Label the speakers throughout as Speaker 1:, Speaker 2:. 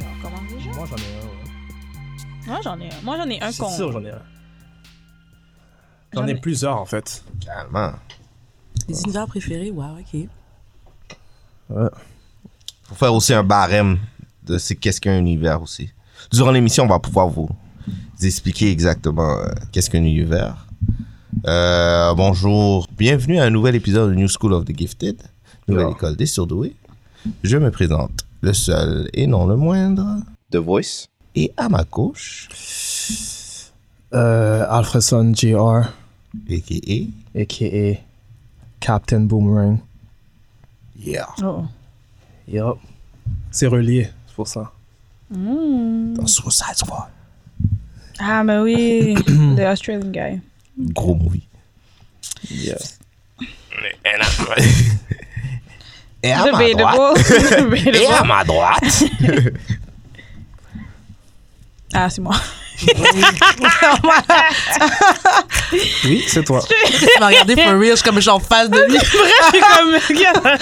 Speaker 1: On commence déjà?
Speaker 2: Moi j'en ai un. ouais.
Speaker 1: Moi j'en ai un. Moi j'en ai un
Speaker 2: C'est
Speaker 1: con.
Speaker 2: sûr, j'en ai un. J'en ai
Speaker 3: J'en ai-
Speaker 2: plusieurs en fait.
Speaker 4: Calmement.
Speaker 3: Les univers préférés, wow, ok.
Speaker 4: Faut faire aussi un barème de c'est qu'est-ce qu'un univers aussi. Durant l'émission, on va pouvoir vous expliquer exactement euh, qu'est-ce qu'un univers. Euh, bonjour, bienvenue à un nouvel épisode de New School of the Gifted, nouvelle
Speaker 2: Yeah.
Speaker 4: école des surdoués. Je me présente, le seul et non le moindre, The Voice. Et à ma gauche,
Speaker 2: Euh, Alfredson Jr.
Speaker 4: a.k.a.
Speaker 2: a.k.a. Captain Boomerang.
Speaker 4: Yeah.
Speaker 1: Oh.
Speaker 2: Yup. C'est relié, c'est pour ça.
Speaker 4: Dans Suicide Squad.
Speaker 1: Ah, mais oui, The Australian Guy.
Speaker 4: Gros movie.
Speaker 2: Yeah.
Speaker 4: Et Ah, ben, à ma droite.
Speaker 1: Debatable.
Speaker 4: Et à
Speaker 1: Debatable.
Speaker 4: ma droite.
Speaker 1: Ah, c'est moi.
Speaker 2: Oui, c'est toi.
Speaker 3: Tu m'as regardé for real, je suis comme j'en face de lui.
Speaker 1: J'ai comme. regarde.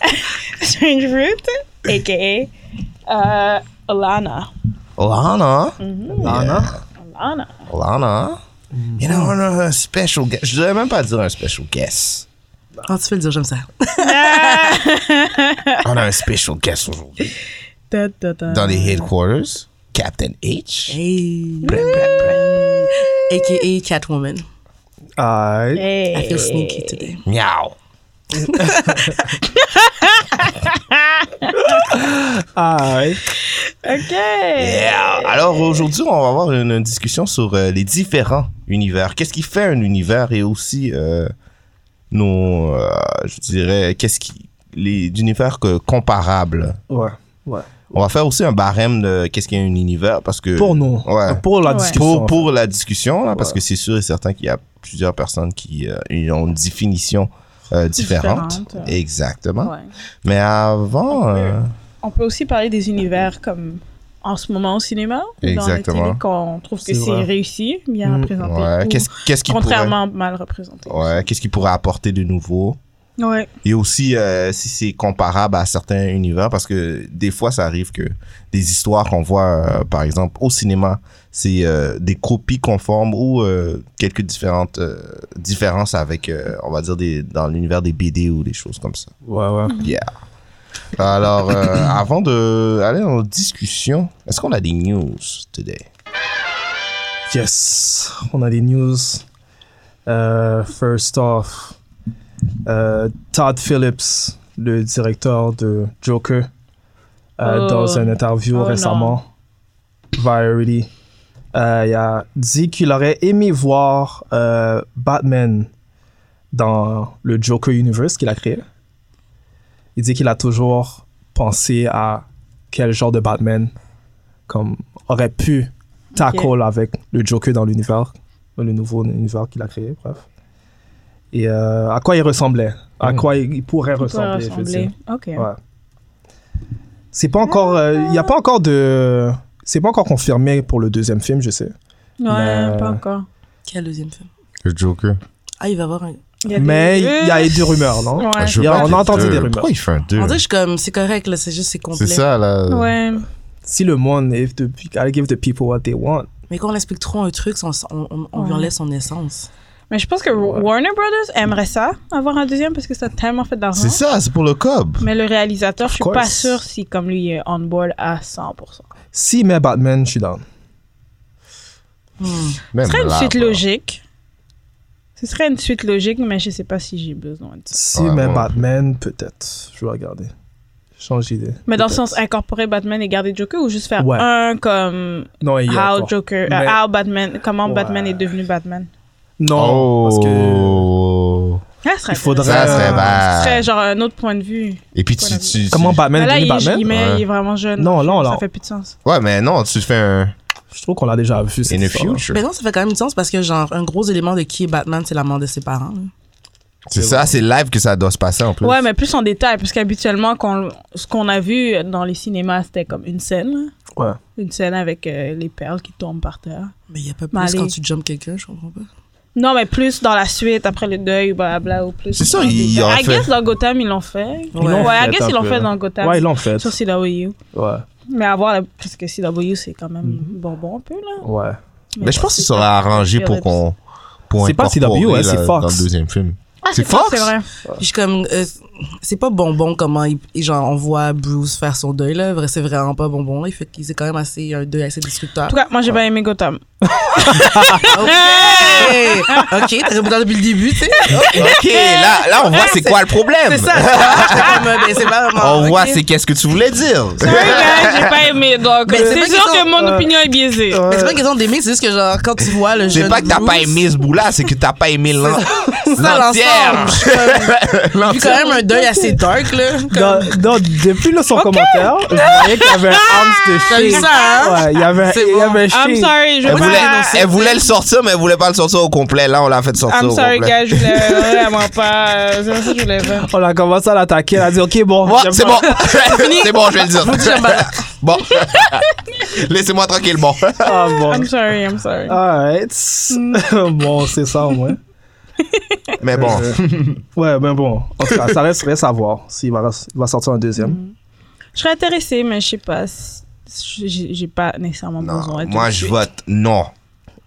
Speaker 1: Strange Fruit, a.k.a. euh, Alana.
Speaker 4: Lana.
Speaker 2: Lana.
Speaker 1: Alana.
Speaker 4: Lana. You know, on a un special guest. Je devrais même pas dire un special guest.
Speaker 3: Quand tu fais le dire, j'aime ça.
Speaker 4: On a un special guest aujourd'hui.
Speaker 1: Da, da, da.
Speaker 4: Dans les headquarters, Captain H.
Speaker 3: Hey.
Speaker 4: Brem, brem, brem.
Speaker 3: AKA Catwoman.
Speaker 2: Aïe.
Speaker 3: I
Speaker 1: Hey.
Speaker 3: feel sneaky today.
Speaker 4: Miaou.
Speaker 2: Aïe.
Speaker 1: Ok.
Speaker 4: Yeah. Alors aujourd'hui, on va avoir une, une discussion sur euh, les différents univers. Qu'est-ce qui fait un univers et aussi euh, nos, euh, je dirais, qu'est-ce qui, les univers que- comparables.
Speaker 2: Ouais. Ouais.
Speaker 4: On va faire aussi un barème de qu'est-ce qu'un univers parce que
Speaker 2: Pour nous.
Speaker 4: Ouais.
Speaker 2: Pour la
Speaker 1: Ouais.
Speaker 2: discussion.
Speaker 4: pour, pour la discussion, là, parce
Speaker 2: Ouais.
Speaker 4: que c'est sûr et certain qu'il y a plusieurs personnes qui euh, ont une définition euh, différente.
Speaker 1: Différente.
Speaker 4: Exactement.
Speaker 1: Ouais.
Speaker 4: Mais avant, euh,
Speaker 1: On peut aussi parler des univers comme en ce moment au cinéma. ou Dans
Speaker 4: Exactement.
Speaker 1: la télé, qu'on trouve que
Speaker 2: C'est
Speaker 1: c'est
Speaker 2: vrai.
Speaker 1: réussi, bien
Speaker 2: Mm.
Speaker 1: représenté.
Speaker 4: ouais,
Speaker 1: ou
Speaker 4: qu'est-ce qu'est-ce qui pourrait,
Speaker 1: contrairement mal représenté.
Speaker 4: ouais, qu'est-ce qui pourrait apporter de nouveau
Speaker 1: Ouais.
Speaker 4: et aussi euh, si c'est comparable à certains univers parce que des fois ça arrive que des histoires qu'on voit euh, par exemple au cinéma c'est euh, des copies conformes ou euh, quelques différentes euh, différences avec euh, on va dire des, dans l'univers des BD ou des choses comme ça
Speaker 2: Ouais, ouais.
Speaker 4: Yeah. Alors, euh, avant de aller dans la discussion, est-ce qu'on a des news today?
Speaker 2: Yes. On a des news. Euh, first off, euh, Todd Phillips, le directeur de Joker, euh,
Speaker 1: Oh.
Speaker 2: dans une interview
Speaker 1: Oh
Speaker 2: récemment, Variety, euh, il a dit qu'il aurait aimé voir euh, Batman dans le Joker Universe qu'il a créé. Il dit qu'il a toujours pensé à quel genre de Batman comme aurait pu tackle avec le Joker dans l'univers, dans le nouveau univers qu'il a créé, bref. Et euh, à quoi il ressemblait, à
Speaker 4: Mm.
Speaker 2: quoi il il pourrait
Speaker 1: Il pourrait
Speaker 2: ressembler, je veux dire.
Speaker 1: ressembler. Ok.
Speaker 2: Ouais. C'est pas encore, euh, il n'y
Speaker 1: Ah.
Speaker 2: a pas encore de, c'est pas encore confirmé pour le deuxième film, je sais.
Speaker 1: Ouais,
Speaker 2: Mais-
Speaker 1: pas encore.
Speaker 3: Quel deuxième film?
Speaker 4: Le Joker.
Speaker 3: Ah, il va y avoir un.
Speaker 1: Il y a des-
Speaker 2: Mais il y a eu des rumeurs, non
Speaker 4: Ah,
Speaker 1: Ouais.
Speaker 2: Il y a- on a entendu des rumeurs.
Speaker 4: Pourquoi il fait un 2?
Speaker 3: On dirait que je suis comme, c'est correct, là, c'est juste, c'est complet.
Speaker 4: là.
Speaker 1: Ouais.
Speaker 2: Si le monde, if the, I give the people what they want.
Speaker 3: Mais quand on explique trop un truc, on, on, on, on lui
Speaker 1: Ouais.
Speaker 3: enlève son essence.
Speaker 1: Mais je pense que
Speaker 2: Ouais.
Speaker 1: Warner Brothers aimerait ça, avoir un deuxième, parce que ça a tellement fait d'argent.
Speaker 4: C'est ça, c'est pour le cob.
Speaker 1: Mais le réalisateur, je suis
Speaker 2: course.
Speaker 1: pas sûre si, comme lui, il est on board à 100%.
Speaker 2: Si met Batman, je suis down.
Speaker 3: Hmm.
Speaker 4: Même
Speaker 1: Ce serait une
Speaker 4: là,
Speaker 1: suite
Speaker 4: bro.
Speaker 1: logique. Ce serait une suite logique, mais je sais pas si j'ai besoin de ça.
Speaker 2: Si
Speaker 4: Ouais,
Speaker 2: met
Speaker 4: ouais.
Speaker 2: Batman, peut-être. Je vais regarder. Change d'idée.
Speaker 1: Mais dans le
Speaker 2: Peut-être.
Speaker 1: sens incorporer Batman et garder Joker ou juste faire
Speaker 2: Ouais.
Speaker 1: un comme
Speaker 2: Non, il y a
Speaker 1: How
Speaker 2: encore.
Speaker 1: Joker, euh,
Speaker 2: Mais-
Speaker 1: How Batman, comment
Speaker 2: Ouais.
Speaker 1: Batman est devenu Batman.
Speaker 2: Non,
Speaker 4: Oh.
Speaker 1: Ah, ce serait
Speaker 2: Il faudrait-
Speaker 4: Ça serait
Speaker 2: Euh,
Speaker 1: intéressant. Ce serait
Speaker 4: bad.
Speaker 1: genre un autre point de vue.
Speaker 4: Et puis tu, tu, tu-
Speaker 2: Comment
Speaker 1: Mais
Speaker 2: Batman est
Speaker 1: là,
Speaker 2: devenu
Speaker 1: il,
Speaker 2: Batman
Speaker 1: il met-
Speaker 4: Ouais.
Speaker 1: il est vraiment jeune.
Speaker 2: Non, non,
Speaker 1: Ça
Speaker 2: non.
Speaker 1: fait plus de sens.
Speaker 4: Ouais, mais non, tu fais un.
Speaker 2: Je trouve qu'on l'a déjà vu. cette
Speaker 4: In the
Speaker 2: histoire.
Speaker 4: future.
Speaker 3: Mais non, ça fait quand même du sens parce que, genre, un gros élément de qui est Batman, c'est la mort de ses parents. là.
Speaker 4: C'est ça, c'est live que ça doit se passer en plus.
Speaker 1: Ouais, mais plus en détail, parce qu'habituellement, quand- ce qu'on a vu dans les cinémas, c'était comme une scène.
Speaker 2: Ouais.
Speaker 1: Une scène avec euh, les perles qui tombent par terre.
Speaker 3: Mais il n'y a pas
Speaker 1: Mais
Speaker 3: plus quand
Speaker 1: allez.
Speaker 3: tu jumpes quelqu'un, je comprends pas.
Speaker 1: Non, mais plus dans la suite, après le deuil, blablabla, ou plus.
Speaker 4: C'est ça,
Speaker 1: dans le
Speaker 4: ils
Speaker 1: détail.
Speaker 4: auraient
Speaker 1: I
Speaker 4: fait.
Speaker 1: guess dans Gotham, ils l'ont fait.
Speaker 3: Ils
Speaker 1: ouais,
Speaker 3: l'ont
Speaker 1: I
Speaker 2: fait
Speaker 1: guess
Speaker 2: un
Speaker 1: ils l'ont
Speaker 2: peu,
Speaker 1: fait
Speaker 2: là.
Speaker 1: dans Gotham.
Speaker 2: Ouais, ils l'ont fait.
Speaker 1: Sur CW.
Speaker 2: Ouais.
Speaker 1: Mais avoir, la... parce que CW, c'est quand même bonbon un peu, là.
Speaker 2: Ouais.
Speaker 4: Mais je pense qu'il sera arrangé pour qu'on. pour
Speaker 2: C'est pas
Speaker 4: incorporer
Speaker 2: CW, hein,
Speaker 4: la-
Speaker 2: c'est
Speaker 4: Dans
Speaker 2: Fox.
Speaker 4: le deuxième film.
Speaker 1: Ah,
Speaker 4: c'est
Speaker 1: c'est Fox,
Speaker 4: Fox?
Speaker 1: c'est vrai.
Speaker 3: Puis je suis comme, euh, c'est pas bonbon comment il, il- genre, on voit Bruce faire son deuil, là. Vrai- C'est vraiment pas bonbon, là. Il fait qu'il est quand même assez, un deuil assez destructeur.
Speaker 1: En tout cas, moi, j'ai pas aimé Gotham.
Speaker 3: Hey! ok, t'as répondu depuis le début, tu sais.
Speaker 4: Ok, là, là, on voit c'est quoi le problème.
Speaker 3: C'est ça, tu vois. Je suis comme, euh, ben, c'est pas vraiment.
Speaker 4: On
Speaker 3: ok.
Speaker 4: voit c'est qu'est-ce que tu voulais dire.
Speaker 1: Ouais, mais j'ai pas aimé, donc.
Speaker 3: Mais c'est
Speaker 1: C'est
Speaker 3: pas
Speaker 1: sûr
Speaker 3: qu'ils
Speaker 1: que
Speaker 3: sont-
Speaker 1: mon
Speaker 2: euh,
Speaker 1: opinion est biaisée.
Speaker 3: Mais c'est pas une question d'aimer, c'est juste que, genre, quand tu vois le jeune.
Speaker 4: C'est pas que t'as pas
Speaker 3: Bruce,
Speaker 4: aimé ce bout-là, c'est que t'as pas aimé l'en-
Speaker 3: c'est ça,
Speaker 4: l'entière.
Speaker 3: l'ensemble. Je suis comme- Puis quand même un deuil assez dark, là.
Speaker 2: Dans,
Speaker 3: Comme...
Speaker 2: dans- depuis le, son commentaire, je voyais qu'il y avait un arms de
Speaker 3: T'as vu
Speaker 2: shit.
Speaker 3: ça, hein?
Speaker 2: Ouais, il y avait,
Speaker 3: C'est
Speaker 2: il y
Speaker 3: bon.
Speaker 2: avait un
Speaker 1: I'm
Speaker 2: shit.
Speaker 1: sorry, je
Speaker 4: Elle
Speaker 1: veux
Speaker 4: voulait,
Speaker 1: pas.
Speaker 4: elle voulait le sortir, mais elle voulait pas le sortir au complet. Là, on l'a fait sortir
Speaker 1: I'm
Speaker 4: au
Speaker 1: sorry,
Speaker 4: complet.
Speaker 1: gars, je voulais vraiment pas. euh, C'est ça que je voulais faire.
Speaker 2: On a commencé à l'attaquer. Elle a dit, OK, bon.
Speaker 4: Ouais,
Speaker 2: j'aime
Speaker 4: c'est
Speaker 2: pas.
Speaker 4: bon. c'est bon, je vais le dire. bon. Laissez-moi tranquille, bon.
Speaker 2: Ah, bon.
Speaker 1: I'm sorry, I'm sorry.
Speaker 4: Ah.
Speaker 2: Alright. bon, c'est ça au moins.
Speaker 4: Mais bon.
Speaker 2: Euh, ouais, ben bon. En tout cas, ça resterait savoir s'il va, il va sortir un deuxième.
Speaker 1: Je serais intéressée, mais je sais pas. si- J'ai j'ai pas nécessairement
Speaker 4: Non,
Speaker 1: besoin. tout
Speaker 4: moi,
Speaker 1: de
Speaker 4: je
Speaker 1: suite.
Speaker 4: vote non.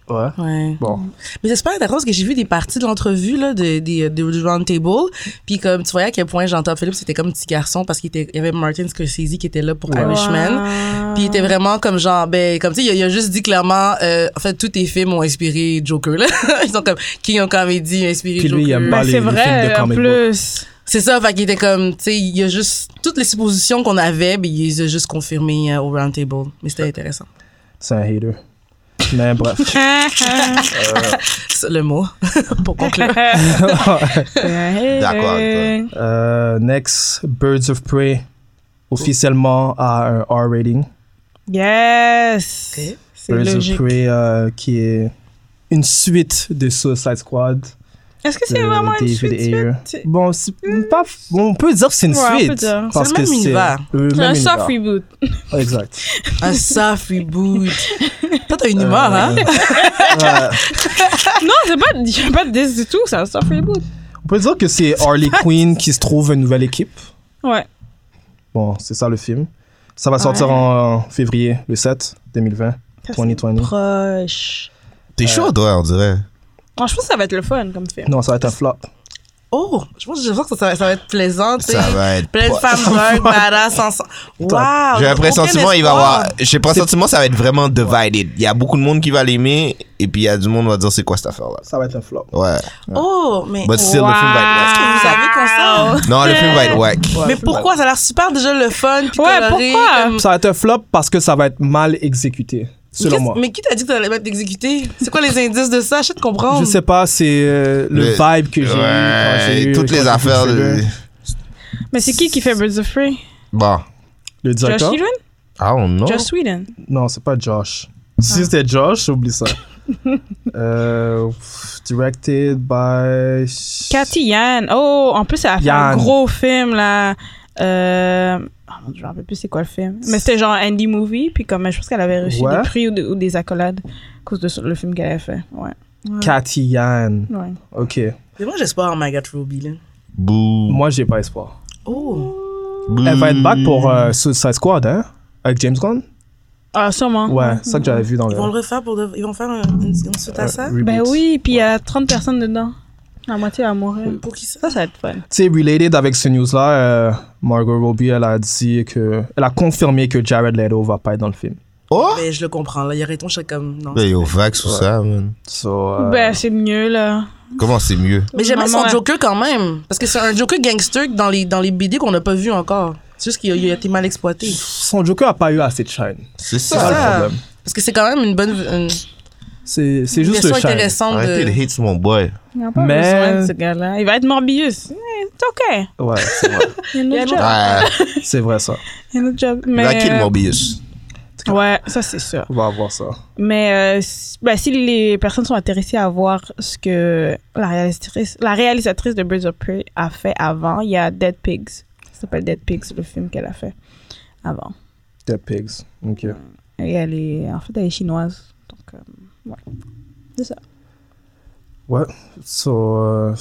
Speaker 2: Ouais.
Speaker 3: Ouais.
Speaker 2: Bon.
Speaker 3: Mais c'est super intéressant parce que j'ai vu des parties de l'entrevue là, de, des- de- du round table. Puis comme tu voyais à quel point Jean-Top Philippe c'était comme un petit garçon parce qu'il était, il y avait Martin Scorsese qui était là pour Irishman.
Speaker 1: Wow.
Speaker 3: Puis il était vraiment comme genre ben comme tu sais il, a- il a juste dit clairement euh, en fait tous tes films ont inspiré Joker là. Ils sont comme qui ont comédie inspiré
Speaker 2: Puis lui, il
Speaker 3: Joker.
Speaker 1: Ben,
Speaker 2: aime pas les-
Speaker 1: c'est
Speaker 2: les films
Speaker 1: vrai,
Speaker 2: de
Speaker 1: en
Speaker 2: comic
Speaker 1: plus.
Speaker 3: C'est ça fait qu'il était comme tu sais il y a juste toutes les suppositions qu'on avait ben il les a juste confirmées euh, au round table. Mais c'était intéressant.
Speaker 2: C'est un hater. Mais bref.
Speaker 3: C'est le mot pour conclure.
Speaker 4: D'accord, d'accord.
Speaker 2: Euh, next, Birds of Prey, officiellement à un R rating.
Speaker 1: Yes.
Speaker 3: Ok.
Speaker 1: C'est
Speaker 2: Birds
Speaker 1: logique.
Speaker 2: of Prey euh, qui est une suite de Suicide Squad.
Speaker 1: Est-ce que c'est
Speaker 4: euh,
Speaker 2: de
Speaker 1: vraiment une
Speaker 2: David
Speaker 1: suite
Speaker 2: Ayer.
Speaker 1: suite? C'est
Speaker 2: Bon, c'est pas, on peut dire que c'est une
Speaker 1: Ouais, on peut
Speaker 2: suite.
Speaker 1: dire.
Speaker 2: Parce
Speaker 3: C'est le
Speaker 2: que
Speaker 3: même
Speaker 2: c'est
Speaker 3: univers.
Speaker 2: le
Speaker 1: c'est
Speaker 2: même
Speaker 1: un soft
Speaker 2: univers.
Speaker 1: reboot.
Speaker 2: Exact.
Speaker 3: Un soft reboot. Toi, t'as une humeur, hein?
Speaker 2: Ouais.
Speaker 1: non, c'est pas, y a pas de 10 du tout, c'est un soft reboot.
Speaker 2: On peut dire que c'est Harley Quinn qui se trouve une nouvelle équipe.
Speaker 1: Ouais.
Speaker 2: Bon, c'est ça le film. Ça va sortir
Speaker 1: Ouais.
Speaker 2: en euh, février, le 7 2020. 2020.
Speaker 1: Proche.
Speaker 2: Euh,
Speaker 4: T'es chaud, toi, on dirait.
Speaker 1: Non, je pense que ça va être le fun comme film.
Speaker 2: Non, ça va être un flop.
Speaker 3: Oh, je pense, je pense que ça, ça va être plaisant, tu sais.
Speaker 4: Ça va être.
Speaker 3: Plein de
Speaker 4: pas-
Speaker 3: femmes drunk, badass, ensemble. Wow!
Speaker 4: J'ai un pressentiment, il va y avoir.
Speaker 3: avoir...
Speaker 4: J'ai un pressentiment, ça va être vraiment divided. Il y a beaucoup de monde qui va l'aimer, et puis il y a du monde qui va dire c'est quoi cette affaire-là.
Speaker 2: Ça va être un flop.
Speaker 4: Ouais.
Speaker 3: Oh, mais...
Speaker 4: But still, le film va être
Speaker 3: Est-ce
Speaker 4: whack.
Speaker 3: que vous savez qu'on sort?
Speaker 4: Non, le film va être whack.
Speaker 3: Mais pourquoi? Ça a l'air super déjà le fun, puis
Speaker 1: Ouais,
Speaker 3: coloré.
Speaker 1: pourquoi?
Speaker 3: comme-
Speaker 2: Ça va être un flop parce que ça va être mal exécuté, selon
Speaker 3: Qu'est-ce-
Speaker 2: moi.
Speaker 3: Mais qui t'a dit que t'allais être exécuté? C'est quoi les indices de ça? Je sais de comprendre.
Speaker 2: Je sais pas, c'est euh, le,
Speaker 4: Le-
Speaker 2: vibe que j'ai eu quand j'ai eu.
Speaker 4: Ouais, toutes
Speaker 2: quand j'ai
Speaker 4: les
Speaker 2: vu le
Speaker 4: affaires.
Speaker 2: trailer.
Speaker 4: de-
Speaker 1: Mais c'est qui qui fait Birds of Prey?
Speaker 4: Bon.
Speaker 2: Le
Speaker 1: Josh
Speaker 2: directeur
Speaker 1: Whedon?
Speaker 4: Ah, on non.
Speaker 1: Josh Whedon.
Speaker 2: Non, c'est pas Josh. Si
Speaker 3: Ah.
Speaker 2: c'était Josh, oublie ça. Euh, pff, directed by.
Speaker 1: Cathy Yann. Oh, en plus, elle a fait un
Speaker 2: Yann.
Speaker 1: gros film, là. Euh... Oh mon dieu, je me rappelle plus c'est quoi le film. Mais c'était genre Andy Movie, puis comme je pense qu'elle avait reçu
Speaker 2: Ouais.
Speaker 1: des prix ou, de- ou des accolades à cause de ce- le film qu'elle avait fait. Ouais.
Speaker 2: Cathy Yan.
Speaker 1: ouais.
Speaker 2: Ok.
Speaker 4: Mm.
Speaker 3: Mais moi, j'espère en Maggot Ruby, là.
Speaker 4: Bouh.
Speaker 2: Moi, j'ai pas espoir.
Speaker 3: Oh!
Speaker 2: Elle va être back pour
Speaker 4: Mm.
Speaker 2: euh, Suicide Squad, hein? Avec James Gunn?
Speaker 1: Ah, sûrement.
Speaker 2: Ouais, c'est ça que j'avais vu dans le.
Speaker 3: Ils vont le refaire pour... De... Ils vont faire un- une, une suite à ça?
Speaker 2: euh, reboot.
Speaker 1: Ben oui, puis il y a 30 personnes dedans. La moitié à mourir.
Speaker 3: Pour qui ça?
Speaker 1: Ça, ça va être fun.
Speaker 2: Tu sais, related avec ce news-là, euh, Margot Robbie, elle a dit que. Elle a confirmé que Jared Leto va pas être dans le film.
Speaker 4: Oh!
Speaker 3: Mais Ben, je le comprends, là. Il y aurait ton chèque comme... Non.
Speaker 4: Ben, yo, vague sur ça, man.
Speaker 2: So, euh,
Speaker 1: Ben, c'est mieux, là.
Speaker 4: Comment c'est mieux?
Speaker 3: Mais j'aimais son
Speaker 1: Maman,
Speaker 3: Joker quand même. Parce que c'est un Joker gangster dans les, dans les BD qu'on n'a pas vu encore. C'est juste qu'il a, il a été mal exploité.
Speaker 2: son Joker a pas eu assez de shine.
Speaker 4: C'est
Speaker 2: C'est ça
Speaker 4: ça.
Speaker 2: le problème.
Speaker 3: Parce que c'est quand même une bonne. une-
Speaker 2: C'est c'est juste
Speaker 3: Question
Speaker 2: le shine.
Speaker 3: intéressante
Speaker 4: Arrêtez
Speaker 3: de...
Speaker 4: de hate sur mon boy.
Speaker 1: Il n'y a pas
Speaker 2: Mais-
Speaker 1: besoin de ce gars-là. Il va être Morbius. Eh, C'est OK.
Speaker 2: Ouais, c'est vrai.
Speaker 1: Il y a un autre job.
Speaker 4: Ah,
Speaker 2: c'est vrai ça.
Speaker 1: Il y a un autre job. Mais,
Speaker 4: la kill
Speaker 1: euh,
Speaker 4: Morbius.
Speaker 1: Ouais, ça, c'est sûr.
Speaker 2: On va avoir ça.
Speaker 1: Mais euh, si- ben, si les personnes sont intéressées à voir ce que la réalisatrice, la réalisatrice de Birds of Prey a fait avant, il y a Dead Pigs. Ça s'appelle Dead Pigs, le film qu'elle a fait avant.
Speaker 2: Dead Pigs. Ok.
Speaker 1: Et elle est, en fait, elle est chinoise. Donc, euh, ouais. C'est ça.
Speaker 2: So, euh,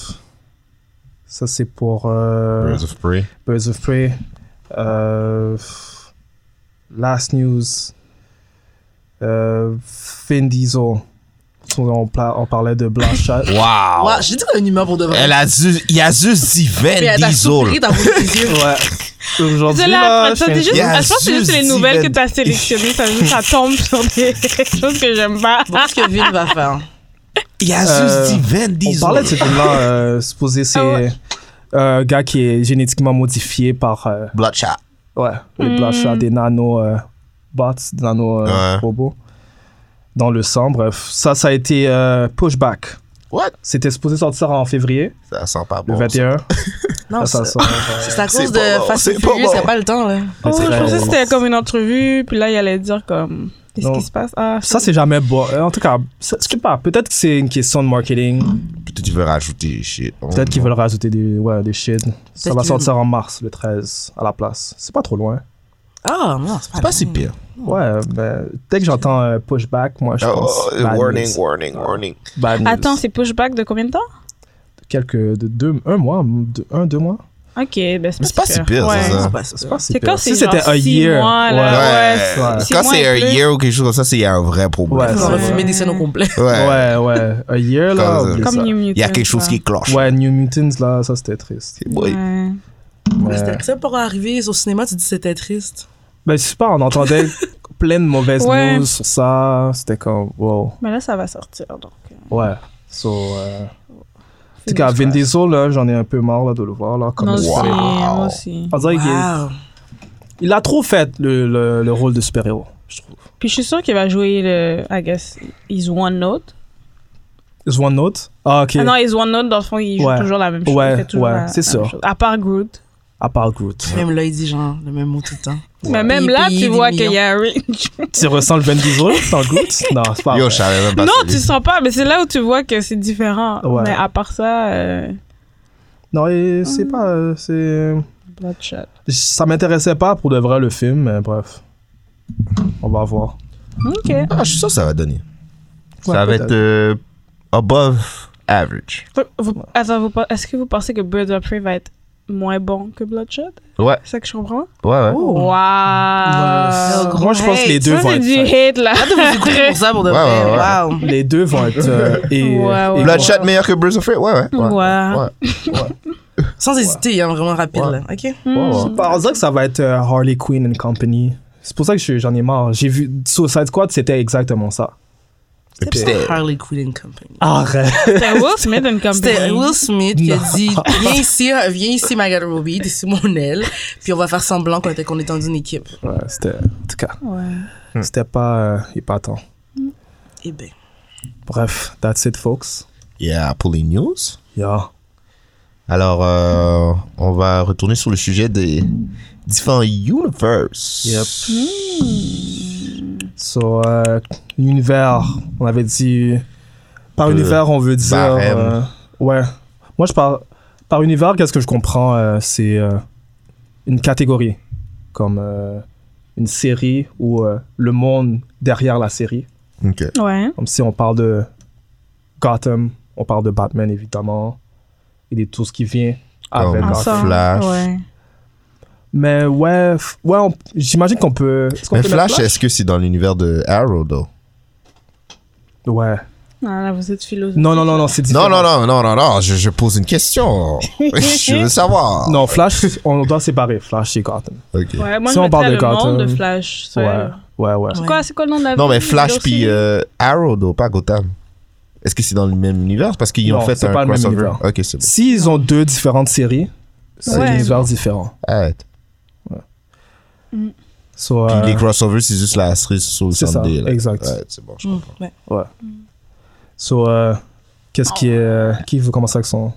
Speaker 2: ça c'est pour euh,
Speaker 4: Birds of Prey.
Speaker 2: Birds of Prey. Euh, last news. Euh, Vin Diesel. On, pla- on parlait de Blanchard.
Speaker 4: Wow.
Speaker 3: Wow, j'ai dit qu'on a une humeur pour de vrai.
Speaker 4: Elle a juste, il a juste dit
Speaker 3: Puis elle
Speaker 4: 20
Speaker 3: t'a
Speaker 4: Diesel.
Speaker 3: soupiré dans vos petits yeux.
Speaker 2: ouais. Aujourd'hui,
Speaker 1: C'est
Speaker 2: là,
Speaker 1: là,
Speaker 2: je
Speaker 1: ça, c'est
Speaker 2: suis-
Speaker 1: juste,
Speaker 4: Yeah,
Speaker 1: je pense que c'est juste les
Speaker 4: juste
Speaker 1: nouvelles que
Speaker 4: Steven.
Speaker 1: tu as sélectionnées. Ça, ça tombe sur des choses que j'aime pas.
Speaker 3: Bon, Qu'est-ce que Vin va faire?
Speaker 4: Il a
Speaker 2: Euh,
Speaker 4: juste dit 20
Speaker 2: On
Speaker 4: Diesel.
Speaker 2: parlait de ce film-là, euh, supposé c'est
Speaker 1: Ah ouais.
Speaker 2: euh, un gars qui est génétiquement modifié par euh,
Speaker 4: Bloodshot.
Speaker 2: ouais, les
Speaker 1: Mm.
Speaker 2: Bloodshot, des nano euh, bots, des nano euh,
Speaker 4: Ouais.
Speaker 2: robots dans le sang. Bref, ça, ça a été euh, pushback.
Speaker 4: What?
Speaker 2: C'était supposé sortir en février,
Speaker 4: Ça sent pas bon.
Speaker 2: le 21.
Speaker 1: Oh,
Speaker 3: Non,
Speaker 2: ça, ça
Speaker 3: c'est
Speaker 2: sort.
Speaker 3: c'est à
Speaker 4: c'est
Speaker 3: cause
Speaker 4: pas
Speaker 3: de
Speaker 4: bon,
Speaker 3: Fast
Speaker 4: c'est pas
Speaker 3: and Furious,
Speaker 4: bon.
Speaker 3: il n'y a pas le temps, là.
Speaker 1: Oh, je
Speaker 2: très-
Speaker 1: pensais que c'était comme une entrevue, puis là, il allait dire comme, qu'est-ce
Speaker 2: Non.
Speaker 1: qui se passe? Ah,
Speaker 2: Ça, c'est jamais bon. Euh, En tout cas, ça- je sais pas. Peut-être que c'est une question de marketing.
Speaker 4: Peut-être qu'il veut rajouter shit.
Speaker 2: Peut-être qu'ils veulent rajouter des, ouais, des shit. Ça
Speaker 3: Peut-être
Speaker 2: va
Speaker 3: qu'ils
Speaker 2: sortir en mars, le 13, à la place. C'est pas trop loin.
Speaker 3: Ah, non, c'est
Speaker 4: C'est
Speaker 3: pas
Speaker 4: pas si pire.
Speaker 2: Ouais, ben, dès que j'entends euh, pushback, moi, je pense.
Speaker 4: Oh,
Speaker 2: bad
Speaker 4: warning,
Speaker 2: news.
Speaker 4: warning, warning.
Speaker 2: Bad news.
Speaker 1: Attends, c'est pushback de combien de temps?
Speaker 2: Quelques. De deux, un mois, de- un, deux mois.
Speaker 1: Ok, ben c'est
Speaker 4: Mais
Speaker 1: pas,
Speaker 4: c'est pas si pire,
Speaker 1: Ouais.
Speaker 4: c'est ça.
Speaker 2: C'est pas si
Speaker 1: C'est
Speaker 2: pire.
Speaker 1: quand
Speaker 2: Si
Speaker 1: c'est genre
Speaker 2: c'était un
Speaker 1: six
Speaker 2: year.
Speaker 1: mois, là,
Speaker 2: ouais.
Speaker 1: Euh, Ouais,
Speaker 2: ouais.
Speaker 1: c'est-
Speaker 4: Quand
Speaker 1: six mois
Speaker 4: c'est
Speaker 1: et
Speaker 4: un
Speaker 1: plus.
Speaker 4: year ou quelque chose comme ça, c'est un vrai problème.
Speaker 2: Ouais,
Speaker 3: On
Speaker 2: c'est
Speaker 3: va
Speaker 2: vrai.
Speaker 3: fumer des scènes au complet.
Speaker 4: Ouais.
Speaker 2: Ouais, ouais. Un year, là.
Speaker 4: Comme-
Speaker 2: oublie
Speaker 1: Comme
Speaker 2: ça.
Speaker 1: New Mutants.
Speaker 4: Il y a quelque chose
Speaker 1: ça.
Speaker 4: qui cloche.
Speaker 2: Ouais, New Mutants, là, ça c'était triste.
Speaker 4: C'est boy.
Speaker 1: Ouais.
Speaker 2: Ouais.
Speaker 3: C'était ça pour arriver au cinéma, tu dis que c'était triste.
Speaker 2: Ben, je sais pas, on entendait plein de mauvaises
Speaker 1: Ouais.
Speaker 2: news sur ça. C'était comme, wow.
Speaker 1: Mais là, ça va sortir, donc. euh,
Speaker 2: Ouais. So, euh, en tout
Speaker 1: fingers
Speaker 2: cas, Vin
Speaker 1: crossed.
Speaker 2: Diesel, là, j'en ai un peu marre là, de le voir. Là, comme
Speaker 1: Moi aussi,
Speaker 2: ça.
Speaker 4: Wow.
Speaker 1: moi aussi.
Speaker 2: On dirait qu'il est-
Speaker 3: Wow.
Speaker 2: il a trop fait le, le, le rôle de super-héros, je trouve.
Speaker 1: Puis je suis sûre qu'il va jouer le. I guess. Is One Note.
Speaker 2: Is One Note Ah, ok.
Speaker 1: Ah non, Is One Note, dans le fond, il joue
Speaker 2: Ouais.
Speaker 1: toujours la même chose.
Speaker 2: Ouais,
Speaker 1: il fait toujours
Speaker 2: ouais,
Speaker 1: la-
Speaker 2: c'est
Speaker 1: la
Speaker 2: sûr.
Speaker 1: même chose. À part Groot.
Speaker 2: À part Ah, Groot.
Speaker 3: Même là, il dit genre le même mot tout le temps.
Speaker 1: Mais même
Speaker 3: Puis
Speaker 1: là,
Speaker 3: payer
Speaker 1: tu
Speaker 3: des
Speaker 1: vois
Speaker 3: millions.
Speaker 1: qu'il y a un range.
Speaker 2: Tu ressens le Vin Diesel dans Groot Non, c'est pas
Speaker 4: Yo,
Speaker 2: vrai.
Speaker 4: je savais même pas
Speaker 1: Non,
Speaker 4: ça.
Speaker 1: tu sens pas, mais c'est là où tu vois que c'est différent.
Speaker 2: Ouais.
Speaker 1: Mais à part ça, euh,
Speaker 2: Non,
Speaker 1: Ah.
Speaker 2: et c'est pas... euh, c'est...
Speaker 1: Bloodshot.
Speaker 2: Ça m'intéressait pas pour de vrai le film, mais bref. On va voir.
Speaker 1: Ok.
Speaker 4: Ah, je suis sûr que ça va donner.
Speaker 2: Ouais,
Speaker 4: ça va
Speaker 2: peut-être.
Speaker 4: être euh, above average.
Speaker 1: Vous- vous- attends, vous pen- est-ce que vous pensez que Birds of Prey va être moins bon que Bloodshot
Speaker 4: Ouais,
Speaker 1: C'est ça que je comprends
Speaker 4: ouais, ouais.
Speaker 1: Waouh
Speaker 3: Ouais.
Speaker 2: Oh. Moi, je pense que les deux
Speaker 1: Ça,
Speaker 2: vont
Speaker 1: c'est
Speaker 2: être...
Speaker 1: du
Speaker 2: faits.
Speaker 1: hate, là.
Speaker 3: Vous écoutez pour ça pour de
Speaker 4: Ouais,
Speaker 3: vrai.
Speaker 4: ouais, ouais.
Speaker 3: Wow.
Speaker 2: Les deux vont être... euh, et,
Speaker 1: Ouais, ouais.
Speaker 2: et-
Speaker 4: Bloodshot meilleur que Birds of Prey? Ouais, ouais.
Speaker 1: Ouais.
Speaker 4: Ouais.
Speaker 3: Sans hésiter, hein, vraiment rapide.
Speaker 4: Ouais.
Speaker 3: Là. OK.
Speaker 2: Je sais pas, on dirait que ça va être euh, Harley Quinn and Company. C'est pour ça que je- j'en ai marre. J'ai vu Suicide Squad, c'était exactement ça.
Speaker 3: C'était pas Harley Quinn and Company.
Speaker 2: Arrête.
Speaker 1: C'était Will Smith and Company.
Speaker 3: C'était Will Smith qui a
Speaker 2: Non.
Speaker 3: dit Viens ici, euh, viens ici, Margot Robbie, t'es sous mon aile, puis on va faire semblant qu'on était, qu'on est dans une équipe.
Speaker 2: Ouais, c'était. En tout cas,
Speaker 1: Ouais.
Speaker 2: c'était pas euh, épatant.
Speaker 3: Eh ben.
Speaker 2: Bref, that's it, folks.
Speaker 4: Yeah, pour les news.
Speaker 2: Yeah.
Speaker 4: Alors, euh, on va retourner sur le sujet des différents Hmm. univers.
Speaker 2: Yep. So, euh, univers, on avait dit. Par
Speaker 4: Le
Speaker 2: univers, on veut dire.
Speaker 4: Euh, barème.
Speaker 2: euh, ouais. Moi, je parle. Par univers, qu'est-ce que je comprends euh, C'est euh, une catégorie. Comme euh, une série ou euh, le monde derrière la série.
Speaker 4: Ok.
Speaker 1: Ouais.
Speaker 2: Comme si on parle de Gotham, on parle de Batman, évidemment. Et de tout ce qui vient avec
Speaker 4: Comme-
Speaker 2: Gotham.
Speaker 4: Ensemble.
Speaker 1: Ensemble.
Speaker 4: Ah, Flash.
Speaker 1: Ouais.
Speaker 2: Mais ouais, f- ouais on- j'imagine qu'on peut. est-ce qu'on
Speaker 4: Mais
Speaker 2: peut mettre
Speaker 4: Flash, est-ce que c'est dans l'univers de Arrow, though?
Speaker 2: Ouais.
Speaker 1: Ah, là, vous êtes philosophe.
Speaker 2: Non, non, non, non, c'est différent.
Speaker 4: Non, non, non, non, non, non, je, je pose une question. je veux savoir.
Speaker 2: Non, Flash, on doit séparer Flash et Gotham.
Speaker 4: Ok.
Speaker 1: Ouais, moi,
Speaker 2: Si
Speaker 1: je
Speaker 2: on
Speaker 1: mettrais
Speaker 2: parle de
Speaker 1: le monde
Speaker 2: Gotham.
Speaker 1: de Flash. ça,
Speaker 2: Ouais,
Speaker 1: là.
Speaker 2: ouais, ouais.
Speaker 1: C'est quoi, c'est quoi le nom de la
Speaker 4: Non,
Speaker 1: ville,
Speaker 4: mais Flash
Speaker 1: Josie?
Speaker 4: puis euh, Arrow, though, pas Gotham. Est-ce que c'est dans le même univers? Parce qu'ils ont
Speaker 2: Non,
Speaker 4: fait
Speaker 2: c'est
Speaker 4: un
Speaker 2: pas le même
Speaker 4: crossover.
Speaker 2: univers.
Speaker 4: Ok, c'est bon.
Speaker 2: S'ils ont deux différentes séries, c'est
Speaker 1: Ouais.
Speaker 2: des histoires différentes.
Speaker 4: Arrête.
Speaker 2: So,
Speaker 4: Puis
Speaker 2: euh,
Speaker 4: les crossovers, c'est juste la cerise sur le
Speaker 2: C'est ça,
Speaker 4: Sunday. là.
Speaker 2: exact.
Speaker 4: Ouais, c'est bon, je comprends.
Speaker 3: ouais.
Speaker 2: ouais. So, euh, qu'est-ce qui est. euh, qui veut commencer avec son.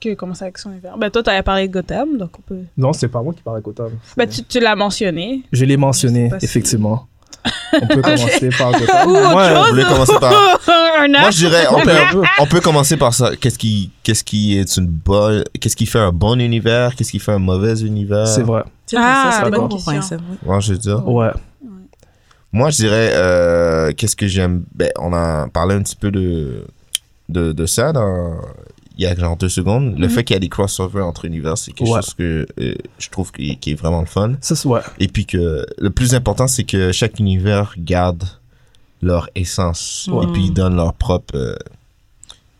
Speaker 1: Que commencer avec son hiver. Ben, toi, t'avais parlé de Gotham, donc on peut.
Speaker 2: Non, c'est pas moi qui parle à Gotham.
Speaker 1: Ben, tu, tu l'as mentionné.
Speaker 2: Je l'ai
Speaker 1: Je
Speaker 2: mentionné,
Speaker 1: sais pas si-
Speaker 2: effectivement. On peut commencer par Gotham.
Speaker 1: Ou autre
Speaker 4: Ouais, vous voulez
Speaker 1: chose,
Speaker 4: commencer
Speaker 1: ou-
Speaker 4: par-
Speaker 1: un
Speaker 4: Moi,
Speaker 1: arbre.
Speaker 4: je dirais, on
Speaker 2: On peut un
Speaker 4: peut,
Speaker 2: peu.
Speaker 4: on peut commencer par ça. Qu'est-ce qui, qu'est-ce qui est une bonne, qu'est-ce qui fait un bon univers, qu'est-ce qui fait un mauvais univers.
Speaker 2: C'est vrai. Oh.
Speaker 1: Ah,
Speaker 3: ça, c'est
Speaker 1: bonne
Speaker 3: bon pour
Speaker 1: question.
Speaker 3: ça. oui.
Speaker 4: Moi, je veux dire.
Speaker 2: Ouais.
Speaker 4: Moi, je dirais, euh, qu'est-ce que j'aime. Ben, on a parlé un petit peu de, de, de ça dans, il y a genre deux secondes. Le fait qu'il y a des crossovers entre univers, c'est quelque
Speaker 2: Mhm. Ouais.
Speaker 4: chose que euh, je trouve qui, qui est vraiment le fun.
Speaker 2: Ça, c'est- ouais.
Speaker 4: Et puis que le plus important, c'est que chaque univers garde leur essence.
Speaker 3: Ouais.
Speaker 4: Et puis ils donnent leur propre. euh,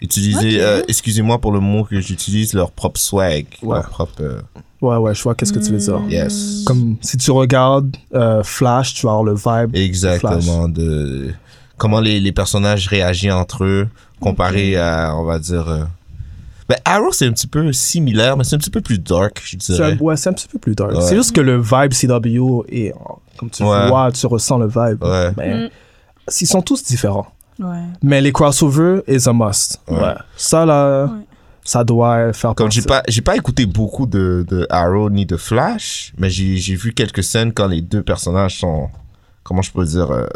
Speaker 4: utiliser,
Speaker 3: Ok.
Speaker 4: euh, excusez-moi pour le mot que j'utilise, leur propre swag.
Speaker 2: Ouais.
Speaker 4: Leur propre. euh,
Speaker 2: Ouais, ouais, je vois qu'est-ce que tu veux
Speaker 1: Hmm.
Speaker 2: dire.
Speaker 4: yes.
Speaker 2: Comme si tu regardes euh, Flash, tu vas avoir le vibe.
Speaker 4: Exactement. De, comment les, les personnages réagissent entre eux, comparé à, on va dire. euh, ben, Arrow, c'est un petit peu similaire, mais c'est un petit peu plus dark, je
Speaker 2: C'est un,
Speaker 4: dirais.
Speaker 2: ouais, c'est un petit peu plus dark.
Speaker 4: Ouais.
Speaker 2: C'est juste que le vibe CW est. en- Comme tu
Speaker 4: Ouais.
Speaker 2: vois, tu ressens le vibe.
Speaker 4: Ouais.
Speaker 2: Mais
Speaker 1: Mm.
Speaker 2: ils sont tous différents.
Speaker 1: Ouais.
Speaker 2: Mais les crossovers is a must.
Speaker 4: Ouais.
Speaker 2: Ouais. Ça, là,
Speaker 1: Ouais.
Speaker 2: ça doit faire
Speaker 4: Comme j'ai
Speaker 2: partie.
Speaker 4: pas, j'ai pas écouté beaucoup de, de Arrow ni de Flash, mais j'ai, j'ai vu quelques scènes quand les deux personnages sont, comment je peux dire, euh,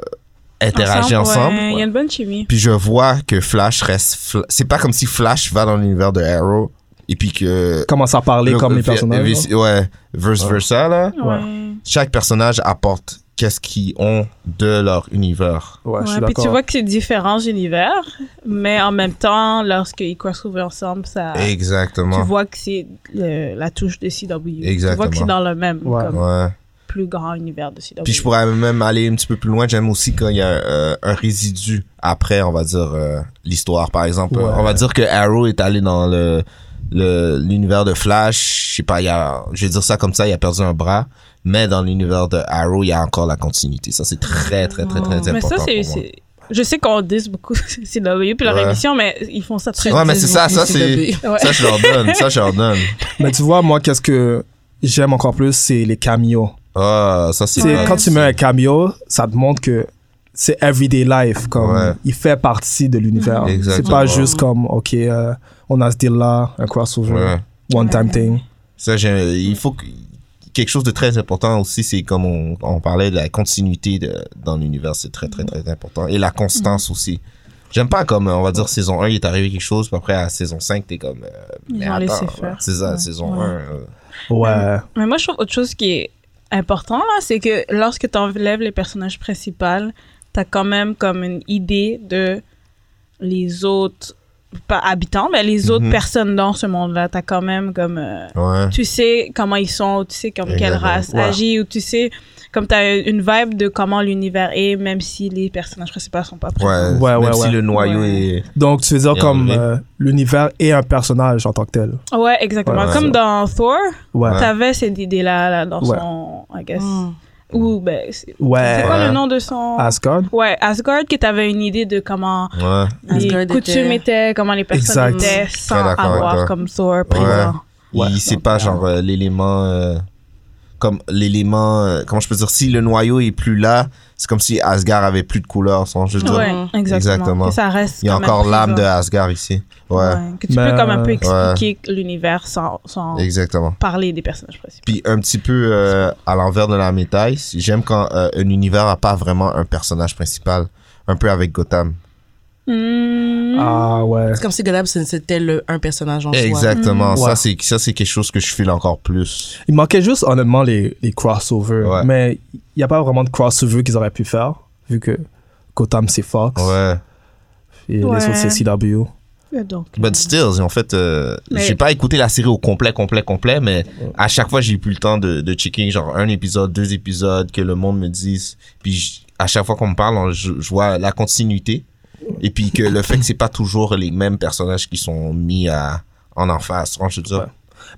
Speaker 4: interagis ensemble.
Speaker 1: ouais, Il y a une bonne chimie.
Speaker 4: Puis je vois que Flash reste, Fla- c'est pas comme si Flash va dans l'univers de Arrow et puis que
Speaker 2: Commence à parler
Speaker 4: le-
Speaker 2: comme les
Speaker 4: vi- vi-
Speaker 2: personnages. hein. là.
Speaker 4: ouais, verse versa là.
Speaker 1: Ouais. Ouais,
Speaker 4: Chaque personnage apporte qu'est-ce qu'ils ont de leur univers.
Speaker 2: Ouais, je suis
Speaker 1: puis tu
Speaker 2: d'accord.
Speaker 1: vois que c'est différents univers, mais en même temps, lorsqu'ils crossover ensemble, ça. Tu
Speaker 4: Exactement.
Speaker 1: vois que c'est le- la touche de CW. Tu
Speaker 4: Exactement.
Speaker 1: vois que c'est dans le même,
Speaker 2: Ouais.
Speaker 1: comme
Speaker 4: Ouais.
Speaker 1: plus grand univers de CW.
Speaker 4: Puis je pourrais même aller un petit peu plus loin. J'aime aussi quand il y a euh, un résidu après, on va dire, euh, l'histoire. Par exemple,
Speaker 2: Ouais.
Speaker 4: euh, on va dire que Arrow est allé dans le le- l'univers de Flash. Je sais pas, il y a, je vais dire ça comme ça, il a perdu un bras. Mais dans l'univers de Arrow, il y a encore la continuité. Ça, c'est très, très, très, très, important.
Speaker 1: mais ça, c'est.
Speaker 4: pour moi.
Speaker 1: c'est- Je sais qu'on dise beaucoup CW puis leur
Speaker 4: Ouais.
Speaker 1: émission, mais ils font ça très
Speaker 4: Ouais, mais c'est ça, ça,
Speaker 3: C'est
Speaker 4: c'est.
Speaker 3: bébé.
Speaker 1: Ouais.
Speaker 4: Ça, je leur donne. Ça, je leur donne.
Speaker 2: Mais tu vois, moi, qu'est-ce que j'aime encore plus, c'est les cameos.
Speaker 4: Ah, ça, c'est.
Speaker 2: Tu sais,
Speaker 4: vrai.
Speaker 2: Quand tu mets un cameo, ça te montre que c'est everyday life. Comme
Speaker 4: Ouais.
Speaker 2: il fait partie de l'univers. C'est
Speaker 4: Exactement.
Speaker 2: pas juste comme, OK, euh, on a ce deal-là, un crossover,
Speaker 4: Ouais.
Speaker 2: one-time thing.
Speaker 4: Ça, j'ai- il faut que- quelque chose de très important aussi, c'est comme on, on parlait de la continuité de- dans l'univers, c'est très, très, très important. Et la constance aussi. J'aime pas comme, on va dire, saison 1, il est arrivé quelque chose, puis après, à saison 5, t'es comme. euh,
Speaker 1: Ils
Speaker 4: mais
Speaker 1: ont laissé
Speaker 4: attends,
Speaker 1: faire.
Speaker 4: C'est ça,
Speaker 1: Ouais.
Speaker 4: saison
Speaker 1: Ouais.
Speaker 4: 1. euh,
Speaker 2: Ouais.
Speaker 1: Mais moi, je trouve autre chose qui est important, là, c'est que lorsque tu enlèves les personnages principaux, tu as quand même comme une idée de les autres, pas habitants, mais les autres
Speaker 4: Mhm.
Speaker 1: personnes dans ce monde-là. Tu as quand même comme... euh,
Speaker 4: ouais.
Speaker 1: tu sais comment ils sont, tu sais comme quelle
Speaker 4: Exactement.
Speaker 1: race
Speaker 2: Ouais.
Speaker 1: agit, ou tu sais comme tu as une vibe de comment l'univers est, même si les personnages principaux sont pas
Speaker 4: Ouais,
Speaker 1: présents.
Speaker 2: Ouais,
Speaker 4: même
Speaker 2: ouais,
Speaker 4: si
Speaker 2: ouais.
Speaker 4: le noyau
Speaker 1: Ouais.
Speaker 4: est.
Speaker 2: Donc, tu veux dire
Speaker 4: Et
Speaker 2: comme
Speaker 4: enlever.
Speaker 2: euh, l'univers est un personnage en tant que tel.
Speaker 1: Ouais, exactement.
Speaker 4: Ouais.
Speaker 1: comme dans Thor,
Speaker 2: Ouais.
Speaker 1: tu t'avais cette idée-là là, dans
Speaker 2: Ouais.
Speaker 1: son, I guess.
Speaker 3: Mm.
Speaker 1: Ou ben, c'est
Speaker 2: Ouais.
Speaker 1: c'est quoi
Speaker 4: Ouais.
Speaker 1: le nom de son
Speaker 2: Asgard.
Speaker 1: Ouais, Asgard, que t'avais une idée de comment
Speaker 4: Ouais.
Speaker 1: les
Speaker 3: Asgard était-
Speaker 1: coutumes étaient, comment les personnes
Speaker 2: Exact.
Speaker 1: étaient, sans
Speaker 4: d'accord avec
Speaker 1: avoir
Speaker 4: toi.
Speaker 1: comme Thor présent.
Speaker 2: Ouais.
Speaker 4: Il- c'est pas genre euh, l'élément. euh, comme l'élément. euh, comment je peux dire Si le noyau est plus là, c'est comme si Asgard avait plus de couleurs. sans je veux dire.
Speaker 1: Ouais, exactement.
Speaker 4: Exactement.
Speaker 1: Que ça reste
Speaker 4: Il y a
Speaker 1: quand même
Speaker 4: encore l'âme de
Speaker 1: présent.
Speaker 4: Asgard ici. ouais.
Speaker 1: Ouais, Que tu
Speaker 2: Mais-
Speaker 1: peux comme un peu expliquer l'univers sans, sans
Speaker 4: Exactement.
Speaker 1: parler des personnages principaux.
Speaker 4: Puis un petit peu euh, à l'envers de la médaille, j'aime quand euh, un univers n'a pas vraiment un personnage principal, un peu avec Gotham.
Speaker 1: Hmm.
Speaker 2: Ah ouais.
Speaker 3: C'est comme si Godab, c'était le- un personnage en soi.
Speaker 4: Exactement, ça
Speaker 2: Ouais.
Speaker 4: c'est ça c'est quelque chose que je file encore plus.
Speaker 2: Il manquait juste honnêtement les, les crossovers.
Speaker 4: Ouais.
Speaker 2: Mais il n'y a pas vraiment de crossover qu'ils auraient pu faire, vu que Gotham c'est Fox
Speaker 4: Ouais.
Speaker 2: et
Speaker 1: Ouais.
Speaker 2: les autres c'est CW.
Speaker 1: Et Euh, Donc,
Speaker 4: But still, en fait, euh,
Speaker 1: Mais-
Speaker 4: j'ai pas écouté la série au complet, complet, complet, mais à chaque fois j'ai eu plus le temps de, de checker genre un épisode, deux épisodes, que le monde me dise. Puis j- à chaque fois qu'on me parle, on- je, je vois la continuité. Et puis que le fait que c'est pas toujours les mêmes personnages qui sont mis à, en en face. Je veux dire,
Speaker 2: Ouais.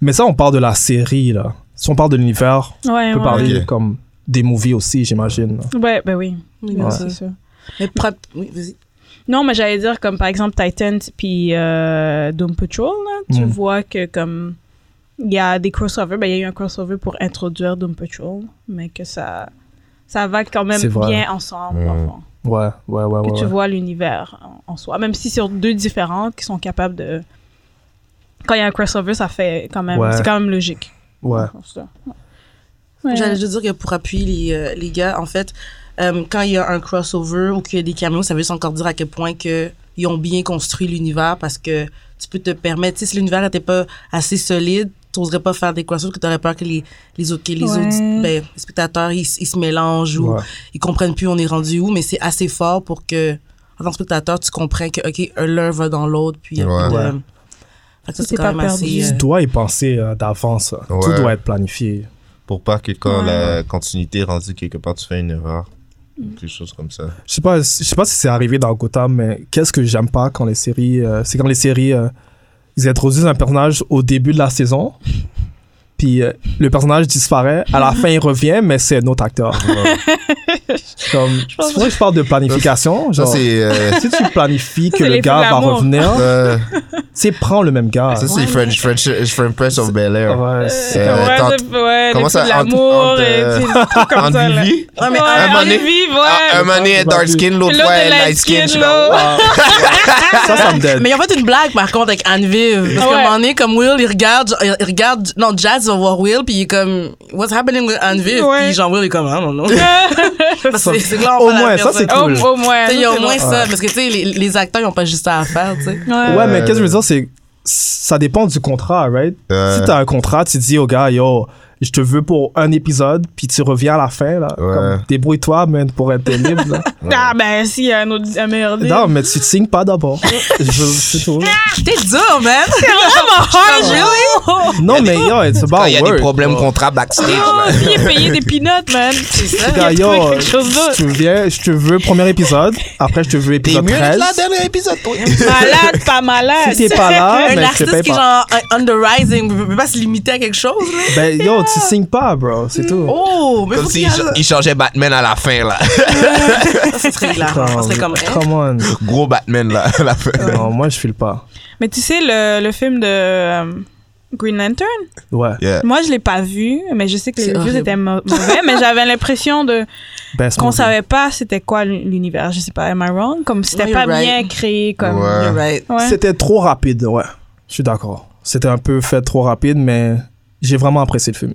Speaker 2: Mais ça, on parle de la série là. Si on parle de l'univers,
Speaker 1: ouais,
Speaker 2: on peut
Speaker 1: ouais.
Speaker 2: parler
Speaker 4: Ok.
Speaker 2: comme des movies aussi, j'imagine. là.
Speaker 1: Ouais, ben oui.
Speaker 3: Oui,
Speaker 1: Ouais,
Speaker 3: bien sûr.
Speaker 1: c'est sûr.
Speaker 3: Mais propre. Oui, vas-y.
Speaker 1: Non, mais j'allais dire comme par exemple Titans puis euh, Doom Patrol, là, tu
Speaker 2: Mm.
Speaker 1: vois que comme il y a des crossovers, ben il y a eu un crossover pour introduire Doom Patrol, mais que ça ça va quand même
Speaker 2: C'est vrai.
Speaker 1: bien ensemble.
Speaker 4: Mm.
Speaker 1: enfin.
Speaker 2: Ouais, ouais, ouais,
Speaker 1: que
Speaker 2: ouais.
Speaker 1: tu
Speaker 2: ouais.
Speaker 1: vois l'univers en- en soi. Même si sur deux différentes qui sont capables de. Quand il y a un crossover, ça fait quand même.
Speaker 2: Ouais.
Speaker 1: C'est quand même logique.
Speaker 2: Ouais.
Speaker 1: Ça. Ouais.
Speaker 3: J'allais juste dire que pour appuyer les, euh, les gars, en fait, euh, quand il y a un crossover ou qu'il y a des caméos, ça veut juste encore dire à quel point que ils ont bien construit l'univers parce que tu peux te permettre, tu sais, si l'univers n'était pas assez solide, tu n'oserais pas faire des crossovers que tu aurais peur que les, les, autres, que les,
Speaker 1: Ouais.
Speaker 3: audi- ben, les spectateurs, ils, s- ils se mélangent ou
Speaker 2: Ouais.
Speaker 3: ils comprennent plus on est rendu où, mais c'est assez fort pour que, en tant que spectateur, tu comprends que, OK, l'un va dans l'autre, puis... il y a
Speaker 4: Ouais.
Speaker 3: plus de-
Speaker 2: Ouais.
Speaker 3: Fait que ça,
Speaker 1: T'es
Speaker 3: c'est quand
Speaker 1: pas
Speaker 3: même
Speaker 1: perdu.
Speaker 3: assez...
Speaker 2: Tu
Speaker 3: euh,
Speaker 2: dois y penser euh, d'avance. là. Tout
Speaker 4: Ouais.
Speaker 2: doit être planifié.
Speaker 4: Pour pas que quand
Speaker 1: Ouais.
Speaker 4: la continuité est rendue quelque part, tu fais une erreur. ou Quelque chose comme ça.
Speaker 2: Je sais pas, je sais pas si c'est arrivé dans Gotham, mais qu'est-ce que j'aime pas quand les séries, euh, c'est quand les séries, euh, ils introduisent un personnage au début de la saison, puis euh, le personnage disparaît, à la fin il revient, mais c'est un autre acteur. Comme, c'est pour ça que je parle de planification.
Speaker 4: Ça,
Speaker 2: Genre,
Speaker 4: c'est. euh,
Speaker 2: si tu planifies que
Speaker 1: C'est
Speaker 2: le
Speaker 1: les
Speaker 2: gars
Speaker 1: films
Speaker 2: va
Speaker 1: d'amour.
Speaker 2: revenir, tu
Speaker 4: euh,
Speaker 2: sais, prends le même gars.
Speaker 4: ça, c'est French, French, French Prince of Bel Air.
Speaker 2: Ouais, c'est-
Speaker 4: Euh,
Speaker 1: ouais,
Speaker 4: tant-
Speaker 1: c'est- ouais,
Speaker 4: comment
Speaker 1: les
Speaker 4: ça,
Speaker 1: filles de
Speaker 4: entre-
Speaker 1: l'amour
Speaker 4: entre,
Speaker 1: et
Speaker 4: euh,
Speaker 1: des trucs comme ça.
Speaker 4: Anne
Speaker 1: là.
Speaker 4: Livy?
Speaker 3: Ouais,
Speaker 1: Ouais,
Speaker 3: mais
Speaker 4: un moment
Speaker 1: Anne
Speaker 4: donné-
Speaker 1: Livy, ouais.
Speaker 4: Ah, Un mané est dark skin, l'autre
Speaker 1: L'autre
Speaker 4: fois
Speaker 1: est
Speaker 4: elle est light skin. je suis comme,
Speaker 1: là.
Speaker 4: wow.
Speaker 2: ça, ça me donne.
Speaker 3: Mais ils ont fait une blague par contre avec Anne Vive. Parce
Speaker 1: Ah
Speaker 3: qu'à un
Speaker 1: ouais.
Speaker 3: moment donné, comme Will, il regarde, il il regarde, non, Jazz va voir Will, puis il est comme, What's happening with Anne Vive?
Speaker 1: Ouais.
Speaker 3: Puis genre, Will est comme, I don't know. Parce que c'est clair,
Speaker 2: Au moins, ça, c'est
Speaker 1: Au,
Speaker 2: cool.
Speaker 1: au moins.
Speaker 3: Il y a au
Speaker 1: c'est
Speaker 3: moins
Speaker 1: bon.
Speaker 3: ça, parce que tu sais, les, les acteurs, ils n'ont pas juste ça à faire, tu sais.
Speaker 1: Ouais.
Speaker 2: Ouais, mais qu'est-ce que je veux dire, c'est ça dépend du contrat, right?
Speaker 4: Euh, Ouais.
Speaker 2: Si t'as un contrat, tu dis au gars, yo, je te veux pour un épisode, puis tu reviens à la fin, là.
Speaker 4: Ouais.
Speaker 2: Comme, Débrouille-toi, man, pour être libre, là.
Speaker 1: Ah, ben, s'il y a un autre un meilleur deal.
Speaker 2: non, mais tu te signes pas d'abord. Je- c'est tout.
Speaker 3: T'es dur, man!
Speaker 1: c'est vraiment hard,
Speaker 2: Non, mais yo, it's
Speaker 4: Quand
Speaker 2: about
Speaker 4: Ah, il y a des
Speaker 2: work.
Speaker 4: problèmes contrats backstage. là.
Speaker 1: Julie. Il est payé des peanuts, man. C'est ça.
Speaker 2: Gars,
Speaker 1: Il a
Speaker 2: yo,
Speaker 1: trouvé quelque chose d'autre.
Speaker 2: je te viens, je te veux premier épisode, après je te veux
Speaker 4: T'es
Speaker 2: épisode
Speaker 4: mieux d'être
Speaker 2: 13.
Speaker 4: là, dernier épisode, toi.
Speaker 1: Malade, pas malade.
Speaker 2: Si t'es pas là,
Speaker 3: un
Speaker 2: mais je te
Speaker 3: artiste
Speaker 2: paye
Speaker 3: qui est
Speaker 2: pas.
Speaker 3: genre euh, on the rising, il peut pas se limiter à quelque chose, là.
Speaker 2: Ben yo, tu signes pas, bro, c'est tout.
Speaker 3: Oh, mais
Speaker 4: Comme
Speaker 3: faut qu'il
Speaker 4: s'il
Speaker 3: y a...
Speaker 4: il changeait Batman à la fin, là.
Speaker 3: Ça serait hilarant.
Speaker 2: Come
Speaker 3: Ça serait comme, hein?
Speaker 2: come on.
Speaker 4: Gros Batman, là, à la fin.
Speaker 2: Non, moi je file pas.
Speaker 1: Mais tu sais, le, le film de euh, Green Lantern,
Speaker 2: Ouais.
Speaker 4: Yeah.
Speaker 1: moi, je l'ai pas vu, mais je sais que les
Speaker 3: C'est
Speaker 1: reviews
Speaker 3: horrible.
Speaker 1: étaient mau- mauvais, mais j'avais l'impression de
Speaker 2: Best
Speaker 1: qu'on
Speaker 2: movie.
Speaker 1: savait pas c'était quoi l'univers. Je sais pas, am I wrong? Comme c'était
Speaker 3: No,
Speaker 1: pas
Speaker 3: you're right.
Speaker 1: bien créé, comme...
Speaker 4: Ouais.
Speaker 3: You're right.
Speaker 1: Ouais.
Speaker 2: C'était trop rapide, ouais. Je suis d'accord. C'était un peu fait trop rapide, mais j'ai vraiment apprécié le film.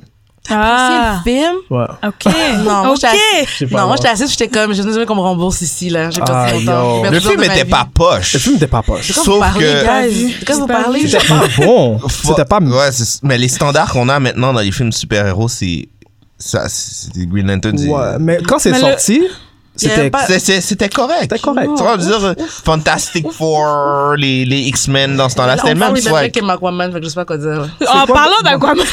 Speaker 1: Ah,
Speaker 3: C'est le film?
Speaker 2: Ouais.
Speaker 1: ok.
Speaker 3: Non, moi,
Speaker 1: ok.
Speaker 3: j'étais-
Speaker 2: Je sais pas,
Speaker 3: Non, moi
Speaker 2: moi.
Speaker 3: j'étais assise, j'étais comme, j'ai besoin qu'on me rembourse ici, là. J'ai
Speaker 2: Ah,
Speaker 3: pas si
Speaker 2: yo.
Speaker 3: longtemps.
Speaker 4: Le
Speaker 3: J'ai perdu
Speaker 4: film
Speaker 3: de ma
Speaker 4: était
Speaker 3: vie.
Speaker 4: pas poche.
Speaker 2: Le film n'était pas poche.
Speaker 3: Quand vous
Speaker 4: Sauf
Speaker 3: parlez,
Speaker 4: que.
Speaker 3: guys,
Speaker 1: J'ai
Speaker 3: quand vous
Speaker 1: pas vu.
Speaker 3: parlez,
Speaker 1: J'ai
Speaker 2: C'était pas bon. C'était pas.
Speaker 4: Ouais, c'est- mais les standards qu'on a maintenant dans les films super-héros, c'est. Ça, c'est des Green Lantern. c'est-
Speaker 2: Ouais, mais quand c'est
Speaker 1: Mais le-
Speaker 2: sorti,
Speaker 3: Il y
Speaker 2: c'était.
Speaker 3: a pas-
Speaker 4: c'est- c'est- C'était correct.
Speaker 2: C'était correct.
Speaker 4: Tu vois, je veux dire, Fantastic Four, les, les X-Men dans ce temps-là, c'était le même
Speaker 3: On parle
Speaker 4: swag.
Speaker 3: des mêmes gars qu'Aquaman, fait que je sais pas quoi dire.
Speaker 1: En
Speaker 2: quoi-
Speaker 1: parlant d'Aquaman,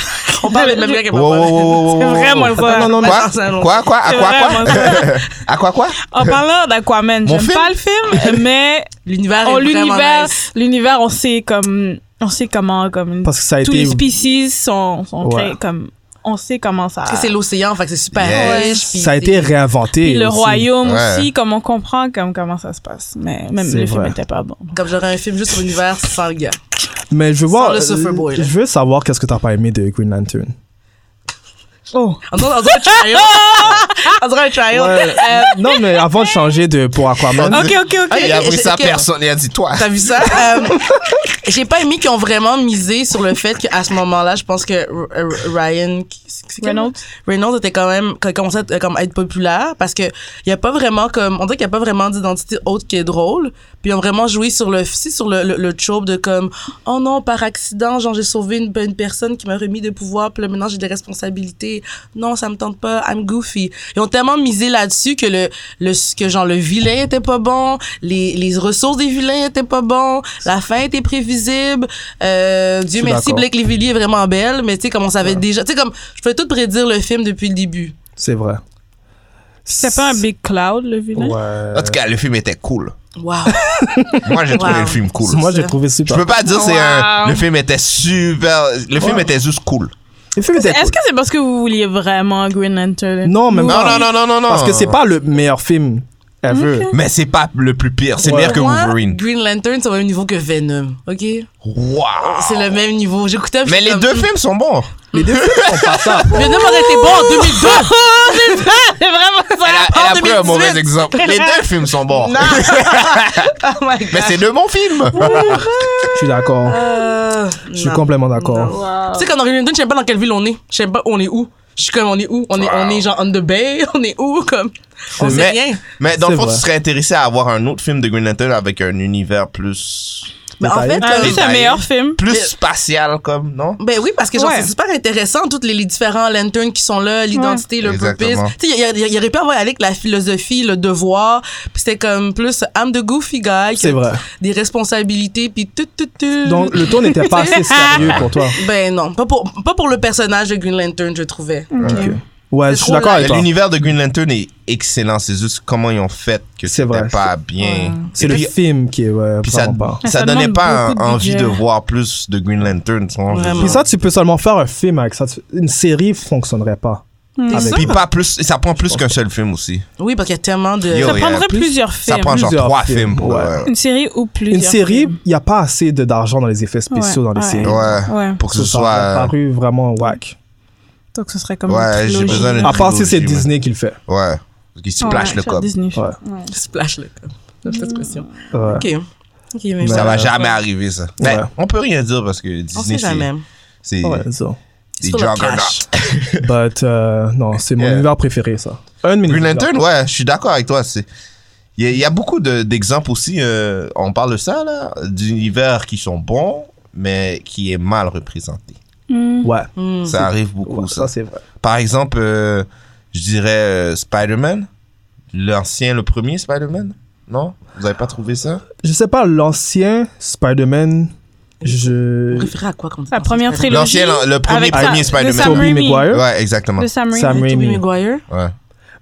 Speaker 3: On parle des mêmes gars
Speaker 4: Wow, wow, wow, wow,
Speaker 3: qu'Aquaman.
Speaker 4: wow,
Speaker 1: c'est
Speaker 4: wow, wow.
Speaker 1: vraiment le fun.
Speaker 2: Non, non, non.
Speaker 4: Quoi?
Speaker 3: non.
Speaker 4: Quoi, quoi? À
Speaker 1: C'est
Speaker 4: quoi, quoi?
Speaker 1: vraiment
Speaker 4: À quoi, quoi?
Speaker 1: En parlant d'Aquaman,
Speaker 4: Mon
Speaker 1: j'aime
Speaker 4: film?
Speaker 1: pas le film, mais
Speaker 3: L'univers
Speaker 1: on
Speaker 3: est vraiment
Speaker 1: l'univers,
Speaker 3: nice.
Speaker 1: l'univers, on sait comme, on sait comment comme
Speaker 2: Parce que ça a
Speaker 1: tous
Speaker 2: été.
Speaker 1: les species sont, sont
Speaker 2: Ouais.
Speaker 1: créés comme, on sait comment ça.
Speaker 3: Parce que c'est l'océan, fait que c'est super
Speaker 4: Ah. Yes.
Speaker 3: riche. puis
Speaker 2: Ça a
Speaker 3: c'est-
Speaker 2: été réinventé.
Speaker 1: Puis le
Speaker 2: aussi.
Speaker 1: royaume
Speaker 4: Ouais.
Speaker 1: aussi, comme on comprend comme comment ça se passe. Mais même
Speaker 2: C'est
Speaker 1: le film
Speaker 2: vrai.
Speaker 1: était pas bon.
Speaker 3: Comme j'aurais un film juste sur l'univers sans le gars.
Speaker 2: Mais je veux voir.
Speaker 3: le Surfer Boy,
Speaker 2: Je
Speaker 3: là.
Speaker 2: veux savoir qu'est-ce que t'as pas aimé de Green Lantern.
Speaker 1: Oh,
Speaker 3: On dirait on dirait un trial. On dirait un trial.
Speaker 2: Euh, non, mais avant de changer de pour Aquaman.
Speaker 1: ok, ok, ok.
Speaker 4: Il a
Speaker 3: Et-
Speaker 4: vu
Speaker 3: et-
Speaker 4: ça,
Speaker 3: ok.
Speaker 4: personne. Il a dit, toi.
Speaker 3: T'as vu ça? Euh, J'ai pas aimé qu'ils ont vraiment misé sur le fait qu'à ce moment-là, je pense que R- R- Ryan c'est- c'est-
Speaker 1: Reynolds.
Speaker 3: Reynolds était quand même quand il commençait à être- euh, comme à être populaire parce que il y a pas vraiment comme on dirait qu'il y a pas vraiment d'identité autre qui est drôle. Puis ils ont vraiment joué sur le si sur le, le, le trope de comme oh non par accident genre j'ai sauvé une, une personne qui m'a remis de pouvoir puis là, maintenant j'ai des responsabilités. Non ça me tente pas I'm goofy. Ils ont tellement misé là-dessus que le le que genre le vilain était pas bon, les les ressources des vilains étaient pas bon, la fin était prévisible. Euh, Dieu
Speaker 2: suis
Speaker 3: merci
Speaker 2: d'accord.
Speaker 3: Blake Lively est vraiment belle mais tu sais comme on savait déjà tu sais comme je pouvais tout prédire le film depuis le début.
Speaker 2: C'est vrai.
Speaker 1: C'est pas un big cloud le vilain.
Speaker 4: En
Speaker 2: Ouais.
Speaker 4: tout cas, le film était cool.
Speaker 3: Wow.
Speaker 4: Moi, j'ai trouvé
Speaker 3: Wow.
Speaker 4: le film cool.
Speaker 2: Moi, j'ai
Speaker 3: ça.
Speaker 2: trouvé
Speaker 4: Je
Speaker 2: super.
Speaker 4: peux pas dire c'est un.
Speaker 1: Wow.
Speaker 4: Le film était super. Le film était juste cool.
Speaker 2: Le film était
Speaker 1: Est-ce
Speaker 2: cool.
Speaker 1: que c'est parce que vous vouliez vraiment Green Lantern
Speaker 2: Non, même
Speaker 4: Non,
Speaker 2: pas.
Speaker 4: non, non, non, non, non.
Speaker 2: Parce que c'est pas le meilleur film Elle veut.
Speaker 4: Mais c'est pas le plus pire. C'est
Speaker 2: Ouais.
Speaker 4: meilleur que
Speaker 3: Moi,
Speaker 4: Wolverine.
Speaker 3: Green Lantern, c'est au même niveau que Venom. OK?
Speaker 4: Waouh.
Speaker 3: C'est le même niveau. J'écoutais.
Speaker 4: Ah.
Speaker 3: puis
Speaker 4: Mais
Speaker 3: j'étais
Speaker 4: les
Speaker 3: comme,
Speaker 4: deux films sont bons.
Speaker 2: Les deux films sont passables.
Speaker 3: Venom aurait été bon en 2002.
Speaker 1: C'est vraiment
Speaker 4: Elle a, elle a
Speaker 3: en
Speaker 4: pris un
Speaker 3: 2018.
Speaker 4: mauvais exemple. Les deux films sont bons.
Speaker 3: oh my
Speaker 4: Mais
Speaker 3: god.
Speaker 4: c'est deux bons films.
Speaker 2: Je suis d'accord.
Speaker 3: Euh,
Speaker 2: Je suis
Speaker 3: non.
Speaker 2: complètement d'accord.
Speaker 1: ça.
Speaker 3: Tu sais, quand on regarde, je sais même pas dans quelle ville on est. Je sais même pas on est où. Je suis comme, on est où? On est, on est genre on the bay? On est où? Comme, on sait
Speaker 4: Mais-
Speaker 3: rien.
Speaker 4: Mais dans le
Speaker 2: C'est
Speaker 4: fond,
Speaker 2: vrai.
Speaker 4: tu serais intéressé à avoir un autre film de Green Lantern avec un univers plus.
Speaker 3: Mais en
Speaker 2: Détaillé.
Speaker 3: fait,
Speaker 1: Ah
Speaker 3: euh,
Speaker 1: oui, c'est
Speaker 4: Détaillé.
Speaker 1: le meilleur film.
Speaker 4: plus spatial, comme, non?
Speaker 3: Ben oui, parce que genre,
Speaker 1: Ouais.
Speaker 3: c'est super intéressant, toutes les, les différents lanterns qui sont là, l'identité, le
Speaker 4: Exactement.
Speaker 3: purpose. Tu sais, il y a- il y a- il aurait pu avoir avec la philosophie, le devoir, puis c'était comme plus I'm the goofy guy,
Speaker 2: C'est
Speaker 3: que
Speaker 2: vrai.
Speaker 3: des responsabilités, puis tout, tout, tout.
Speaker 2: Donc, le ton n'était pas assez sérieux pour toi.
Speaker 3: ben non, pas pour, pas pour le personnage de Green Lantern, je trouvais.
Speaker 2: Ouais,
Speaker 3: C'est
Speaker 2: je suis
Speaker 3: trop
Speaker 2: d'accord
Speaker 3: light.
Speaker 2: avec toi.
Speaker 4: L'univers de Green Lantern est excellent. C'est juste comment ils ont fait que
Speaker 2: C'est
Speaker 4: c'était
Speaker 2: vrai.
Speaker 4: pas bien.
Speaker 2: C'est
Speaker 4: Et
Speaker 2: le
Speaker 4: puis-
Speaker 2: film qui est ouais,
Speaker 4: Puis ça,
Speaker 2: vraiment pas.
Speaker 4: ça
Speaker 1: Ça
Speaker 4: donnait
Speaker 1: demande
Speaker 4: pas
Speaker 1: beaucoup de
Speaker 4: envie
Speaker 1: budget.
Speaker 4: de voir plus de Green Lantern. tu vois.
Speaker 3: Vraiment.
Speaker 2: Puis ça, tu peux seulement faire un film avec ça. Tu- Une série fonctionnerait pas.
Speaker 1: Mm-hmm.
Speaker 3: T'es
Speaker 2: Avec-
Speaker 3: sûr?
Speaker 4: Ah, ben, Puis pas plus, ça prend plus qu'un seul film aussi.
Speaker 3: Oui, parce qu'il y a tellement de.
Speaker 4: Yo.
Speaker 1: Ça
Speaker 4: il y a
Speaker 1: prendrait
Speaker 2: plus-
Speaker 1: plusieurs
Speaker 4: Ça
Speaker 1: films.
Speaker 4: prend genre
Speaker 2: Plusieurs
Speaker 4: trois
Speaker 2: films,
Speaker 4: films pour.
Speaker 2: ouais.
Speaker 4: euh,
Speaker 1: Une série ou plusieurs.
Speaker 2: Une série,
Speaker 1: films.
Speaker 2: il n'y a pas assez de- d'argent dans les effets spéciaux
Speaker 1: Ouais,
Speaker 2: dans les
Speaker 1: ouais.
Speaker 2: séries.
Speaker 4: euh, ouais,
Speaker 1: Ouais.
Speaker 4: Pour que ce
Speaker 2: Ça, ça a
Speaker 4: soit. euh,
Speaker 2: paru vraiment whack.
Speaker 1: Donc ce serait comme
Speaker 4: Ouais,
Speaker 1: une
Speaker 4: j'ai
Speaker 1: trilogie.
Speaker 4: besoin d'une-
Speaker 2: À part si
Speaker 4: trilogie,
Speaker 2: c'est
Speaker 4: ouais.
Speaker 2: Disney qui le fait.
Speaker 4: Ouais. Qui se
Speaker 1: Ouais,
Speaker 4: plâche le
Speaker 1: sur
Speaker 4: cop.
Speaker 1: Disney.
Speaker 2: Ouais.
Speaker 1: Ouais.
Speaker 3: Splash, là, comme.
Speaker 1: Mm.
Speaker 3: J'aime cette expression.
Speaker 2: Ouais.
Speaker 3: Ok. Ok, mais
Speaker 4: Ça
Speaker 2: Ouais.
Speaker 4: va jamais arriver, ça. Ben,
Speaker 2: Ouais.
Speaker 4: on peut rien dire parce que
Speaker 3: On sait
Speaker 4: Disney,
Speaker 3: jamais.
Speaker 4: c'est- c'est
Speaker 2: Ouais, ça.
Speaker 4: des
Speaker 3: Sur le
Speaker 4: juggernauts.
Speaker 3: cash.
Speaker 2: But, euh, non, c'est mon
Speaker 4: Yeah.
Speaker 2: univers préféré, ça. Un de mes
Speaker 4: Green
Speaker 2: univers.
Speaker 4: Lantern, ouais, je suis d'accord avec toi. C'est il y, a- il y a beaucoup de- d'exemples aussi. euh, on parle de ça là, d'univers qui sont bons, mais qui est mal représenté.
Speaker 1: Hmm.
Speaker 2: Ouais,
Speaker 3: Mm.
Speaker 4: Ça arrive beaucoup.
Speaker 2: Ouais,
Speaker 4: ça.
Speaker 2: ça c'est vrai.
Speaker 4: Par exemple, euh, je dirais euh, Spider-Man, l'ancien, le premier Spider-Man. Non, vous avez pas trouvé ça
Speaker 2: Je sais pas, l'ancien Spider-Man,
Speaker 3: On
Speaker 2: je.
Speaker 3: référait à quoi quand on dit
Speaker 1: La première
Speaker 3: Spider-Man?
Speaker 1: trilogie.
Speaker 4: L'ancien, le premier,
Speaker 1: avec
Speaker 4: premier
Speaker 1: Sa- de
Speaker 4: Spider-Man.
Speaker 1: Sam
Speaker 2: Tobey
Speaker 1: Raimi.
Speaker 2: Maguire.
Speaker 4: Ouais, exactement.
Speaker 1: De Sam Raimi.
Speaker 2: Sam
Speaker 3: Tobey
Speaker 2: Raimi.
Speaker 3: Maguire.
Speaker 4: Ouais,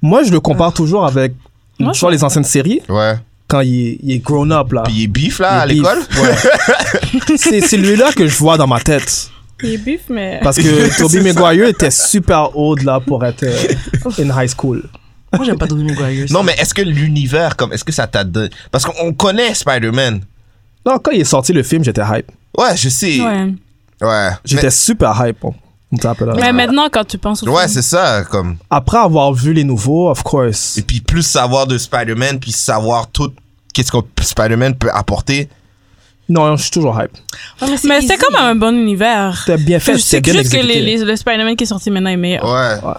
Speaker 2: Moi, je le compare toujours avec,
Speaker 1: Ah. Moi,
Speaker 2: tu vois, les anciennes séries,
Speaker 4: ouais.
Speaker 2: quand il est, il est grown up, là.
Speaker 4: Puis il est bif là
Speaker 2: Il est
Speaker 4: à l'école.
Speaker 2: beef, ouais. c'est c'est lui-là que je vois dans ma tête.
Speaker 1: Il est buff, mais.
Speaker 4: Bah,
Speaker 2: Parce que Tobey Maguire était super old, là, pour être euh, in high school.
Speaker 3: Moi, j'aime pas Tobey Maguire.
Speaker 4: Non, mais est-ce que l'univers, comme, est-ce que ça t'a donné Parce qu'on connaît Spider-Man.
Speaker 2: Non, quand il est sorti le film, j'étais hype.
Speaker 4: Ouais, je sais.
Speaker 1: Ouais.
Speaker 4: Ouais.
Speaker 2: J'étais super hype. On on t'appelle là.
Speaker 1: Mais maintenant, quand tu penses au
Speaker 4: Mais- ouais,
Speaker 1: film,
Speaker 4: c'est ça, comme.
Speaker 2: Après avoir vu les nouveaux, of course.
Speaker 4: Et puis plus savoir de Spider-Man, puis savoir tout qu'est-ce que Spider-Man peut apporter.
Speaker 2: Non, je suis toujours hype.
Speaker 1: Ah, Mais c'est comme un bon univers.
Speaker 2: C'était bien fait,
Speaker 1: Je sais
Speaker 2: c'était
Speaker 1: que
Speaker 2: bien
Speaker 1: juste que
Speaker 2: exécuté.
Speaker 1: les, les- le Spider-Man qui est sorti maintenant est meilleur.
Speaker 4: Ouais.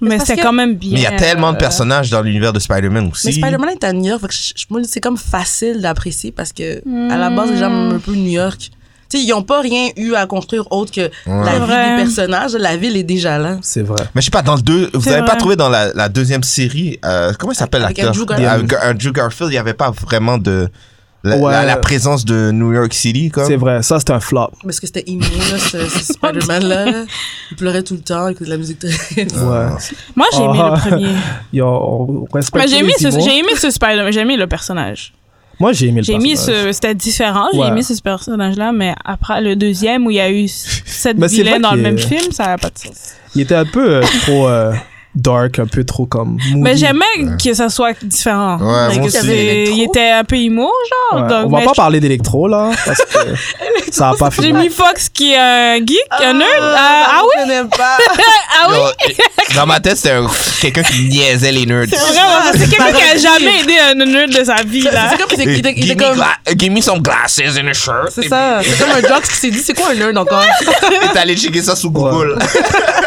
Speaker 1: Mais
Speaker 3: parce
Speaker 1: c'est
Speaker 3: que-
Speaker 1: quand même bien.
Speaker 4: Mais il y a tellement de
Speaker 1: euh,
Speaker 4: personnages dans l'univers de Spider-Man aussi.
Speaker 3: Mais Spider-Man est à New York, fait que je- je- moi, c'est comme facile d'apprécier parce que à la base,
Speaker 1: Hmm.
Speaker 3: j'aime un peu New York. Tu sais, ils n'ont pas rien eu à construire autre que la
Speaker 4: C'est
Speaker 3: vie
Speaker 1: vrai.
Speaker 3: des personnages. La ville est déjà là.
Speaker 2: C'est vrai.
Speaker 4: Mais je sais pas, dans le deux, vous
Speaker 1: C'est
Speaker 4: avez pas
Speaker 1: vrai.
Speaker 4: trouvé dans la, la deuxième série, euh, comment il s'appelle
Speaker 3: Avec
Speaker 4: l'acteur
Speaker 3: Andrew Garfield.
Speaker 4: Avec Andrew Garfield, il y avait pas vraiment de la,
Speaker 2: Ouais.
Speaker 4: la- la présence de New York City comme.
Speaker 2: C'est vrai, ça c'était un flop.
Speaker 3: Parce que c'était immonde, là, ce,
Speaker 1: Oh,
Speaker 3: ce Spider-Man-là. là. Il pleurait tout le temps, il écoutait de la musique. triste.
Speaker 2: Ouais.
Speaker 1: Moi, j'ai aimé
Speaker 2: Ah.
Speaker 1: le premier.
Speaker 2: Yo, on respecte
Speaker 1: Mais j'ai
Speaker 2: tous
Speaker 1: aimé,
Speaker 2: les
Speaker 1: ce,
Speaker 2: Timos.
Speaker 1: j'ai aimé ce Spider-Man, j'ai aimé le personnage.
Speaker 2: Moi j'ai aimé le
Speaker 1: J'ai aimé
Speaker 2: personnage.
Speaker 1: ce. C'était différent, j'ai
Speaker 2: Ouais.
Speaker 1: aimé ce personnage-là, mais après le deuxième où il y a eu sept
Speaker 2: Mais c'est vrai
Speaker 1: vilains dans le
Speaker 2: qu'il
Speaker 1: même
Speaker 2: est-
Speaker 1: film, ça n'a pas de sens.
Speaker 2: Il était un peu euh, trop euh, dark, un peu trop comme. moody.
Speaker 1: Mais j'aimais que ça soit différent.
Speaker 4: Ouais,
Speaker 1: Like,
Speaker 4: moi
Speaker 1: que
Speaker 4: aussi.
Speaker 1: c'est- Il était un peu immo, genre.
Speaker 2: Ouais,
Speaker 1: donc,
Speaker 2: on va
Speaker 1: mais
Speaker 2: pas
Speaker 1: je-
Speaker 2: parler d'électro là, parce que ça a pas fini.
Speaker 1: Jimmy Fox qui est un geek, un nerd. Ah, ah oui,
Speaker 3: Je n'aime pas.
Speaker 1: ah oui.
Speaker 4: Yo, Oh, Dans ma tête, c'était un- quelqu'un qui niaisait les nerds.
Speaker 1: Ah. Vraiment, c'est quelqu'un qui a jamais aidé un nerd de sa vie, là.
Speaker 3: C'est comme, il était- il était- il
Speaker 4: give,
Speaker 3: était
Speaker 4: me
Speaker 3: comme.
Speaker 4: gla- give me some glasses and a shirt.
Speaker 3: C'est ça. C'est comme un jock qui s'est dit, c'est quoi un nerd encore?
Speaker 4: Et t'es allé checker ça sous Google.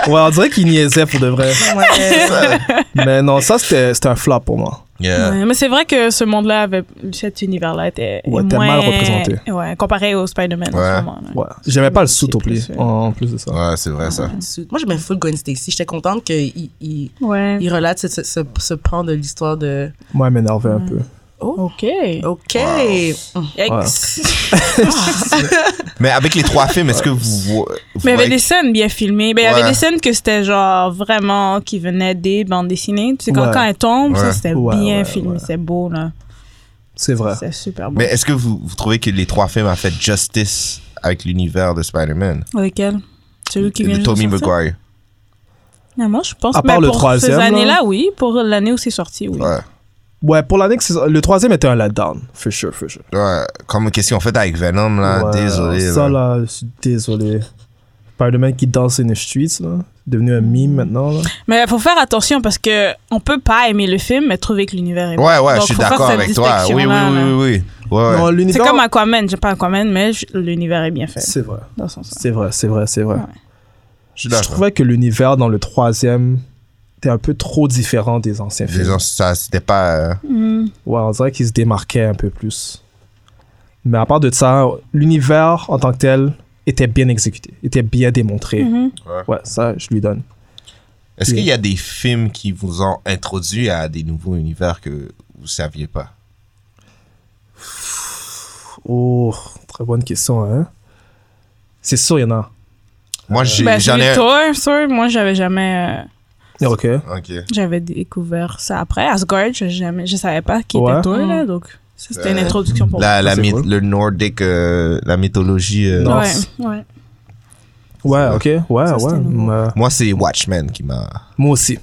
Speaker 2: Ouais, on dirait qu'il niaisait pour de vrai. Mais non, ça c'était c'était un flop pour moi.
Speaker 4: Yeah.
Speaker 1: Ouais, mais c'est vrai que ce monde-là, avait- cet univers-là était
Speaker 2: Ouais,
Speaker 1: est
Speaker 2: t'es mal
Speaker 1: moins-
Speaker 2: représenté.
Speaker 1: Ouais, comparé au Spider-Man
Speaker 4: Ouais.
Speaker 1: en ce moment. là.
Speaker 2: Ouais, j'aimais pas le sous au plus.
Speaker 1: C'est plus,
Speaker 2: En plus de ça.
Speaker 4: Ouais, c'est vrai ça.
Speaker 3: Moi, j'aimais full Gwen Stacy. J'étais contente qu'il il,
Speaker 1: Ouais.
Speaker 3: il relate ce, ce, ce, ce pan de l'histoire de.
Speaker 2: Moi, elle m'énervait un peu.
Speaker 1: Ok.
Speaker 3: OK. Mm.
Speaker 1: Yikes.
Speaker 4: Mais avec les trois films, est-ce que vous, vo- vous
Speaker 1: Mais il y avait
Speaker 4: voyez-
Speaker 1: des scènes bien filmées. Ben, Il y
Speaker 4: Ouais.
Speaker 1: avait des scènes que c'était genre vraiment qui venaient des bandes dessinées. Tu sais, quand,
Speaker 2: Ouais.
Speaker 1: quand elles tombent,
Speaker 4: Ouais.
Speaker 1: ça c'était
Speaker 2: Ouais,
Speaker 1: bien
Speaker 2: ouais,
Speaker 1: filmé.
Speaker 2: ouais.
Speaker 1: C'est beau, là.
Speaker 2: C'est vrai.
Speaker 1: C'est super beau.
Speaker 4: Mais est-ce que vous, vous trouvez que les trois films ont fait justice avec l'univers de Spider-Man
Speaker 1: Lequel Celui qui vient
Speaker 4: De
Speaker 1: de
Speaker 4: Tommy
Speaker 1: sortir?
Speaker 4: Maguire.
Speaker 1: Ah, Moi, je pense
Speaker 2: À part
Speaker 1: ben,
Speaker 2: le
Speaker 1: pour
Speaker 2: troisième,
Speaker 1: ces
Speaker 2: là.
Speaker 1: années-là, oui. Pour l'année où c'est sorti, oui.
Speaker 4: Ouais.
Speaker 2: Ouais, pour l'année, le troisième était un letdown, for sure, for sure.
Speaker 4: Ouais, comme qu'est-ce qu'ils ont fait avec Venom, là,
Speaker 2: Ouais,
Speaker 4: Ah, désolé.
Speaker 2: Ça,
Speaker 4: là.
Speaker 2: là, je suis désolé. Spider-Man qui danse in the streets, là. C'est devenu un meme maintenant, là.
Speaker 1: Mais faut faire attention parce que on peut pas aimer le film, mais trouver que l'univers est bon.
Speaker 4: Ouais, ouais,
Speaker 1: Donc,
Speaker 4: je suis
Speaker 1: faut faire
Speaker 4: d'accord
Speaker 1: cette
Speaker 4: avec toi. Oui, oui,
Speaker 1: distinction-là,
Speaker 4: oui,
Speaker 1: là.
Speaker 4: oui. oui. Ouais, ouais.
Speaker 2: Non,
Speaker 1: C'est
Speaker 2: l'univers-
Speaker 1: comme Aquaman, j'aime pas Aquaman, mais je- l'univers est bien fait.
Speaker 2: C'est vrai.
Speaker 1: Dans son sens.
Speaker 2: C'est vrai, c'est vrai, c'est vrai.
Speaker 1: Ouais.
Speaker 4: je suis
Speaker 2: Je
Speaker 4: d'accord.
Speaker 2: trouvais que l'univers dans le troisième était un peu trop différent des anciens
Speaker 4: Les
Speaker 2: films.
Speaker 4: gens, ça, c'était pas. euh,
Speaker 2: Ouais, on dirait qu'il se démarquait un peu plus. Mais à part de ça, l'univers en tant que tel était bien exécuté, était bien démontré.
Speaker 1: Mm-hmm.
Speaker 4: Ouais.
Speaker 2: Ouais, ça, je lui donne.
Speaker 4: Est-ce
Speaker 2: Oui.
Speaker 4: qu'il y a des films qui vous ont introduit à des nouveaux univers que vous saviez pas
Speaker 2: Oh, très bonne question, hein. C'est sûr, il y en a.
Speaker 4: Moi, j'ai-
Speaker 1: Ben,
Speaker 4: j'en
Speaker 1: celui
Speaker 4: ai.
Speaker 1: de Thor, Thor, moi j'avais jamais, euh,
Speaker 2: Ok.
Speaker 4: Ok.
Speaker 1: j'avais découvert ça après. Asgard, je jamais, je savais pas qui
Speaker 2: Ouais.
Speaker 1: était Thor
Speaker 4: Mm.
Speaker 1: là, donc ça, c'était une
Speaker 4: Euh,
Speaker 1: introduction pour
Speaker 4: La, la
Speaker 2: c'est
Speaker 4: myth-
Speaker 2: cool.
Speaker 4: le nordique, euh, la mythologie. euh,
Speaker 1: moi.
Speaker 2: Non.
Speaker 1: Ouais, ouais.
Speaker 2: Ouais, ok. Ouais,
Speaker 1: Ça, c'était
Speaker 2: ouais.
Speaker 1: nouveau.
Speaker 2: Euh,
Speaker 4: Moi, c'est Watchmen qui m'a
Speaker 2: moi aussi.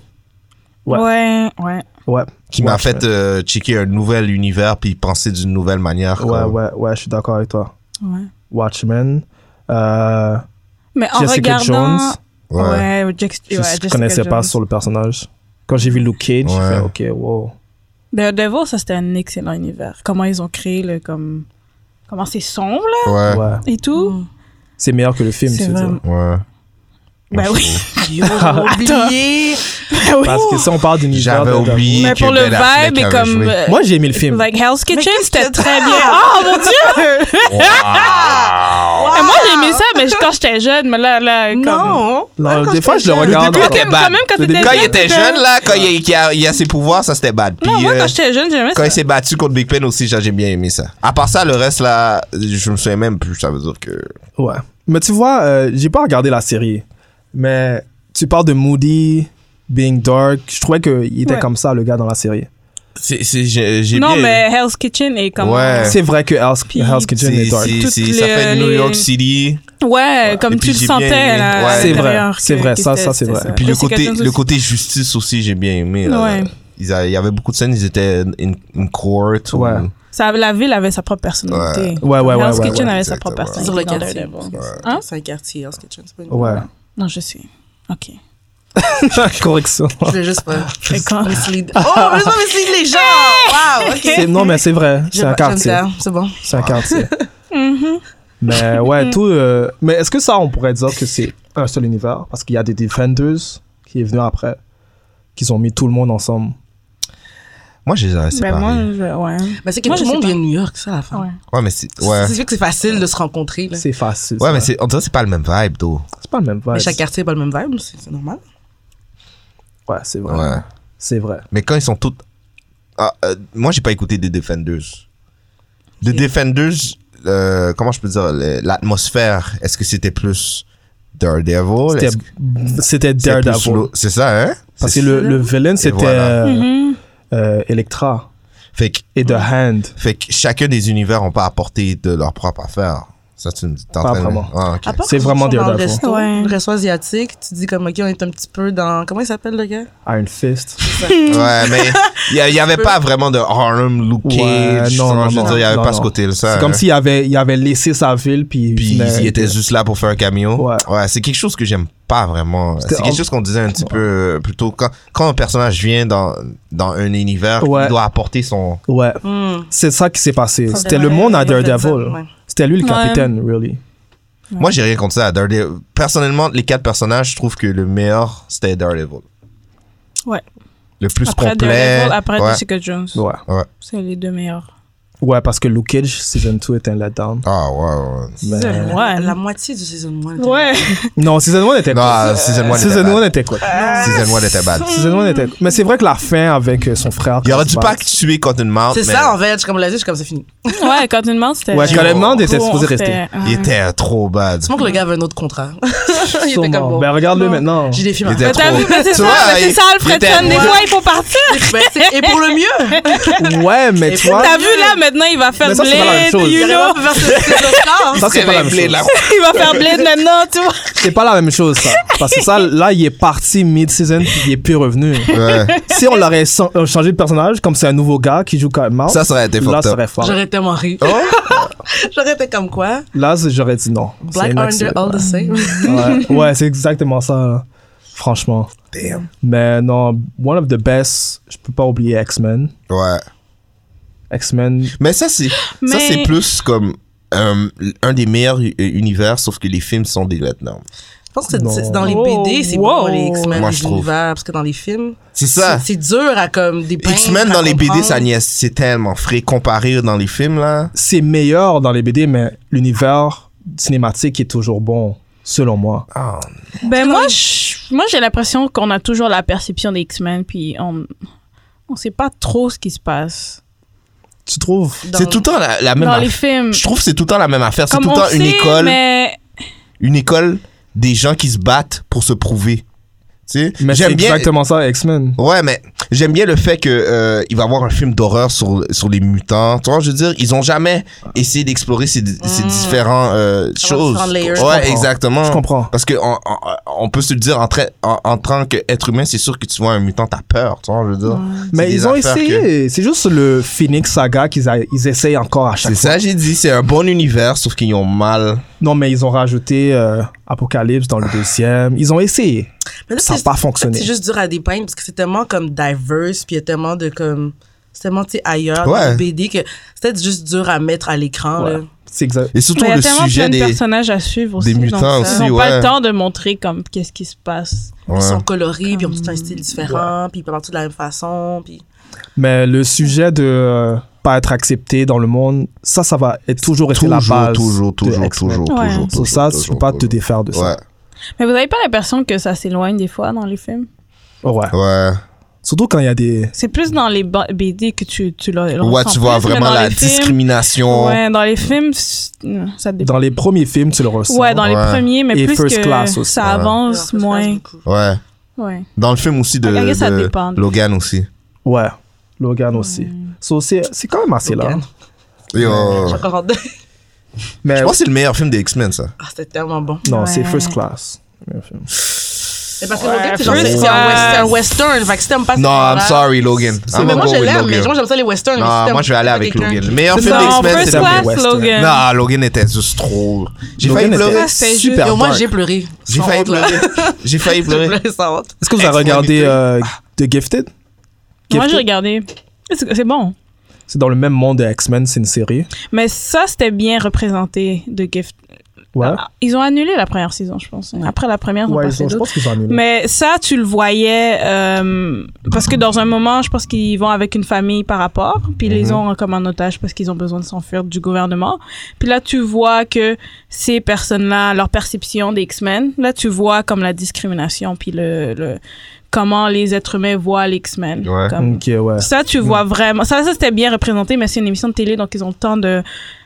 Speaker 2: Ouais.
Speaker 1: Ouais, ouais.
Speaker 2: Ouais.
Speaker 4: qui m'a
Speaker 2: Watchmen.
Speaker 4: fait euh, checker un nouvel univers puis penser d'une nouvelle manière.
Speaker 2: Ouais,
Speaker 4: comme-
Speaker 2: ouais, ouais, je suis d'accord avec toi.
Speaker 1: Ouais.
Speaker 2: Watchmen. Euh,
Speaker 1: Mais en
Speaker 2: Jessica
Speaker 1: regardant.
Speaker 2: Jones.
Speaker 4: Ouais.
Speaker 1: Ouais, Jack-
Speaker 2: je
Speaker 1: ouais,
Speaker 2: ne
Speaker 1: Jessica
Speaker 2: connaissais pas
Speaker 1: Jones.
Speaker 2: sur le personnage. Quand j'ai vu Luke Cage,
Speaker 4: Ouais.
Speaker 2: j'ai fait OK, wow.
Speaker 1: Daredevil, ça c'était un excellent univers. Comment ils ont créé le. Comme... Comment c'est sombre là,
Speaker 4: Ouais.
Speaker 2: Ouais.
Speaker 1: et tout.
Speaker 4: Mm.
Speaker 2: C'est meilleur que le film,
Speaker 1: C'est
Speaker 2: tu veux dire.
Speaker 1: vraiment-
Speaker 4: ouais.
Speaker 1: Ben
Speaker 4: Je
Speaker 1: oui.
Speaker 4: trouve.
Speaker 3: Yo, oublié.
Speaker 1: Ben oui.
Speaker 2: Parce que si on parle d'univers.
Speaker 4: J'avais
Speaker 2: de- de-
Speaker 4: oublié.
Speaker 1: Mais
Speaker 4: que
Speaker 1: pour le
Speaker 4: Ben Affleck
Speaker 1: vibe et
Speaker 4: avait
Speaker 1: comme.
Speaker 4: joué.
Speaker 1: euh,
Speaker 2: Moi, j'ai aimé le film.
Speaker 1: Like Hell's Kitchen,
Speaker 3: qu'est-ce
Speaker 1: c'était
Speaker 3: que-
Speaker 1: très bien. Oh mon dieu!
Speaker 4: Wow.
Speaker 1: Et Moi j'ai aimé ça, mais je- quand j'étais jeune, mais là, là. Comme...
Speaker 3: Non.
Speaker 2: Non, des fois, je le
Speaker 3: j'étais jeune.
Speaker 2: regarde.
Speaker 4: Le début
Speaker 2: encore.
Speaker 4: était
Speaker 1: Quand
Speaker 4: bad.
Speaker 1: même, quand
Speaker 2: Le
Speaker 1: t'étais
Speaker 2: début-
Speaker 4: Quand il
Speaker 1: jeune,
Speaker 4: était
Speaker 1: t'étais-
Speaker 4: jeune, là, quand il, qu'il a, il a ses pouvoirs, ça c'était bad. Puis,
Speaker 1: Non, moi
Speaker 4: euh,
Speaker 1: quand j'étais jeune, j'aimais
Speaker 4: quand
Speaker 1: ça.
Speaker 4: il s'est battu contre Big Pen aussi, j'ai j'ai bien aimé ça. À part ça, le reste là, je me souviens même plus. Ça veut dire que.
Speaker 2: Ouais. Mais tu vois, euh, j'ai pas regardé la série. Mais tu parles de Moody, Being Dark. Je trouvais qu'il était
Speaker 1: Ouais.
Speaker 2: comme ça, le gars dans la série.
Speaker 4: C'est, c'est, j'ai, j'ai
Speaker 1: Non,
Speaker 4: bien-
Speaker 1: mais Hell's Kitchen est comme.
Speaker 4: Ouais.
Speaker 2: C'est vrai que House,
Speaker 1: Puis-
Speaker 2: House Kitchen
Speaker 4: C'est,
Speaker 2: est dark.
Speaker 4: c'est,
Speaker 1: Toutes
Speaker 4: c'est- ça fait
Speaker 1: les-
Speaker 4: New
Speaker 1: les-
Speaker 4: York City.
Speaker 1: Ouais, comme
Speaker 4: Et
Speaker 1: tu
Speaker 4: puis
Speaker 1: le
Speaker 4: j'ai bien
Speaker 1: sentais
Speaker 4: aimé.
Speaker 1: là,
Speaker 4: Ouais.
Speaker 1: à
Speaker 4: C'est
Speaker 2: vrai,
Speaker 1: l'intérieur que-
Speaker 2: c'est vrai,
Speaker 1: que
Speaker 2: ça-
Speaker 1: c'était-
Speaker 2: ça, c'est
Speaker 1: c'était
Speaker 2: vrai.
Speaker 4: Puis le
Speaker 1: Jessica
Speaker 4: côté,
Speaker 1: Jones
Speaker 4: le
Speaker 1: aussi.
Speaker 4: côté justice aussi, j'ai bien aimé. là.
Speaker 1: Ouais.
Speaker 4: Ils a- il y avait beaucoup de scènes, ils étaient une, une cohorte. ou-
Speaker 2: Ouais.
Speaker 1: Ça, la ville avait sa propre personnalité.
Speaker 2: Ouais, ouais, ouais,
Speaker 1: Hell's
Speaker 2: ouais,
Speaker 1: Kitchen
Speaker 4: ouais,
Speaker 1: avait sa propre
Speaker 4: exactement.
Speaker 1: personnalité.
Speaker 3: Sur le
Speaker 1: dans
Speaker 3: quartier.
Speaker 1: Daredevil. Hein?
Speaker 3: Hein? C'est un quartier, Hell's Kitchen. c'est pas une-
Speaker 2: Ouais.
Speaker 1: Non, je sais. Ok.
Speaker 2: Correction.
Speaker 3: Je voulais juste pas.
Speaker 1: Et quand-
Speaker 3: mislead. Oh, je voulais pas mislead les gens. Wow, ok.
Speaker 2: C'est- Non, mais c'est vrai.
Speaker 3: Je-
Speaker 2: C'est un
Speaker 3: j'aime
Speaker 2: quartier.
Speaker 3: ça, C'est bon.
Speaker 2: C'est un quartier.
Speaker 4: Mm-hmm.
Speaker 2: Mais ouais, tout. euh, mais est-ce que ça, on pourrait dire que c'est un seul univers Parce qu'il y a des Defenders qui est venu après, qu'ils ont mis tout le monde ensemble.
Speaker 4: Moi, j'ai les c'est
Speaker 1: Ben moi, je- ouais.
Speaker 3: Mais c'est que
Speaker 1: Moi, je
Speaker 3: tout le
Speaker 1: sais
Speaker 3: monde
Speaker 1: pas.
Speaker 3: vient de New York, ça, à la fin.
Speaker 1: Ouais.
Speaker 4: Ouais, mais c'est. Ouais.
Speaker 3: C'est sûr que c'est facile de se rencontrer. Là.
Speaker 2: C'est facile.
Speaker 4: Ouais,
Speaker 2: ça.
Speaker 4: mais c'est, on dirait que c'est pas le même vibe, d'eau.
Speaker 2: c'est pas le même vibe.
Speaker 3: Mais chaque quartier n'a pas le même vibe, c'est c'est normal.
Speaker 2: Ouais, c'est vrai.
Speaker 4: Ouais.
Speaker 2: C'est vrai.
Speaker 4: Mais quand ils sont tous. Ah, euh, moi, j'ai pas écouté des Defenders. The Defenders, euh, comment je peux dire, le- l'atmosphère, est-ce que c'était plus Daredevil
Speaker 2: C'était-
Speaker 4: Est-ce que
Speaker 2: C'était
Speaker 4: c'était plus
Speaker 2: Daredevil.
Speaker 4: slow- C'est ça, hein
Speaker 2: Parce que
Speaker 4: C'est- Mm-hmm.
Speaker 2: le, le villain, c'était
Speaker 4: voilà.
Speaker 2: euh,
Speaker 1: Mhm.
Speaker 2: euh, Electra
Speaker 4: Fait que,
Speaker 2: et The Hand.
Speaker 4: fait que chacun des univers ont pas apporté de leur propre affaire. Ça, tu me dis.
Speaker 2: Pas vraiment.
Speaker 4: Ah, ok.
Speaker 3: À part
Speaker 2: C'est
Speaker 3: quand
Speaker 2: vraiment
Speaker 3: ils sont dans le
Speaker 2: Daredevil.
Speaker 3: resto,
Speaker 1: Ouais.
Speaker 3: le resto asiatique, tu dis comme, OK, on est un petit peu dans... Comment il s'appelle, le gars?
Speaker 2: Iron Fist.
Speaker 4: Ouais, mais il y, a- il y avait pas vraiment de Harlem, Luke
Speaker 2: Ouais,
Speaker 4: Cage.
Speaker 2: non,
Speaker 4: genre,
Speaker 2: non,
Speaker 4: je veux
Speaker 2: non,
Speaker 4: dire, il y avait
Speaker 2: non,
Speaker 4: pas
Speaker 2: non.
Speaker 4: ce côté-là. ça,
Speaker 2: C'est
Speaker 4: hein.
Speaker 2: comme s'il avait, il avait laissé sa ville, puis...
Speaker 4: Puis
Speaker 2: venait-
Speaker 4: il était juste là pour faire un cameo.
Speaker 2: euh. Ouais.
Speaker 4: c'est quelque chose que j'aime pas vraiment.
Speaker 2: C'était
Speaker 4: C'est quelque
Speaker 2: en-
Speaker 4: chose qu'on disait un petit peu euh, plus tôt. Quand, quand un personnage vient dans, dans un univers,
Speaker 2: Ouais.
Speaker 4: il doit apporter son.
Speaker 2: Ouais,
Speaker 3: Hmm.
Speaker 2: c'est ça qui s'est passé.
Speaker 3: Ça
Speaker 2: C'était le
Speaker 3: devrait-
Speaker 2: monde à
Speaker 3: ça devrait
Speaker 2: Daredevil.
Speaker 3: dire, ouais.
Speaker 2: C'était lui le
Speaker 1: Ouais.
Speaker 2: capitaine, really.
Speaker 4: Moi, j'ai rien contre ça. Daredevil. Personnellement, les quatre personnages, je trouve que le meilleur, c'était Daredevil.
Speaker 1: Ouais.
Speaker 4: Le plus
Speaker 1: Après
Speaker 4: complet.
Speaker 1: Daredevil, après
Speaker 4: Ouais.
Speaker 1: Jessica Jones.
Speaker 2: Ouais.
Speaker 1: C'est les deux meilleurs.
Speaker 2: Ouais, parce que Luke Cage, Season 2 était un letdown.
Speaker 4: Ah, ouais, ouais.
Speaker 2: Mais-
Speaker 1: Season
Speaker 3: La, la
Speaker 1: one.
Speaker 3: moitié du season 1.
Speaker 1: Ouais.
Speaker 2: Non, Season 1 était
Speaker 4: Non,
Speaker 2: cool.
Speaker 4: euh, Season 1
Speaker 2: Season
Speaker 4: était
Speaker 2: 1
Speaker 4: bad.
Speaker 2: était cool.
Speaker 3: Euh,
Speaker 4: Season 1 était bad.
Speaker 2: Season 1 était cool. Mais c'est vrai que la fin avec euh, son frère...
Speaker 4: Il aurait
Speaker 2: quand
Speaker 4: dû
Speaker 2: se
Speaker 4: pas
Speaker 2: bat-
Speaker 4: tuer contre une marde.
Speaker 3: C'est
Speaker 4: mais
Speaker 3: ça, en fait. Je suis comme, là-dessus, je suis comme, c'est fini.
Speaker 1: Ouais, quand une demande, c'était.
Speaker 2: Ouais,
Speaker 4: Yo.
Speaker 2: quand le monde était
Speaker 1: Bon,
Speaker 2: supposé
Speaker 1: c'était-
Speaker 2: rester.
Speaker 4: Il
Speaker 1: ouais.
Speaker 4: était trop bad.
Speaker 3: Tu que le gars avait un autre contrat. il était comme,
Speaker 2: Sûrement.
Speaker 3: bon,
Speaker 2: Ben, regarde-le
Speaker 3: non,
Speaker 2: maintenant.
Speaker 3: J'ai des films à
Speaker 4: Ah. Il était
Speaker 1: Mais t'as
Speaker 3: faire.
Speaker 4: trop-
Speaker 1: vu, mais c'est
Speaker 4: Tu
Speaker 1: ça,
Speaker 4: vois,
Speaker 1: mais c'est
Speaker 4: il-
Speaker 1: ça,
Speaker 4: il était-
Speaker 1: Alfredson. Des fois, il faut partir.
Speaker 3: Ben, c'est- Et pour le mieux.
Speaker 2: Ouais, mais
Speaker 3: Et
Speaker 2: tu vois...
Speaker 4: Ah,
Speaker 1: T'as vu là, mais maintenant, il va faire
Speaker 2: Mais ça, c'est pas la même
Speaker 1: Blade,
Speaker 2: chose.
Speaker 1: you
Speaker 3: Il
Speaker 1: know.
Speaker 3: aurait pas pu faire ce- ce Oscar.
Speaker 2: Ça, c'est pas la même
Speaker 4: Révélé,
Speaker 2: chose.
Speaker 4: là.
Speaker 1: Il va faire Blade maintenant, tu vois.
Speaker 2: C'est pas la même chose, ça. Parce que ça, là, il est parti mid-season, puis il est plus revenu.
Speaker 4: Ouais.
Speaker 2: Si on l'aurait san- euh, changé de personnage, comme c'est un nouveau gars qui joue Kyle Mouse,
Speaker 4: Ça, ça aurait été
Speaker 2: Oh, là,
Speaker 4: fucked
Speaker 2: ça
Speaker 4: up.
Speaker 2: aurait fort.
Speaker 3: J'aurais tellement ri.
Speaker 4: Oh,
Speaker 3: J'aurais été comme quoi?
Speaker 2: Là, c'est- j'aurais dit non.
Speaker 3: Black
Speaker 2: C'est
Speaker 3: are
Speaker 2: inacceptable.
Speaker 3: all the same.
Speaker 2: Ouais, ouais, c'est exactement ça, là. franchement.
Speaker 4: damn.
Speaker 2: Mais non, one of the best, je peux pas oublier X-Men.
Speaker 4: Ouais.
Speaker 2: X-Men,
Speaker 4: Mais ça, c'est ça,
Speaker 1: Mais-
Speaker 4: c'est plus comme euh, un des meilleurs u- univers, sauf que les films sont des lieutenants.
Speaker 3: Je pense que c'est-
Speaker 2: Non.
Speaker 3: c'est dans les
Speaker 1: Wow.
Speaker 3: BD, c'est
Speaker 1: Wow.
Speaker 3: bon les X-Men,
Speaker 4: Moi,
Speaker 3: les
Speaker 4: je trouve.
Speaker 3: univers, parce que dans les films,
Speaker 4: C'est ça.
Speaker 3: c'est- c'est dur à comme des
Speaker 1: Ben,
Speaker 4: X-Men dans les BD, ça niaise. C'est tellement frais comparé dans les films, là.
Speaker 2: c'est meilleur dans les BD, mais l'univers cinématique est toujours bon, selon moi.
Speaker 4: Ah,
Speaker 1: Ben moi, je- moi j'ai l'impression qu'on a toujours la perception des X-Men, puis on on sait pas trop ce qui se passe
Speaker 2: Tu trouves
Speaker 4: C'est tout le temps la, la même
Speaker 1: dans les
Speaker 4: affaire.
Speaker 1: films.
Speaker 4: Je trouve que c'est tout le temps la même affaire. C'est
Speaker 1: Comme
Speaker 4: tout le
Speaker 1: on
Speaker 4: temps une
Speaker 1: sait,
Speaker 4: école.
Speaker 1: mais
Speaker 4: Une école des gens qui se battent pour se prouver. Tu sais?
Speaker 2: Mais c'est
Speaker 4: J'aime bien.
Speaker 2: exactement ça, X-Men.
Speaker 4: Ouais, mais j'aime bien le fait que euh, il va y avoir un film d'horreur sur, sur les mutants. Tu vois, je veux dire, ils ont jamais essayé d'explorer ces, ces
Speaker 1: Mm.
Speaker 4: différentes euh, choses.
Speaker 3: différentes layers. Je
Speaker 4: Ouais,
Speaker 2: comprends.
Speaker 4: exactement.
Speaker 2: Je comprends.
Speaker 4: Parce que on, on, on peut se le dire en, trai- en, en tant qu'être humain, c'est sûr que tu vois un mutant, t'as peur. Tu vois, je veux dire. C'est
Speaker 2: Mais
Speaker 4: des
Speaker 2: ils ont
Speaker 4: affaires que-
Speaker 2: essayé. C'est juste le Phoenix Saga qu'ils a- ils essayent encore à chaque
Speaker 4: C'est
Speaker 2: fois.
Speaker 4: ça, j'ai dit. C'est un bon univers, sauf qu'ils ont mal.
Speaker 2: Non, mais ils ont rajouté euh, Apocalypse dans le deuxième. Ils ont essayé. Ça n'a pas fonctionné.
Speaker 3: C'est juste dur à dépeindre parce que c'est tellement comme diverse, puis il y a tellement de comme. C'est tellement, tu sais, ailleurs dans
Speaker 4: Ouais.
Speaker 3: les BD que c'était juste dur à mettre à l'écran,
Speaker 2: Ouais.
Speaker 3: là.
Speaker 2: C'est exact.
Speaker 4: Et surtout
Speaker 1: mais il y a
Speaker 4: le
Speaker 1: tellement
Speaker 4: sujet
Speaker 1: plein de
Speaker 4: des.
Speaker 1: personnages à suivre aussi.
Speaker 4: des
Speaker 1: donc
Speaker 4: mutants
Speaker 1: ça,
Speaker 4: aussi,
Speaker 1: Ils n'ont
Speaker 4: ouais.
Speaker 1: pas le temps de montrer comme qu'est-ce qui se passe.
Speaker 4: Ouais.
Speaker 3: Ils sont colorés, puis ils ont tout un style différent, puis ils parlent tous de la même façon, puis.
Speaker 2: Mais le sujet de euh, pas être accepté dans le monde, ça, ça va être toujours rester
Speaker 4: Toujours,
Speaker 2: la base.
Speaker 4: toujours, toujours,
Speaker 2: de
Speaker 4: toujours,
Speaker 2: X-Men.
Speaker 4: toujours,
Speaker 1: Ouais.
Speaker 4: toujours,
Speaker 2: Sur ça, tu peux
Speaker 4: toujours,
Speaker 2: pas te
Speaker 4: toujours.
Speaker 2: défaire de ça.
Speaker 1: Mais vous n'avez pas l'impression que ça s'éloigne des fois dans les films
Speaker 2: Ouais.
Speaker 4: Ouais, ouais.
Speaker 2: Surtout quand il y a des.
Speaker 1: C'est plus dans les ba- BD que tu, tu le le
Speaker 4: Ouais,
Speaker 1: ressens
Speaker 4: tu vois
Speaker 1: plus, mais
Speaker 4: vraiment
Speaker 1: dans
Speaker 4: la
Speaker 1: les films-
Speaker 4: discrimination.
Speaker 1: Ouais, dans les films, c'est- hmm, ça dépend.
Speaker 2: Dans les premiers films, tu le ressens.
Speaker 1: ouais, dans les
Speaker 4: Ouais.
Speaker 1: premiers, mais
Speaker 2: Et
Speaker 1: plus
Speaker 2: First
Speaker 1: que
Speaker 2: Class aussi,
Speaker 1: ça
Speaker 4: ouais.
Speaker 1: avance
Speaker 3: Alors, ça se passe
Speaker 1: moins.
Speaker 3: beaucoup.
Speaker 4: Ouais.
Speaker 1: Ouais.
Speaker 4: Dans le film aussi de,
Speaker 1: I guess ça
Speaker 4: de
Speaker 1: dépend.
Speaker 4: Logan aussi.
Speaker 2: Ouais. Logan aussi. So, c'est c'est quand même assez
Speaker 3: Logan.
Speaker 2: là.
Speaker 4: Yo.
Speaker 3: J'ai encore rendu-
Speaker 2: Mais
Speaker 4: Je pense que c'est le meilleur film des X-Men, ça.
Speaker 3: Ah, c'était tellement bon.
Speaker 2: non, c'est
Speaker 1: Ouais.
Speaker 2: First Class.
Speaker 3: Mais parce que Logan, c'est genre,
Speaker 1: First
Speaker 3: c'est c'est
Speaker 1: Class.
Speaker 3: un west- c'est un western, fait que si t'aimes pas ce
Speaker 4: Non, I'm
Speaker 3: genre-là-
Speaker 4: sorry, Logan. I'm
Speaker 3: Mais
Speaker 4: gonna
Speaker 3: moi,
Speaker 4: go
Speaker 3: je
Speaker 4: with
Speaker 3: l'aime, mais
Speaker 4: Logan.
Speaker 3: moi, j'aime ça les westerns. mais si
Speaker 4: Non,
Speaker 3: t'aimes
Speaker 4: moi, je vais aller
Speaker 3: pas
Speaker 4: avec
Speaker 3: quelqu'un
Speaker 4: Logan. Le
Speaker 3: qui-
Speaker 4: meilleur film des
Speaker 1: Non,
Speaker 4: X-Men,
Speaker 1: First
Speaker 4: c'est Logan.
Speaker 1: Class,
Speaker 2: western.
Speaker 1: Logan.
Speaker 4: Non, Logan était juste trop. J'ai
Speaker 2: Logan
Speaker 4: failli
Speaker 2: était
Speaker 4: pleurer.
Speaker 1: c'était
Speaker 2: super
Speaker 3: Yo, moi,
Speaker 2: dark.
Speaker 3: j'ai pleuré.
Speaker 4: J'ai
Speaker 3: Sans
Speaker 4: failli
Speaker 3: honte, là.
Speaker 4: pleurer. J'ai failli
Speaker 3: J'ai
Speaker 4: pleurer.
Speaker 3: pleuré sans honte.
Speaker 2: Est-ce que vous avez
Speaker 4: Excellent
Speaker 2: regardé
Speaker 4: métier.
Speaker 2: euh, The Gifted?
Speaker 1: Moi, j'ai
Speaker 2: Gifted?
Speaker 1: regardé. C'est c'est bon.
Speaker 2: C'est dans le même monde de X-Men, c'est une série.
Speaker 1: Mais ça, c'était bien représenté de Gift.
Speaker 2: Ouais.
Speaker 1: Ah, Ils ont annulé la première saison, je pense. Après la première, ils ont
Speaker 2: Hein? Ouais, ils
Speaker 1: passé
Speaker 2: ont- je
Speaker 1: d'autres.
Speaker 2: pense qu'ils ont annulé.
Speaker 1: Mais ça, tu le voyais euh, parce que dans un moment, je pense qu'ils vont avec une famille par rapport, puis ils les ont comme en otage parce qu'ils ont besoin de s'enfuir du gouvernement. Puis là, tu vois que ces personnes-là, leur perception des X-Men, là, tu vois comme la discrimination, puis le, le- comment les êtres humains voient les X-Men.
Speaker 4: Ouais.
Speaker 1: Comme-
Speaker 2: Ok, ouais.
Speaker 1: ça, tu vois vraiment. Ça, ça c'était bien représenté, mais c'est une émission de télé, donc ils ont le temps de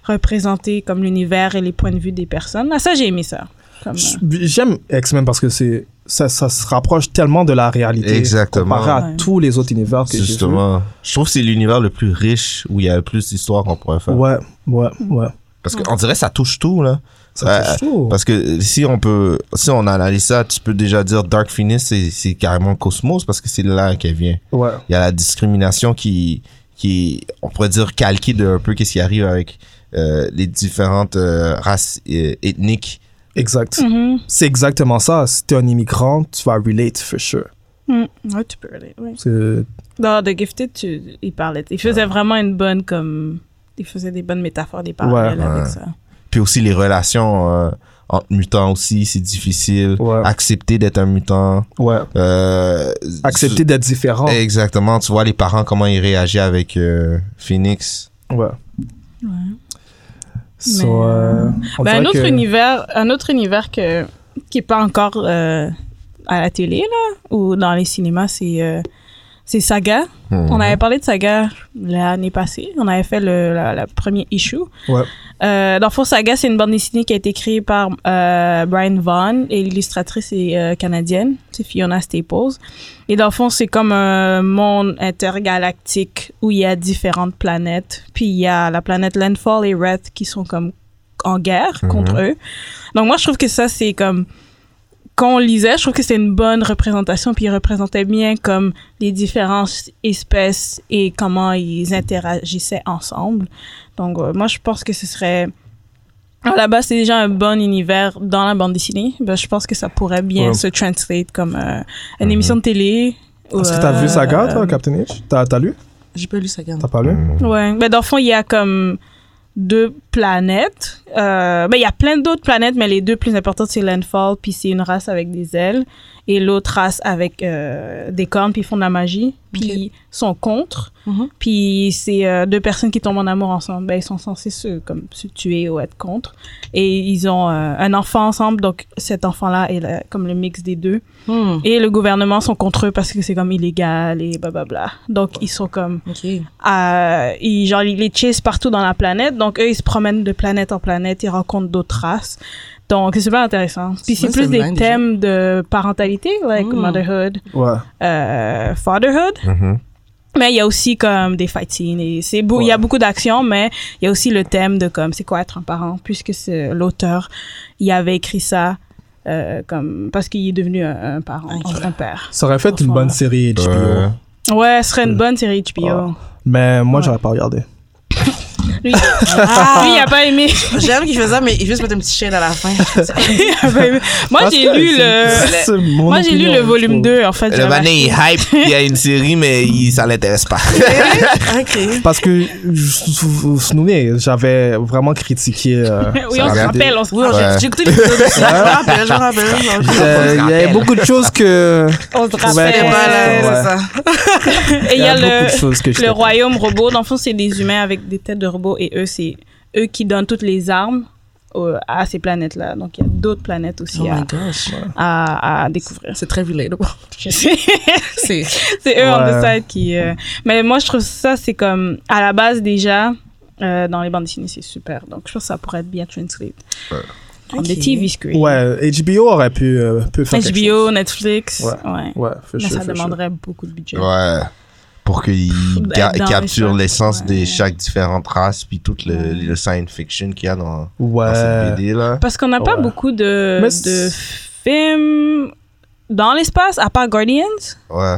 Speaker 1: représenter comme l'univers et les points de vue des personnes. Ah, ça, j'ai aimé ça. Comme, euh,
Speaker 2: J'aime X-Men parce que c'est ça, ça se rapproche tellement de la réalité.
Speaker 4: Exactement.
Speaker 2: Comparé à
Speaker 1: Ouais.
Speaker 2: tous les autres univers que j'ai vus.
Speaker 4: Justement. Je trouve que c'est l'univers le plus riche où il y a le plus d'histoires qu'on pourrait faire.
Speaker 2: Ouais, ouais, ouais.
Speaker 4: Parce qu'on dirait que ça touche tout, là.
Speaker 2: Ça
Speaker 4: Ouais,
Speaker 2: touche tout.
Speaker 4: Parce que si on peut, si on analyse ça, tu peux déjà dire Dark Phoenix, c'est, c'est carrément Cosmos parce que c'est de là qu'elle vient.
Speaker 2: Ouais.
Speaker 4: Il y a la discrimination qui, qui est, on pourrait dire calquée de un peu qu'est-ce qui arrive avec euh, les différentes euh, races euh, ethniques.
Speaker 2: Exact.
Speaker 1: mhm.
Speaker 2: C'est exactement ça. Si t'es un immigrant, tu vas relate for sure.
Speaker 1: Mm. Ouais, tu peux aller, ouais.
Speaker 2: C'est-
Speaker 1: Dans The Gifted, tu, il parlait. Il faisait vraiment une bonne, comme. Il faisait des bonnes métaphores, des parallèles
Speaker 4: Ouais,
Speaker 1: avec
Speaker 4: ouais.
Speaker 1: ça.
Speaker 4: Puis aussi les relations euh, entre mutants aussi, c'est difficile.
Speaker 2: Ouais.
Speaker 4: Accepter d'être un mutant.
Speaker 2: Ouais.
Speaker 4: Euh,
Speaker 2: Accepter d'être différent.
Speaker 4: tu- Exactement. Tu vois les parents comment ils réagissent avec euh, Phoenix.
Speaker 2: Ouais. So,
Speaker 1: Mais,
Speaker 2: euh, on
Speaker 1: Ben, un
Speaker 2: dirait
Speaker 1: autre
Speaker 2: que-
Speaker 1: univers, un autre univers que, qui est pas encore euh, à la télé là, ou dans les cinémas, c'est euh, c'est Saga.
Speaker 4: Hmm.
Speaker 1: On avait parlé de Saga l'année passée. On avait fait le la, la premier issue.
Speaker 2: Ouais.
Speaker 1: Euh, dans le fond, Saga, c'est une bande dessinée qui a été créée par euh, Brian Vaughn et l'illustratrice est euh, canadienne, c'est Fiona Staples. Et dans le fond, c'est comme un monde intergalactique où il y a différentes planètes. Puis il y a la planète Landfall et Wrath qui sont comme en guerre contre eux. Donc moi, je trouve que ça, c'est comme... Quand on lisait, je trouve que c'était une bonne représentation, puis ils représentaient bien comme les différentes espèces et comment ils interagissaient ensemble. Donc, euh, moi, je pense que ce serait. À la base, c'est déjà un bon univers dans la bande dessinée. Ben, je pense que ça pourrait bien
Speaker 2: Ouais. Mm-hmm.
Speaker 1: se translate comme euh, une émission de télé. ou,
Speaker 2: Est-ce que t'as vu Saga,
Speaker 1: euh,
Speaker 2: toi, Captain H T'as t'as lu
Speaker 3: J'ai pas lu ça, regarde.
Speaker 2: T'as pas lu
Speaker 1: Ouais. Ben, dans le fond, il y a comme deux planètes. Euh, ben, il y a plein d'autres planètes, mais les deux plus importantes, c'est Landfall, puis c'est une race avec des ailes, et l'autre race avec euh, des cornes, puis ils font de la magie, puis
Speaker 3: Ok.
Speaker 1: ils sont contre.
Speaker 3: Mhm.
Speaker 1: Puis c'est euh, deux personnes qui tombent en amour ensemble. Ben, ils sont censés se, comme, se tuer ou être contre. Et ils ont euh, un enfant ensemble, donc cet enfant-là est la- comme le mix des deux.
Speaker 3: Hmm,
Speaker 1: Et le gouvernement sont contre eux parce que c'est comme illégal et blablabla. Donc ils sont comme
Speaker 3: ok.
Speaker 1: euh, ils, genre, ils les chassent partout dans la planète. Donc, eux, ils se promènent de planète en planète, ils rencontrent d'autres races. Donc, c'est super intéressant. Puis, c'est
Speaker 3: Ouais,
Speaker 1: plus
Speaker 3: c'est
Speaker 1: des
Speaker 3: malin, déjà.
Speaker 1: thèmes de parentalité, like
Speaker 3: Mm.
Speaker 1: motherhood,
Speaker 2: Ouais.
Speaker 1: euh, fatherhood.
Speaker 4: Mhm.
Speaker 1: Mais il y a aussi comme des fight scenes et c'est beau. Il y a beaucoup d'actions, mais il y a aussi le thème de comme c'est quoi être un parent, puisque c'est l'auteur, il avait écrit ça euh, comme parce qu'il est devenu un, un parent,
Speaker 3: Incroyable.
Speaker 1: un père.
Speaker 2: Ça aurait fait une
Speaker 1: Enfin,
Speaker 2: bonne série HBO.
Speaker 4: Euh,
Speaker 1: Ouais, ce serait une bonne série HBO.
Speaker 3: Oh.
Speaker 2: Mais moi,
Speaker 1: Ouais.
Speaker 2: j'aurais pas regardé.
Speaker 1: Lui,
Speaker 3: Ah.
Speaker 1: lui, il a pas aimé.
Speaker 3: J'aime qu'il fait ça, mais il juste mettre un petit shade à la fin.
Speaker 1: Ben, moi j'ai lu le
Speaker 2: C'est mon
Speaker 1: moi j'ai lu
Speaker 2: opinion, hein,
Speaker 1: le
Speaker 2: je
Speaker 1: volume
Speaker 2: trouve.
Speaker 1: 2 en fait
Speaker 4: Le
Speaker 1: j'avais
Speaker 4: mané il
Speaker 1: acheté.
Speaker 4: hype, il y a une série, mais il- ça l'intéresse pas.
Speaker 3: ok.
Speaker 2: Parce que, je- vous vous vous souvenez, j'avais vraiment critiqué. euh,
Speaker 1: oui
Speaker 4: Ça
Speaker 1: on se
Speaker 4: va
Speaker 1: rappelle on se
Speaker 3: Oui,
Speaker 1: rappelle
Speaker 4: Ouais.
Speaker 3: j'ai- j'ai écouté l'épisode aussi. Je me rappelle, je me rappelle. je me rappelle.
Speaker 2: euh, Il y avait beaucoup de choses que.
Speaker 1: on se
Speaker 2: Ouais,
Speaker 3: Et
Speaker 2: ouais,
Speaker 3: voilà,
Speaker 2: ouais.
Speaker 1: rappelle
Speaker 3: c'est ça.
Speaker 1: et il y a
Speaker 2: beaucoup de
Speaker 1: le
Speaker 2: choses que je
Speaker 1: le royaume robot dans le fond c'est des humains avec des têtes de robots et eux c'est eux qui donnent toutes les armes euh, à ces planètes là donc il y a d'autres planètes
Speaker 3: Oh
Speaker 1: aussi à,
Speaker 3: my gosh.
Speaker 1: à, à découvrir
Speaker 3: C'est très relatable.
Speaker 1: Je sais.
Speaker 3: C'est
Speaker 1: c'est eux on
Speaker 2: Ouais.
Speaker 1: decide qui euh, mais moi je trouve ça c'est comme à la base déjà euh, dans les bandes dessinées c'est super donc je pense que ça pourrait être bien translate on
Speaker 3: Ok.
Speaker 1: the TV screen
Speaker 2: Ouais, HBO aurait pu, euh, pu faire quelque
Speaker 1: HBO, Netflix.
Speaker 2: Ouais.
Speaker 1: Ouais.
Speaker 2: chose. Ouais, for
Speaker 1: Mais
Speaker 2: sure,
Speaker 1: ça
Speaker 2: for sure.
Speaker 1: demanderait beaucoup de budget.
Speaker 4: Ouais. Pour qu'il
Speaker 1: Bah,
Speaker 4: ga-
Speaker 1: dans
Speaker 4: capture
Speaker 1: les
Speaker 4: l'essence
Speaker 1: choses,
Speaker 4: de
Speaker 1: ouais.
Speaker 4: chaque différente race, puis toute le, le science fiction qu'il y a dans, dans cette
Speaker 2: Ouais.
Speaker 4: BD là.
Speaker 1: Parce qu'on n'a pas
Speaker 2: Ouais.
Speaker 1: beaucoup de,
Speaker 2: Mais
Speaker 1: de
Speaker 2: c'est-
Speaker 1: films dans l'espace, à part Guardians.
Speaker 4: Ouais.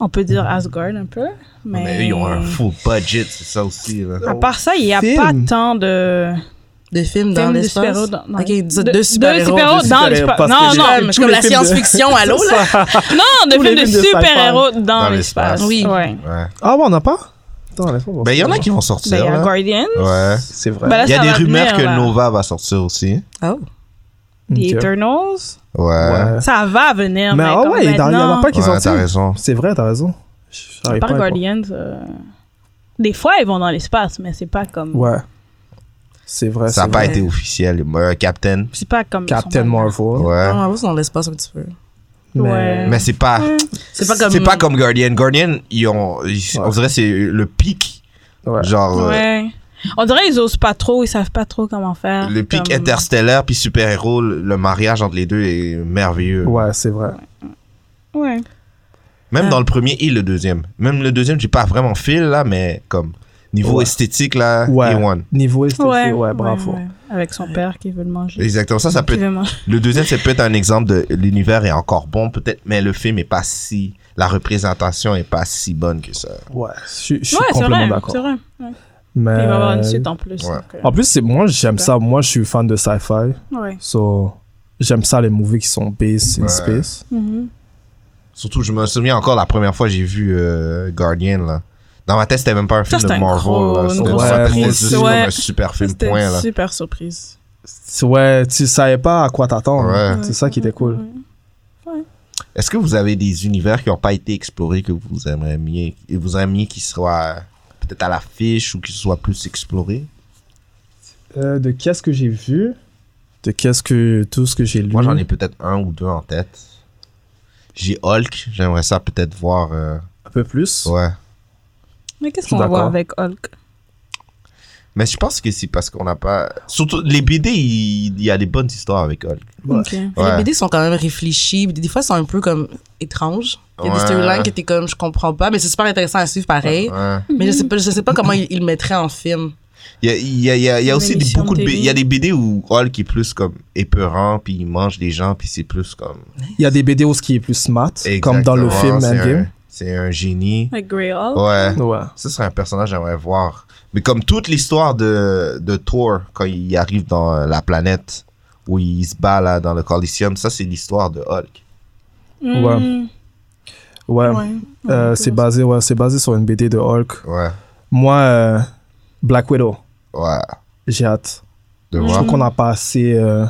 Speaker 1: On peut dire Asgard un peu. Mais,
Speaker 4: Mais eux, ils ont un full budget, c'est ça aussi. Là.
Speaker 1: À part ça, il n'y a
Speaker 2: Film.
Speaker 1: pas tant de
Speaker 3: des films dans
Speaker 1: films de
Speaker 3: l'espace.
Speaker 1: super-héros dans- dans-
Speaker 3: Ok, ils disent
Speaker 1: de-
Speaker 3: deux
Speaker 1: de
Speaker 3: super-héros.
Speaker 1: super-héros
Speaker 2: Des
Speaker 1: dans
Speaker 2: super-héros,
Speaker 1: l'espace.
Speaker 2: parce
Speaker 1: Non,
Speaker 2: que
Speaker 1: non,
Speaker 2: j'ai-
Speaker 3: Ouais, mais je suis comme la
Speaker 2: Tous les films de-
Speaker 3: science-fiction, allô, là.
Speaker 1: non, de
Speaker 2: tous
Speaker 1: films de
Speaker 2: les films de sci-fi.
Speaker 1: super-héros dans,
Speaker 4: Dans
Speaker 1: l'espace.
Speaker 4: l'espace.
Speaker 1: Oui. Ouais.
Speaker 4: Ouais.
Speaker 2: Ah ouais, on n'a pas Attends, laisse-moi voir
Speaker 4: Ben, il y en
Speaker 2: ça.
Speaker 4: a qui vont
Speaker 1: Ben,
Speaker 4: sortir.
Speaker 1: il y a
Speaker 4: là.
Speaker 1: Guardians,
Speaker 4: Ouais.
Speaker 2: C'est vrai.
Speaker 1: Ben là,
Speaker 4: Il y a
Speaker 1: ça
Speaker 4: des
Speaker 1: va
Speaker 4: rumeurs
Speaker 1: venir,
Speaker 4: que
Speaker 1: là.
Speaker 4: Nova va sortir aussi.
Speaker 3: Oh.
Speaker 2: Ok.
Speaker 1: The Eternals.
Speaker 4: Ouais.
Speaker 2: Ouais.
Speaker 4: Ouais,
Speaker 1: Ça va venir.
Speaker 2: Mais
Speaker 1: Mais,
Speaker 2: ah
Speaker 1: comme
Speaker 2: ouais, il y en
Speaker 1: maintenant-
Speaker 2: a pas qui sont
Speaker 4: t'as raison.
Speaker 2: C'est vrai, t'as raison.
Speaker 1: À
Speaker 2: J'arrive
Speaker 1: part
Speaker 2: pas à y croire.
Speaker 1: Guardians, euh, des fois ils vont dans l'espace, mais c'est pas comme.
Speaker 2: Ouais. C'est vrai.
Speaker 4: Ça
Speaker 2: c'est
Speaker 4: n'a pas
Speaker 2: vrai.
Speaker 4: été officiel. Euh, Captain.
Speaker 1: C'est pas comme.
Speaker 2: Captain
Speaker 1: ils sont pas-
Speaker 2: Marvel.
Speaker 4: Ouais.
Speaker 3: Ah, vous, c'est dans l'espace un petit peu.
Speaker 1: Ouais.
Speaker 4: Mais c'est pas.
Speaker 3: C'est pas comme.
Speaker 4: C'est pas comme Guardian. Guardian, ils ont, ils-
Speaker 2: Ouais.
Speaker 4: on dirait que c'est le pic.
Speaker 2: Ouais.
Speaker 4: Genre, euh,
Speaker 1: Ouais. On dirait ils osent pas trop, ils savent pas trop comment faire.
Speaker 4: le pic
Speaker 1: comme-
Speaker 4: interstellaire puis super-héros, le le mariage entre les deux est merveilleux.
Speaker 2: Ouais, c'est vrai.
Speaker 1: Ouais.
Speaker 4: Même
Speaker 3: Ah.
Speaker 4: dans le premier et le deuxième. Même le deuxième, j'ai pas vraiment fil là, mais comme niveau
Speaker 2: Ouais.
Speaker 4: esthétique là,
Speaker 2: Ouais.
Speaker 4: A1.
Speaker 2: Niveau esthétique, ouais,
Speaker 1: Ouais.
Speaker 2: bravo.
Speaker 1: ouais. Avec son père qui veut le manger.
Speaker 4: Exactement. Ça, ça peut
Speaker 1: Qui
Speaker 4: être-
Speaker 1: veut manger.
Speaker 4: le deuxième, ça peut être un exemple de l'univers est encore bon peut-être, mais le film est pas si, la représentation est pas si bonne que ça.
Speaker 2: Ouais, je suis je suis
Speaker 1: Ouais, c'est
Speaker 2: complètement
Speaker 1: vrai.
Speaker 2: d'accord.
Speaker 1: C'est vrai. Ouais. Il
Speaker 2: Mais...
Speaker 1: va y avoir une suite en plus.
Speaker 4: Ouais.
Speaker 1: donc, euh,
Speaker 2: En plus, c'est- moi, j'aime ça. Moi, je suis fan de sci-fi.
Speaker 1: ouais.
Speaker 2: So, j'aime ça, les movies qui sont based in
Speaker 4: Ouais.
Speaker 2: space.
Speaker 1: Mhm.
Speaker 4: Surtout, je me souviens encore la première fois que j'ai vu euh, Guardian là. Dans ma tête, c'était même pas un film
Speaker 1: Ça,
Speaker 4: de
Speaker 1: c'était un
Speaker 4: Marvel.
Speaker 1: gros-
Speaker 4: là.
Speaker 1: une
Speaker 4: C'était-
Speaker 2: grosse
Speaker 4: c'était
Speaker 2: surprise,
Speaker 4: juste comme
Speaker 1: ouais.
Speaker 4: un super film,
Speaker 1: C'était
Speaker 4: point là.
Speaker 1: une super surprise.
Speaker 2: C'est- Ouais, tu savais pas à quoi t'attendre.
Speaker 4: Ouais.
Speaker 2: C'est ça qui était cool.
Speaker 1: Mhm.
Speaker 4: Est-ce que vous avez des univers qui n'ont pas été explorés que vous aimeriez, et vous aimeriez qu'ils soient euh, peut-être à l'affiche ou qu'ils soient plus explorés?
Speaker 2: Euh, de qu'est-ce que j'ai vu De qu'est-ce que. Tout ce que j'ai lu.
Speaker 4: Moi,
Speaker 1: Mhm.
Speaker 4: j'en ai peut-être un ou deux en tête. J'ai Hulk, j'aimerais ça peut-être voir euh,
Speaker 2: peu plus.
Speaker 4: Ouais.
Speaker 1: Mais qu'est-ce
Speaker 2: Je suis
Speaker 1: qu'on voit avec
Speaker 2: d'accord.
Speaker 1: Hulk
Speaker 4: Mais je pense que c'est parce qu'on n'a pas. Surtout, les BD, il il y a des bonnes histoires avec Hulk.
Speaker 2: Ouais.
Speaker 1: Ok.
Speaker 4: Ouais.
Speaker 3: Les BD sont quand même réfléchis. puis Des fois, sont un peu comme étranges. Il y a
Speaker 4: Ouais.
Speaker 3: des storylines qui étaient comme je comprends pas, mais c'est super intéressant à suivre pareil.
Speaker 4: Ouais.
Speaker 1: Mhm.
Speaker 3: Mais je sais pas, je sais pas comment ils ils le mettraient en film.
Speaker 4: Il y a, il y a, il y a, il y a aussi
Speaker 1: Une
Speaker 4: des-
Speaker 1: émission
Speaker 4: beaucoup de
Speaker 1: de
Speaker 4: BD.
Speaker 1: télé.
Speaker 4: Il y a des BD où Hulk est plus comme épeurant, puis il mange des gens, puis c'est plus comme.
Speaker 2: Il y a des BD où ce qui est plus smart, comme dans le
Speaker 4: Exactement,
Speaker 2: film
Speaker 4: c'est
Speaker 2: Endgame.
Speaker 4: un- C'est un génie.
Speaker 1: Avec Grey Hulk
Speaker 4: Ouais.
Speaker 2: Ouais.
Speaker 4: Ça, c'est un personnage que j'aimerais voir. Mais comme toute l'histoire de, de Thor, quand il arrive dans euh, la planète, où il se bat là, dans le Coliseum, ça, c'est l'histoire de Hulk.
Speaker 1: Mm.
Speaker 2: Ouais. Ouais.
Speaker 1: Ouais.
Speaker 2: Euh, c'est basé, ouais, c'est basé sur une BD de Hulk.
Speaker 4: Ouais.
Speaker 2: Moi, euh, Black Widow,
Speaker 4: Ouais.
Speaker 2: j'ai hâte.
Speaker 4: De
Speaker 2: Je
Speaker 4: voir.
Speaker 2: trouve qu'on n'a pas assez. euh,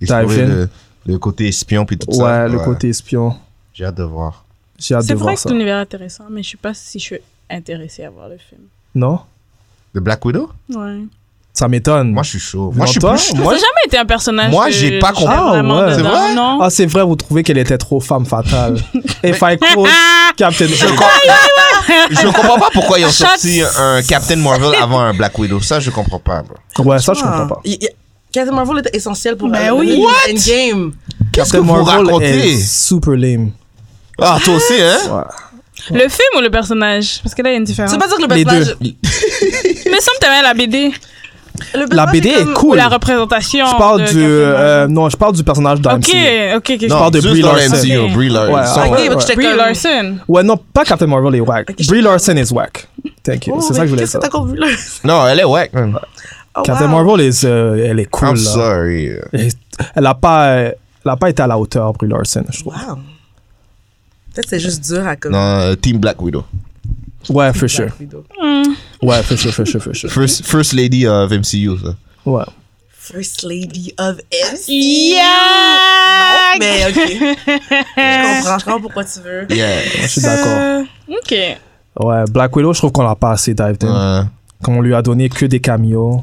Speaker 4: Explorer
Speaker 2: Dive in.
Speaker 4: le, le côté espion, puis tout
Speaker 2: ouais,
Speaker 4: ça.
Speaker 2: le côté espion.
Speaker 4: J'ai hâte de voir.
Speaker 2: J'ai hâte
Speaker 1: C'est
Speaker 2: de
Speaker 1: vrai
Speaker 2: voir
Speaker 1: que
Speaker 2: ça.
Speaker 1: c'est un univers intéressant, mais je sais pas si je suis intéressée à voir le film.
Speaker 2: Non
Speaker 4: De Black Widow
Speaker 1: Ouais.
Speaker 2: Ça m'étonne.
Speaker 4: Moi, je suis chaud. Moi, je suis
Speaker 2: Toi
Speaker 4: plus chaud.
Speaker 2: Moi,
Speaker 1: ça n'a jamais été un personnage.
Speaker 4: Moi,
Speaker 1: que
Speaker 4: j'ai pas
Speaker 1: j'aime
Speaker 4: compris.
Speaker 2: Ah,
Speaker 1: vraiment
Speaker 2: ouais.
Speaker 1: dedans,
Speaker 2: C'est
Speaker 4: vrai?
Speaker 1: Non.
Speaker 2: Ah, c'est vrai, vous trouvez qu'elle était trop femme fatale. Et I Code, Captain
Speaker 4: Je,
Speaker 2: America.
Speaker 4: com-
Speaker 1: Ah!
Speaker 4: je comprends pas pourquoi ils ont
Speaker 1: Shots.
Speaker 4: sorti un Captain Marvel avant un Black Widow. Ça, je comprends pas. bro.
Speaker 2: Ouais, ça, je
Speaker 3: Ah.
Speaker 2: comprends pas.
Speaker 3: Il- il- Captain Marvel était essentiel pour
Speaker 1: Ben
Speaker 3: euh,
Speaker 1: oui.
Speaker 3: le-
Speaker 1: What?
Speaker 3: Endgame.
Speaker 4: Qu'est-ce que
Speaker 2: Captain
Speaker 4: vous
Speaker 2: Marvel
Speaker 4: racontez
Speaker 2: est super lame.
Speaker 4: Ah, toi aussi, hein
Speaker 1: Le film ou le personnage Parce que là, il y a une différence.
Speaker 3: C'est pas dire que le
Speaker 2: Les
Speaker 3: personnage.
Speaker 1: Mais ça me t'aimait la BD.
Speaker 3: Le
Speaker 2: La
Speaker 3: personnage
Speaker 2: BD
Speaker 3: est
Speaker 2: est
Speaker 3: comme-
Speaker 1: Ou
Speaker 2: cool.
Speaker 1: la représentation.
Speaker 2: Je parle
Speaker 1: de
Speaker 2: du.
Speaker 1: Captain
Speaker 2: euh,
Speaker 1: Marvel.
Speaker 2: non, je parle du personnage
Speaker 1: ok,
Speaker 2: d'Annecy.
Speaker 1: ok, ok.
Speaker 4: Non,
Speaker 2: parle de
Speaker 4: juste
Speaker 2: Brie
Speaker 4: dans
Speaker 2: Larson.
Speaker 4: MCU, Brie Larson.
Speaker 2: Ouais,
Speaker 4: Son-
Speaker 3: Ok,
Speaker 2: ouais,
Speaker 3: mais
Speaker 2: ouais.
Speaker 3: j'étais
Speaker 1: Brie
Speaker 3: comme-
Speaker 1: Larson.
Speaker 2: Ouais, non, pas Captain Marvel est whack.
Speaker 3: je-
Speaker 2: Brie Larson is whack. Thank you.
Speaker 3: Oh,
Speaker 2: C'est
Speaker 3: mais
Speaker 2: ça que je voulais
Speaker 3: Qu'est-ce
Speaker 2: dire.
Speaker 3: que t'as compris là?
Speaker 4: Non, elle est wack. man.
Speaker 3: Oh,
Speaker 2: Captain
Speaker 3: wow.
Speaker 2: Marvel, is, euh, elle est cool.
Speaker 4: I'm
Speaker 2: Là.
Speaker 4: sorry.
Speaker 2: Elle elle a pas, euh, elle a pas été à la hauteur, Brie Larson, je trouve.
Speaker 3: Wow. Peut-être que c'est juste dur à comme.
Speaker 4: Non, euh, Team Black Widow.
Speaker 2: Ouais, for sure.
Speaker 3: Black Widow.
Speaker 2: Ouais, for sure, for sure, for sure.
Speaker 4: First, first Lady of MCU. Ça.
Speaker 2: Ouais.
Speaker 3: First Lady of MC.
Speaker 1: Yeah!
Speaker 3: Mais ok. je comprends, je comprends pourquoi tu veux.
Speaker 4: Yeah.
Speaker 2: Je suis d'accord.
Speaker 1: Ok.
Speaker 2: Ouais, Black Widow, je trouve qu'on l'a pas assez dived in.
Speaker 4: Ouais.
Speaker 2: Qu'on lui a donné que des cameos,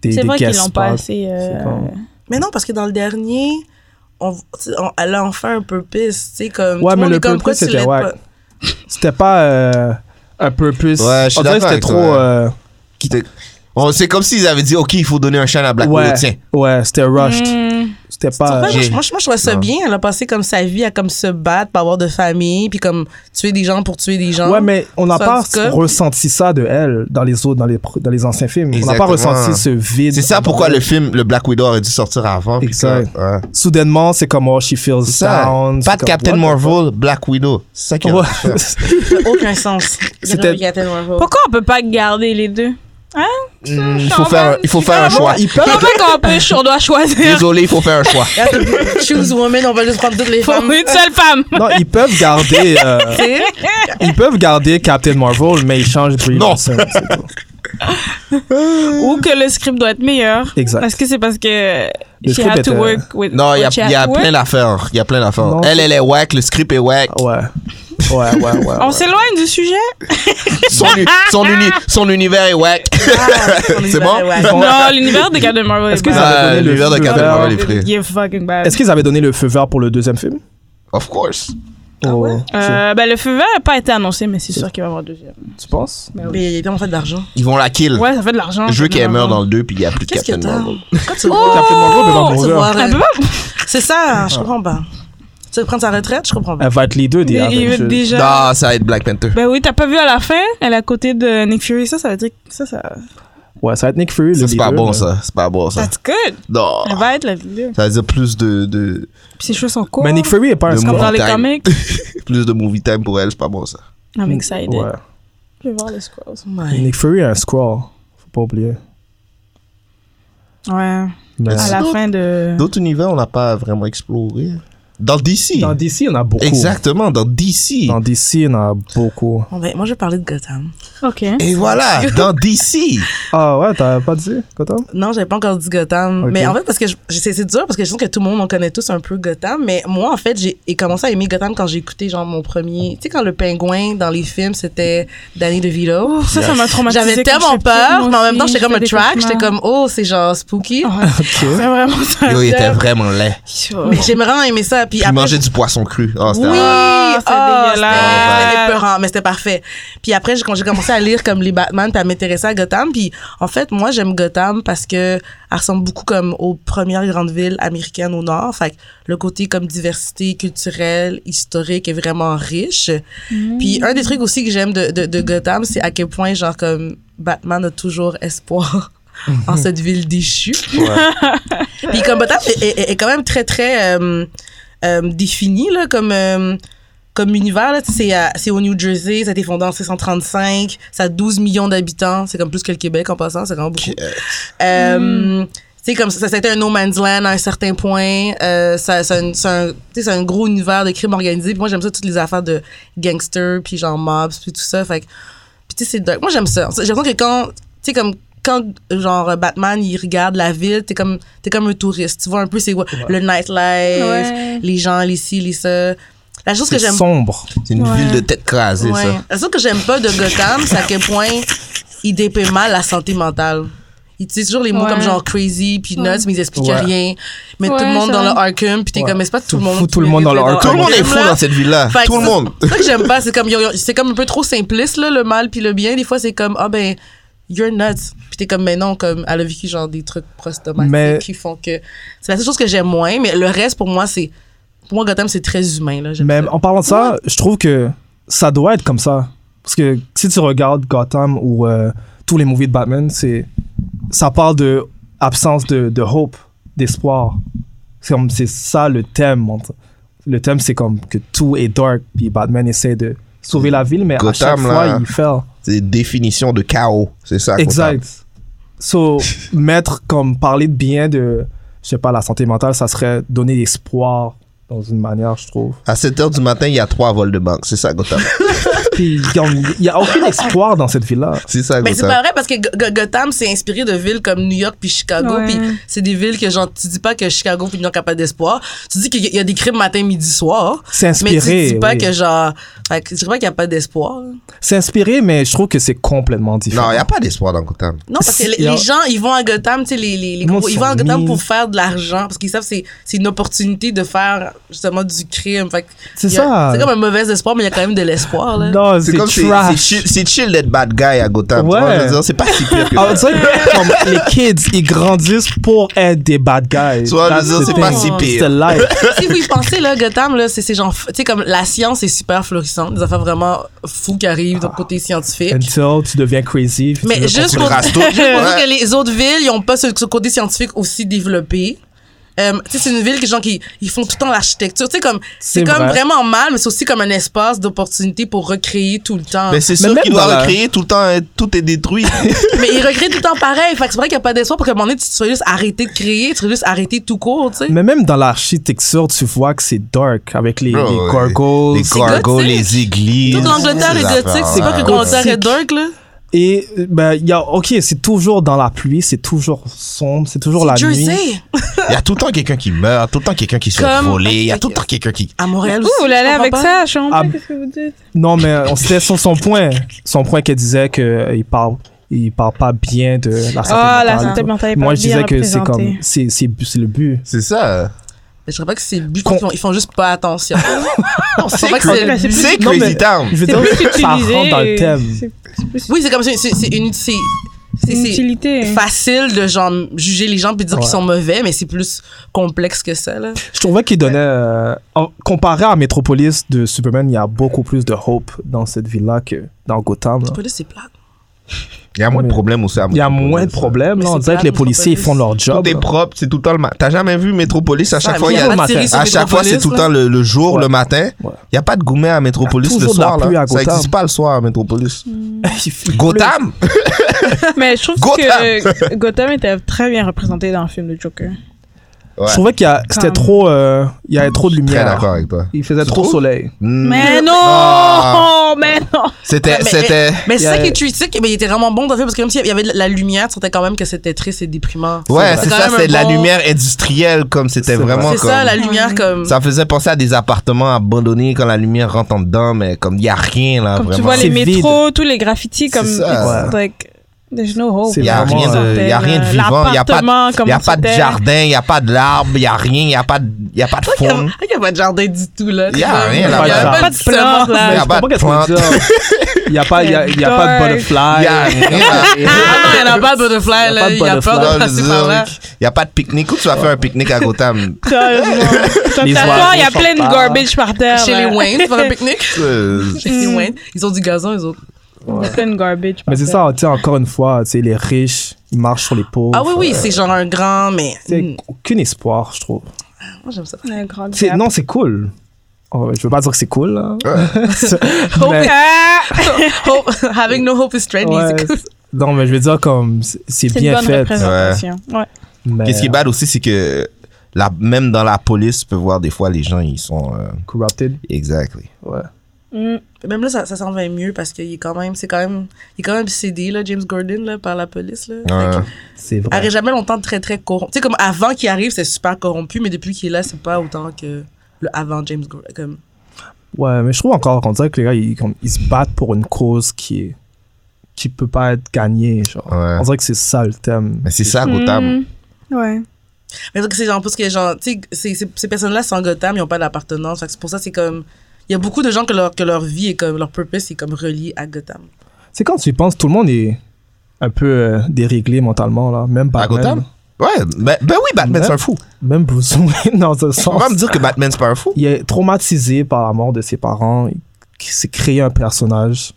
Speaker 2: des,
Speaker 1: C'est
Speaker 2: des
Speaker 1: vrai qu'ils
Speaker 2: guest
Speaker 1: l'ont pas
Speaker 2: spots.
Speaker 1: assez. euh,
Speaker 2: C'est comme-
Speaker 3: Mais non, parce que dans le dernier, on, tu sais, on- elle a enfin un purpose, tu sais, comme.
Speaker 2: Ouais,
Speaker 3: tout
Speaker 2: mais
Speaker 3: monde
Speaker 2: le
Speaker 3: est comme, pourquoi
Speaker 2: purpose
Speaker 3: tu
Speaker 2: c'était
Speaker 3: l'aides
Speaker 2: whack.
Speaker 3: pas?
Speaker 2: C'était pas euh, un purpose.
Speaker 4: Ouais, je suis
Speaker 2: On dirait que
Speaker 4: d'accord
Speaker 2: c'était
Speaker 4: avec toi,
Speaker 2: trop.
Speaker 4: ouais.
Speaker 2: euh,
Speaker 4: C'était- Bon, c'est comme s'ils avaient dit, OK, il faut donner un chien à Black
Speaker 2: ouais,
Speaker 4: Widow. Tiens.
Speaker 2: ouais, c'était rushed.
Speaker 1: Mm. hmm.
Speaker 2: C'était pas.
Speaker 3: Ouais, moi,
Speaker 4: Ah, j'ai-
Speaker 3: je- moi, je- moi, je trouvais ça
Speaker 4: Non.
Speaker 3: bien. Elle a passé comme sa vie à comme se battre, pas avoir de famille, puis comme tuer des gens pour tuer des gens.
Speaker 2: Ouais, mais on n'a
Speaker 3: Ça,
Speaker 2: pas
Speaker 3: en tout cas-
Speaker 2: ressenti ça de elle dans les autres, dans les, pr- dans les anciens films. On n'a pas
Speaker 4: Exactement.
Speaker 2: ressenti ce vide.
Speaker 4: C'est ça pourquoi le film, le Black Widow aurait dû sortir avant. puis
Speaker 2: Exact.
Speaker 4: que- ouais.
Speaker 2: Soudainement, c'est comme oh, she feels
Speaker 4: C'est ça.
Speaker 2: down.
Speaker 4: Pas
Speaker 2: C'est
Speaker 4: de
Speaker 2: comme,
Speaker 4: Captain
Speaker 2: what the
Speaker 4: Marvel, Black Widow. C'est ça
Speaker 2: fuck?
Speaker 4: qu'il aurait dû faire.
Speaker 2: Ouais.
Speaker 3: Ça n'a aucun sens.
Speaker 2: C'était-
Speaker 3: C'était. Pourquoi?
Speaker 1: Pourquoi on peut pas garder les deux
Speaker 4: Il faut faire, il faut faire un choix.
Speaker 2: Il peut-
Speaker 1: Comment qu'on peut, on doit choisir
Speaker 4: Désolé, il faut faire un choix.
Speaker 3: Choose woman, on va juste prendre toutes les
Speaker 1: pour
Speaker 3: femmes.
Speaker 1: une seule femme.
Speaker 2: Non, ils peuvent garder. euh,
Speaker 3: C'est-
Speaker 2: ils peuvent garder Captain Marvel, mais ils changent Brie
Speaker 4: Non.
Speaker 2: Larson, c'est tout.
Speaker 1: Ou que le script doit être meilleur.
Speaker 2: Exact.
Speaker 1: Parce que c'est parce que
Speaker 2: Le
Speaker 1: she
Speaker 2: script
Speaker 1: had to
Speaker 2: était-
Speaker 1: work with
Speaker 4: Non, il y a,
Speaker 1: what she had
Speaker 4: il y a
Speaker 1: to work.
Speaker 4: plein d'affaires. Il y a plein d'affaires.
Speaker 2: Non,
Speaker 4: Elle,
Speaker 2: c'est-
Speaker 4: elle est wack, le script est wack.
Speaker 2: Ouais. Ouais, ouais, ouais. ouais.
Speaker 1: On s'éloigne du sujet
Speaker 4: Son, u- son, uni- son univers est wack.
Speaker 3: Ah, son univers
Speaker 4: bon?
Speaker 3: est wack.
Speaker 2: Bon.
Speaker 1: Non, l'univers de Captain Marvel
Speaker 2: Est-ce
Speaker 1: est
Speaker 2: que
Speaker 1: bad.
Speaker 2: ça-
Speaker 4: Ah,
Speaker 2: donné le
Speaker 4: L'univers de
Speaker 2: feu
Speaker 4: Captain
Speaker 2: vert.
Speaker 4: Marvel est pris.
Speaker 1: Il est fucking bad.
Speaker 2: Est-ce qu'ils avaient donné le feu vert pour le deuxième film
Speaker 4: Of course.
Speaker 2: Oh, je-
Speaker 1: Euh, ben, le feu vert n'a pas été annoncé, mais c'est sûr qu'il va y avoir un deuxième.
Speaker 2: Tu penses
Speaker 3: Mais il y a tellement fait d'argent.
Speaker 4: Ils vont la kill.
Speaker 1: Ouais, ça fait de l'argent.
Speaker 4: Je veux
Speaker 1: Captain
Speaker 4: qu'elle meure dans
Speaker 1: Marvel.
Speaker 4: le 2 puis il n'y a plus de
Speaker 3: Qu'est-ce que
Speaker 4: Captain
Speaker 3: t'as?
Speaker 4: Marvel.
Speaker 3: Quand tu vois.
Speaker 2: Oh! Captain Marvel va
Speaker 3: Quand tu
Speaker 2: mourir.
Speaker 3: vois,
Speaker 1: Elle peut
Speaker 3: euh,
Speaker 1: pas
Speaker 3: C'est ça, hein, je comprends pas. Tu veux prendre sa retraite, je comprends pas.
Speaker 2: Elle va être leader des
Speaker 1: Il- il veut
Speaker 2: Avengers.
Speaker 1: déjà.
Speaker 4: Non, ça va être Black Panther.
Speaker 1: Ben oui, t'as pas vu à la fin, elle est à côté de Nick Fury, ça, ça veut dire que ça, ça.
Speaker 2: Ouais, ça va être Nick Fury.
Speaker 4: Ça,
Speaker 2: le
Speaker 4: C'est pas
Speaker 2: leader,
Speaker 4: bon,
Speaker 2: mais-
Speaker 4: ça. C'est pas bon, ça.
Speaker 1: That's good.
Speaker 4: Non.
Speaker 1: Elle va être la vidéo.
Speaker 4: Ça veut dire plus de, de,
Speaker 1: Puis ses cheveux sont courts.
Speaker 2: Mais Nick Fury est pas un
Speaker 4: Le
Speaker 1: comme
Speaker 2: score.
Speaker 1: dans les
Speaker 4: Time.
Speaker 1: comics.
Speaker 4: plus de movie time pour elle. C'est pas bon, ça.
Speaker 1: I'm excited.
Speaker 2: Ouais.
Speaker 1: Je vais voir les Squirrels.
Speaker 2: Mais
Speaker 3: Ouais.
Speaker 2: Nick Fury est un scroll. Faut pas oublier.
Speaker 1: Ouais.
Speaker 2: Mais-
Speaker 4: Ah,
Speaker 1: À la fin de.
Speaker 4: D'autres univers, on n'a pas vraiment exploré. Dans DC.
Speaker 2: Dans DC, il y en a beaucoup.
Speaker 4: Exactement, dans DC.
Speaker 2: Dans DC, il y en a beaucoup.
Speaker 3: Bon, ben, moi, je vais parler de Gotham.
Speaker 1: Ok.
Speaker 4: Et voilà, dans DC.
Speaker 2: Ah ouais, t'as pas dit, Gotham
Speaker 3: Non, j'avais pas encore dit Gotham.
Speaker 2: Ok.
Speaker 3: Mais en fait, parce que je- je- c'est c'est dur, parce que je pense que tout le monde, on connaît tous un peu Gotham. Mais moi, en fait, j'ai j'ai commencé à aimer Gotham quand j'ai écouté, genre, mon premier. Tu sais, quand le pingouin dans les films, c'était Danny DeVito.
Speaker 1: Oh, Ça, ça m'a traumatisé.
Speaker 3: J'avais
Speaker 1: quand
Speaker 3: tellement
Speaker 1: j'étais petite,
Speaker 3: peur,
Speaker 1: moi
Speaker 3: mais en même temps,
Speaker 1: aussi,
Speaker 3: j'étais comme
Speaker 1: je
Speaker 3: le
Speaker 1: fais des
Speaker 3: track. J'étais
Speaker 1: cauchemars.
Speaker 3: comme, oh, c'est genre spooky.
Speaker 1: C'est vraiment ça.
Speaker 4: Yo, il était vraiment laid.
Speaker 1: Yo.
Speaker 3: euh, Mais j'ai vraiment aimé ça. Puis
Speaker 4: Puis il
Speaker 3: après,
Speaker 4: mangeait du poisson cru. Ah, c'était
Speaker 3: Oui,
Speaker 4: un-
Speaker 1: Ah, c'est
Speaker 3: ah,
Speaker 1: dégueulasse.
Speaker 3: c'était- c'était genre, mais c'était parfait. Puis après, j'ai- quand j'ai commencé à lire comme les Batman, puis à m'intéresser à Gotham, puis en fait, moi, j'aime Gotham parce que elle ressemble beaucoup comme aux premières grandes villes américaines au nord. Fait que le côté comme diversité culturelle, historique est vraiment riche. Puis un des trucs aussi que j'aime de, de, de Gotham, c'est à quel point, genre, comme Batman a toujours espoir en cette ville déchue. Puis comme Gotham est, est- est quand même très, très euh, euh, défini, là, comme... euh, comme univers, là, tu sais, c'est à- c'est au New Jersey, ça a été fondé en 1635, ça a 12 millions d'habitants, c'est comme plus que le Québec en passant, c'est vraiment beaucoup. Euh, Tu sais, comme ça, ça a été un no man's land à un certain point, euh, ça, ça a une- c'est un, tu sais, c'est un gros univers de crime organisé, puis moi j'aime ça, toutes les affaires de gangsters, puis genre mobs, puis tout ça, fait que, puis tu sais, c'est dark. Moi j'aime ça, j'ai l'impression que quand, tu sais, comme, quand genre Batman il regarde la ville t'es comme t'es comme un touriste tu vois un peu c'est quoi le nightlife
Speaker 1: Ouais.
Speaker 3: les gens les ci les ça la chose que
Speaker 2: C'est
Speaker 3: j'aime
Speaker 2: sombre.
Speaker 4: C'est une
Speaker 1: Ouais.
Speaker 4: ville de tête crasée,
Speaker 3: Ouais.
Speaker 4: ça.
Speaker 3: La chose que j'aime pas de Gotham, c'est à quel point il dépeint mal la santé mentale. Il utilise toujours les mots
Speaker 1: Ouais.
Speaker 3: comme genre crazy puis nuts, mais ils expliquent
Speaker 2: Ouais.
Speaker 3: rien. Ils mettent tout
Speaker 1: Ouais,
Speaker 3: le monde
Speaker 1: c'est
Speaker 3: dans le
Speaker 1: vrai.
Speaker 3: Arkham puis t'es
Speaker 2: Ouais.
Speaker 3: comme, mais c'est pas tout le
Speaker 2: Faut-
Speaker 3: monde.
Speaker 2: faut
Speaker 3: qui
Speaker 2: tout le monde dans le
Speaker 3: mérite
Speaker 2: Arkham.
Speaker 4: Tout
Speaker 3: d'être
Speaker 4: le monde est fou
Speaker 3: là.
Speaker 4: dans cette ville-là.
Speaker 3: Fait que
Speaker 4: Tout le
Speaker 3: ça-
Speaker 4: monde.
Speaker 3: C'est ça que j'aime pas. C'est comme, yo, yo, c'est comme un peu trop simpliste, là, le mal puis le bien. Des fois, c'est comme, ah ben, you're nuts. Puis t'es comme, mais non, comme, elle a vécu genre des trucs prostomatiques
Speaker 2: Mais-
Speaker 3: qui font que. C'est la seule chose que j'aime moins, mais le reste, pour moi, c'est. Pour moi, Gotham, c'est très humain, là. J'aime
Speaker 2: Mais
Speaker 3: ça.
Speaker 2: en parlant de ça, je trouve que ça doit être comme ça. Parce que si tu regardes Gotham ou euh, tous les movies de Batman, c'est ça parle de absence de, de hope, d'espoir. C'est comme c'est ça le thème. en- Le thème c'est comme que tout est dark puis Batman essaie de sauver la ville mais à
Speaker 4: Gotham,
Speaker 2: chaque fois
Speaker 4: là.
Speaker 2: il fait
Speaker 4: C'est une définition de chaos. C'est ça. qu'on parle.
Speaker 2: Exact. So, mettre comme parler de bien de, je sais pas, la santé mentale, ça serait donner l'espoir dans une manière, je trouve.
Speaker 4: À 7 h du matin, il y a trois vols de banque. C'est ça, Gotham.
Speaker 2: Puis, comme, il y a aucun espoir dans cette ville-là.
Speaker 4: C'est ça,
Speaker 3: Mais Ben, c'est pas
Speaker 4: Gotham.
Speaker 3: vrai parce que Go- Go- Gotham c'est inspiré de villes comme New York puis Chicago
Speaker 1: Ouais.
Speaker 3: puis c'est des villes que genre tu dis pas que Chicago puis New York a pas d'espoir. Tu dis qu'il y a- il y a des crimes matin midi soir.
Speaker 2: C'est
Speaker 3: Mais tu
Speaker 2: inspiré.
Speaker 3: dis pas
Speaker 2: oui.
Speaker 3: que genre fait que tu dis pas qu'il y a pas d'espoir.
Speaker 2: C'est inspiré, mais je trouve que c'est complètement différent.
Speaker 4: Non, il n'y a pas d'espoir dans Gotham.
Speaker 3: Non parce que
Speaker 2: Si,
Speaker 3: les,
Speaker 2: y a-
Speaker 3: les gens ils vont à Gotham, tu sais les, les, les
Speaker 2: Le monde
Speaker 3: gros- ils
Speaker 2: sont
Speaker 3: vont à Gotham
Speaker 2: mis.
Speaker 3: pour faire de l'argent parce qu'ils savent c'est c'est une opportunité de faire justement du crime. Fait que
Speaker 2: C'est
Speaker 3: il y a-
Speaker 2: ça.
Speaker 3: C'est comme un mauvais espoir mais il y a quand même de l'espoir là.
Speaker 2: Non,
Speaker 4: C'est
Speaker 2: c'est
Speaker 4: comme c'est- c'est
Speaker 2: trash.
Speaker 4: chill- c'est chill d'être bad guy à Gotham. tu
Speaker 2: Ouais.
Speaker 4: vois, je veux dire, C'est pas si pire que
Speaker 2: Ah,
Speaker 4: ça.
Speaker 2: on dirait que comme les kids, ils grandissent pour être des bad guys.
Speaker 4: Tu vois, je veux
Speaker 2: That's
Speaker 4: dire,
Speaker 2: the
Speaker 4: c'est pas
Speaker 2: thing.
Speaker 4: si pire.
Speaker 2: It's the life.
Speaker 3: si vous y pensez, là, Gotham, là, c'est ces gens. Tu sais, comme la science est super florissante, des affaires vraiment fous qui arrivent
Speaker 2: Ah.
Speaker 3: d'un côté scientifique.
Speaker 2: Until tu deviens crazy. puis tu
Speaker 3: Mais
Speaker 2: veux
Speaker 3: juste
Speaker 2: continuer.
Speaker 3: pour,
Speaker 4: rases tout.
Speaker 3: juste pour dire
Speaker 4: Ouais.
Speaker 3: que les autres villes, ils ont pas ce, ce côté scientifique aussi développé. Euh, tu sais, c'est une ville que genre qui ils font tout le temps l'architecture. Tu sais, comme c'est
Speaker 2: C'est
Speaker 3: comme
Speaker 2: vrai.
Speaker 3: vraiment mal, mais c'est aussi comme un espace d'opportunité pour recréer tout le temps.
Speaker 4: Mais c'est
Speaker 2: Mais
Speaker 4: sûr
Speaker 2: même
Speaker 4: qu'il
Speaker 2: dans la-
Speaker 4: doit recréer tout le temps, hein, tout est détruit.
Speaker 3: mais ils recréent tout le temps pareil. Fait que c'est vrai qu'il n'y a pas d'espoir pour que à un moment donné, tu sois juste arrêté de créer, tu sois juste arrêté tout court. Tu sais.
Speaker 2: Mais même dans l'architecture, tu vois que c'est dark avec les,
Speaker 4: Oh,
Speaker 2: les
Speaker 4: ouais.
Speaker 2: gargoles.
Speaker 4: les gargoles,
Speaker 3: gothique.
Speaker 4: les églises.
Speaker 3: Toute l'Angleterre
Speaker 4: ces
Speaker 3: est gothique,
Speaker 4: affaires-là.
Speaker 3: c'est pas que
Speaker 2: ouais.
Speaker 3: l'Angleterre est dark, là.
Speaker 2: Et euh, ben, il y a, ok, c'est toujours dans la pluie, c'est toujours sombre, c'est toujours la nuit.
Speaker 3: Jersey.
Speaker 4: Il y a tout le temps quelqu'un qui meurt, tout le temps quelqu'un qui se fait
Speaker 3: Comme-
Speaker 4: voler, il y a tout le temps quelqu'un qui.
Speaker 3: À Montréal aussi.
Speaker 1: Ouh là là,
Speaker 3: je comprends
Speaker 1: avec
Speaker 3: pas.
Speaker 1: ça, je comprends
Speaker 2: Ah,
Speaker 1: pas qu'est-ce que vous dites.
Speaker 2: Non, mais euh, on c'était sur son point, son point qu'elle disait que euh, il parle, il parle pas bien de la santé
Speaker 1: Ah, la
Speaker 2: mentale.
Speaker 1: santé mentale est
Speaker 2: Moi,
Speaker 1: pas
Speaker 2: je
Speaker 1: bien
Speaker 2: disais que c'est
Speaker 1: représentée.
Speaker 2: comme, c'est, c'est, c'est le but.
Speaker 4: C'est ça.
Speaker 3: Mais je crois pas que c'est le but.
Speaker 2: Con-
Speaker 3: Ils font, ils font juste pas attention. Je crois pas que
Speaker 4: cra-
Speaker 3: c'est le
Speaker 1: c'est
Speaker 3: but.
Speaker 4: C'est
Speaker 2: Non,
Speaker 4: Crazy
Speaker 2: mais-
Speaker 4: Town.
Speaker 2: Je
Speaker 1: C'est
Speaker 2: veux dire,
Speaker 1: plus utilisé.
Speaker 2: ça rentre dans le thème.
Speaker 1: C'est
Speaker 3: Oui, c'est comme ça. C'est c'est une. C'est c'est-
Speaker 1: une
Speaker 3: c'est
Speaker 1: utilité.
Speaker 3: facile de genre juger les gens puis dire
Speaker 2: Ouais.
Speaker 3: qu'ils sont mauvais, mais c'est plus complexe que ça. Là.
Speaker 2: Je trouvais qu'il donnait, euh, en- comparé à Metropolis de Superman, il y a beaucoup plus de hope dans cette ville-là que dans Gotham. là.
Speaker 3: Après, là, c'est plat.
Speaker 4: Il y a moins de problèmes aussi à
Speaker 2: Il y a moins de
Speaker 4: Metropolis.
Speaker 2: problèmes.
Speaker 3: Mais
Speaker 2: là. On
Speaker 3: c'est
Speaker 2: dirait
Speaker 3: pas
Speaker 2: que les policiers ils
Speaker 3: Metropolis.
Speaker 2: font leur job. hein.
Speaker 4: Tout est
Speaker 2: là.
Speaker 4: propre, c'est tout le temps le matin. T'as jamais vu Metropolis à chaque fois, il y a-
Speaker 2: le matin.
Speaker 4: à chaque fois c'est tout le temps le, le jour,
Speaker 2: Ouais.
Speaker 4: le matin. Il
Speaker 2: Ouais.
Speaker 4: n'y a pas de gourmet à Metropolis
Speaker 2: Il y a
Speaker 4: le
Speaker 2: toujours de la
Speaker 4: soir.
Speaker 2: pluie à
Speaker 4: Là. Ça
Speaker 2: Gotham.
Speaker 4: n'existe pas le soir à Metropolis.
Speaker 2: Il fait-
Speaker 4: Gotham
Speaker 1: Mais je trouve que euh, Gotham était très bien représenté dans le film de Joker.
Speaker 4: Mm. Ouais.
Speaker 2: Je trouvais qu'il y a, c'était
Speaker 1: Comme-
Speaker 2: trop, euh, il y avait trop de
Speaker 4: Très
Speaker 2: lumière.
Speaker 4: d'accord avec toi.
Speaker 2: Il faisait
Speaker 4: Tu
Speaker 2: trop
Speaker 4: trouves?
Speaker 2: soleil.
Speaker 4: Mm.
Speaker 1: Mais non!
Speaker 4: Ah.
Speaker 1: Mais non!
Speaker 4: C'était,
Speaker 3: Mais-
Speaker 4: c'était.
Speaker 3: Mais c'est
Speaker 2: Il y
Speaker 3: ça
Speaker 2: a-
Speaker 3: qui est critique, mais il était vraiment bon dans le film parce que même s'il y avait de la lumière, tu sentais quand même que c'était triste et déprimant.
Speaker 4: Ouais, c'est
Speaker 3: quand
Speaker 4: ça,
Speaker 3: même un
Speaker 4: c'est de la
Speaker 3: bon-
Speaker 4: lumière industrielle, comme c'était
Speaker 2: C'est vrai.
Speaker 4: vraiment
Speaker 3: C'est
Speaker 4: comme.
Speaker 3: ça, la lumière comme.
Speaker 4: Ça faisait penser à des appartements abandonnés quand la lumière rentre en dedans, mais comme il n'y a rien là,
Speaker 1: Comme
Speaker 4: vraiment.
Speaker 1: tu vois les
Speaker 2: C'est vide.
Speaker 1: métros, tous les graffitis, comme.
Speaker 4: C'est ça.
Speaker 1: it's like- There's no hope.
Speaker 2: C'est
Speaker 4: Il n'y a,
Speaker 2: vraiment,
Speaker 4: rien de- il y a rien de
Speaker 1: Euh,
Speaker 4: vivant, il n'y a pas
Speaker 1: l'appartement,
Speaker 4: de, il y
Speaker 1: comment
Speaker 4: a pas de
Speaker 1: c'était.
Speaker 4: jardin, il n'y a pas de l'arbre, il n'y a rien, il n'y a pas de, il y a pas de
Speaker 3: Ah, Il
Speaker 4: faune.
Speaker 3: n'y a pas de jardin du tout, là.
Speaker 4: Il y a rien
Speaker 3: Il y
Speaker 2: là-bas.
Speaker 3: a
Speaker 2: Pas
Speaker 3: pas
Speaker 1: de
Speaker 3: de
Speaker 1: fleurs,
Speaker 3: semence,
Speaker 4: Il
Speaker 3: là. Ah,
Speaker 4: n'y a pas de plante,
Speaker 2: Il n'y a pas, il Ah, bah, y a, il y a pas
Speaker 1: Dark.
Speaker 2: de
Speaker 4: il
Speaker 2: butterfly.
Speaker 4: n'y a rien.
Speaker 3: Ah non, il n'y en a pas de butterfly,
Speaker 2: Il y a pas de
Speaker 3: là. Il y a peur de
Speaker 4: Dans le
Speaker 3: passer par là.
Speaker 4: Zurich, Il n'y a pas de pique-nique. Où tu vas faire un pique-nique à Gotham?
Speaker 1: Sérieusement.
Speaker 2: Les
Speaker 1: Les soirs, il y a
Speaker 2: oiseaux
Speaker 1: plein de
Speaker 2: sont pas-
Speaker 1: garbage par terre.
Speaker 3: Ah, Chez les
Speaker 1: là.
Speaker 3: Wayne, tu vas faire un pique-nique?
Speaker 4: Euh,
Speaker 3: Chez
Speaker 2: Mm.
Speaker 3: les Wayne. Ils ont du gazon, ils ont.
Speaker 1: Il y a plein de garbage par
Speaker 2: Mais c'est
Speaker 1: terre.
Speaker 2: ça, tu sais, encore une fois, tu sais, les riches, ils marchent sur les pauvres.
Speaker 3: Ah oui, oui,
Speaker 2: Euh,
Speaker 3: c'est genre un grand, mais.
Speaker 2: tu sais,
Speaker 3: Mm.
Speaker 2: aucun espoir, je trouve.
Speaker 3: Moi, j'aime ça.
Speaker 1: Un grand
Speaker 2: C'est-
Speaker 1: gap.
Speaker 2: Non, c'est cool. Oh, je veux pas dire que c'est cool, hein. là.
Speaker 3: Hope,
Speaker 2: Mais-
Speaker 1: Ah!
Speaker 3: hope, having no hope is trendy.
Speaker 2: Ouais,
Speaker 3: c'est cool.
Speaker 2: non, mais je veux dire, comme, c'est- c'est
Speaker 1: C'est une
Speaker 2: bien
Speaker 1: bonne
Speaker 2: fait.
Speaker 1: représentation. Ouais.
Speaker 2: mais-
Speaker 4: Qu'est-ce qui est bad aussi, c'est que la, même dans la police, tu peux voir des fois les gens, ils sont. euh,
Speaker 2: Corrupted.
Speaker 4: exactly.
Speaker 2: Ouais.
Speaker 1: Mm.
Speaker 3: Même là, ça, ça s'en va mieux parce qu'il est quand même, c'est quand même, il est quand même cédé, là, James Gordon, là, par la police, là.
Speaker 4: Ouais.
Speaker 2: C'est vrai.
Speaker 3: Arrête jamais longtemps de très, très corrompu. Tu sais, comme avant qu'il arrive, c'est super corrompu, mais depuis qu'il est là, c'est pas autant que le avant James Gordon. Comme,
Speaker 2: Ouais, mais je trouve encore qu'on dirait que les gars, ils, comme, ils se battent pour une cause qui est qui peut pas être gagnée. Genre.
Speaker 4: Ouais.
Speaker 2: On dirait que c'est ça le thème.
Speaker 4: Mais c'est ça, Gotham.
Speaker 1: Ouais.
Speaker 3: Mais donc, c'est genre, parce que les gens, tu sais, ces- ces- ces personnes-là sont en Gotham, ils n'ont pas d'appartenance. Fait que c'est pour ça, c'est comme. Il y a beaucoup de gens que leur, que leur vie et comme leur purpose est comme relié à Gotham.
Speaker 2: C'est quand tu y penses, tout le monde est un peu euh, déréglé mentalement, là. Même
Speaker 4: À
Speaker 2: Batman.
Speaker 4: Gotham? Ouais, ben, ben oui, Batman,
Speaker 2: Ouais.
Speaker 4: c'est un fou.
Speaker 2: Même Bruce Wayne, dans ce
Speaker 4: On
Speaker 2: sens.
Speaker 4: va me dire que Batman, c'est pas un fou.
Speaker 2: Il est traumatisé par la mort de ses parents. Il s'est créé un personnage.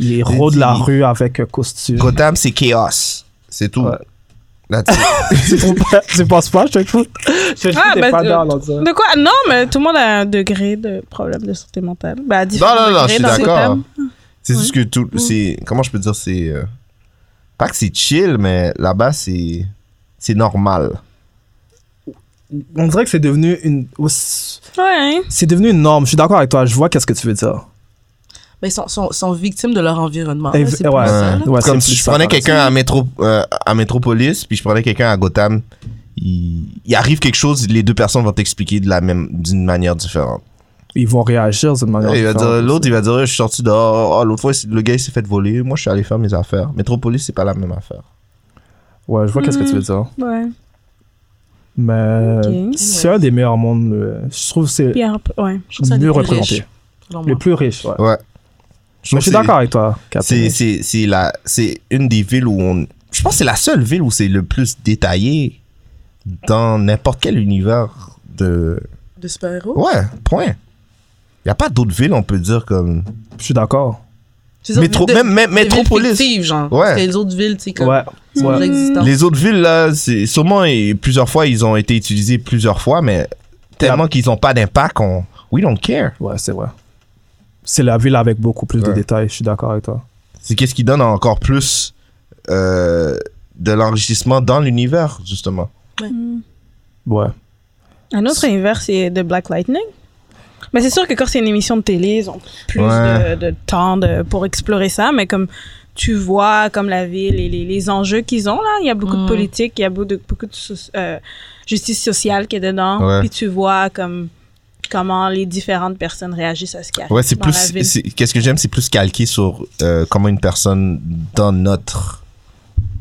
Speaker 2: Il rôde
Speaker 4: dit-
Speaker 2: la rue avec un costume.
Speaker 4: Gotham, c'est chaos. C'est tout.
Speaker 2: Ouais.
Speaker 4: That's it.
Speaker 2: tu, trouves pas- tu penses pas, je te écoute.
Speaker 1: Ah,
Speaker 2: Je te écoute, t'es
Speaker 1: bah,
Speaker 2: pas
Speaker 1: euh,
Speaker 2: dans l'autre.
Speaker 1: De quoi Non, mais tout le monde a un degré de problème de santé mentale. Bah, à
Speaker 4: Non,
Speaker 1: différents
Speaker 4: non, non, je
Speaker 1: degrés
Speaker 4: suis
Speaker 1: dans ces
Speaker 4: d'accord.
Speaker 1: thèmes.
Speaker 4: C'est juste que tout. c'est Comment je peux dire C'est. euh, pas que c'est chill, mais là-bas, c'est. C'est normal.
Speaker 2: On dirait que c'est devenu une. aussi-
Speaker 1: Ouais. hein.
Speaker 2: C'est devenu une norme. Je suis d'accord avec toi. Je vois qu'est-ce que tu veux dire.
Speaker 3: Mais ils sont, sont, sont victimes de leur environnement.
Speaker 2: Et-
Speaker 3: là, c'est
Speaker 2: ouais.
Speaker 3: plus
Speaker 2: Ouais.
Speaker 3: ça, là.
Speaker 2: Ouais,
Speaker 4: Hein. comme
Speaker 2: c'est
Speaker 4: si
Speaker 2: plus
Speaker 4: je
Speaker 2: ça,
Speaker 4: prenais
Speaker 2: par exemple.
Speaker 4: quelqu'un à, métro, euh, à Métropolis, puis je prenais quelqu'un à Gotham. Il, il arrive quelque chose, les deux personnes vont t'expliquer de la même, d'une manière différente.
Speaker 2: Ils vont réagir d'une manière.
Speaker 4: Là, il va
Speaker 2: différente.
Speaker 4: dire- L'autre, il va dire, je suis sorti dehors. Ah, l'autre fois, le gars, il s'est fait voler. Moi, je suis allé faire mes affaires. Métropolis, c'est pas la même affaire.
Speaker 2: Ouais, je vois qu'est-ce que tu veux dire.
Speaker 1: Ouais.
Speaker 2: Mais
Speaker 1: Hmm. Ok.
Speaker 2: c'est un des meilleurs mondes. euh, Je trouve que c'est
Speaker 1: Puis un peu- ouais.
Speaker 3: trouve ça
Speaker 2: mieux
Speaker 3: le plus
Speaker 2: représenté.
Speaker 3: riche, selon moi.
Speaker 2: Le plus riche, ouais.
Speaker 4: Ouais.
Speaker 2: Je suis d'accord avec toi, Catherine.
Speaker 4: C'est c'est- c'est la- c'est une des villes où on. Je pense que c'est la seule ville où c'est le plus détaillé dans n'importe quel univers de.
Speaker 3: De super-héros.
Speaker 4: Ouais, point. Il n'y a pas d'autres villes, on peut dire, comme.
Speaker 2: Je suis d'accord.
Speaker 3: Tu veux dire,
Speaker 4: Métro-
Speaker 3: de-
Speaker 4: même- même
Speaker 3: de villes
Speaker 4: Métropolis.
Speaker 3: fictives, genre.
Speaker 4: Ouais.
Speaker 3: Parce que les autres villes, tu sais, comme.
Speaker 2: Ouais.
Speaker 3: sont
Speaker 2: ouais.
Speaker 3: déjà existantes.
Speaker 4: Les autres villes, là, c'est sûrement et plusieurs fois, ils ont été utilisés plusieurs fois, mais tellement qu'ils n'ont pas d'impact, on. We don't care.
Speaker 2: Ouais, c'est vrai. C'est la ville avec beaucoup plus de
Speaker 4: Ouais.
Speaker 2: détails. Je suis d'accord avec toi.
Speaker 4: C'est qu'est-ce qui donne encore plus euh, de l'enrichissement dans l'univers, justement.
Speaker 2: Ouais.
Speaker 1: Un autre univers, c'est de Black Lightning. Mais c'est sûr que quand c'est une émission de télé, ils ont plus
Speaker 4: Ouais.
Speaker 1: de, de temps de- pour explorer ça. Mais comme tu vois, comme la ville et les, les enjeux qu'ils ont là, il y a beaucoup de
Speaker 3: Mm.
Speaker 1: politique, il y a beaucoup de, beaucoup de so- euh, justice sociale qui est dedans.
Speaker 4: Ouais.
Speaker 1: Puis tu vois comme comment les différentes personnes réagissent à ce qui arrive.
Speaker 4: Ouais, c'est
Speaker 1: dans
Speaker 4: plus.
Speaker 1: la ville.
Speaker 4: c'est- Qu'est-ce que j'aime, c'est plus calqué sur euh, comment une personne dans notre.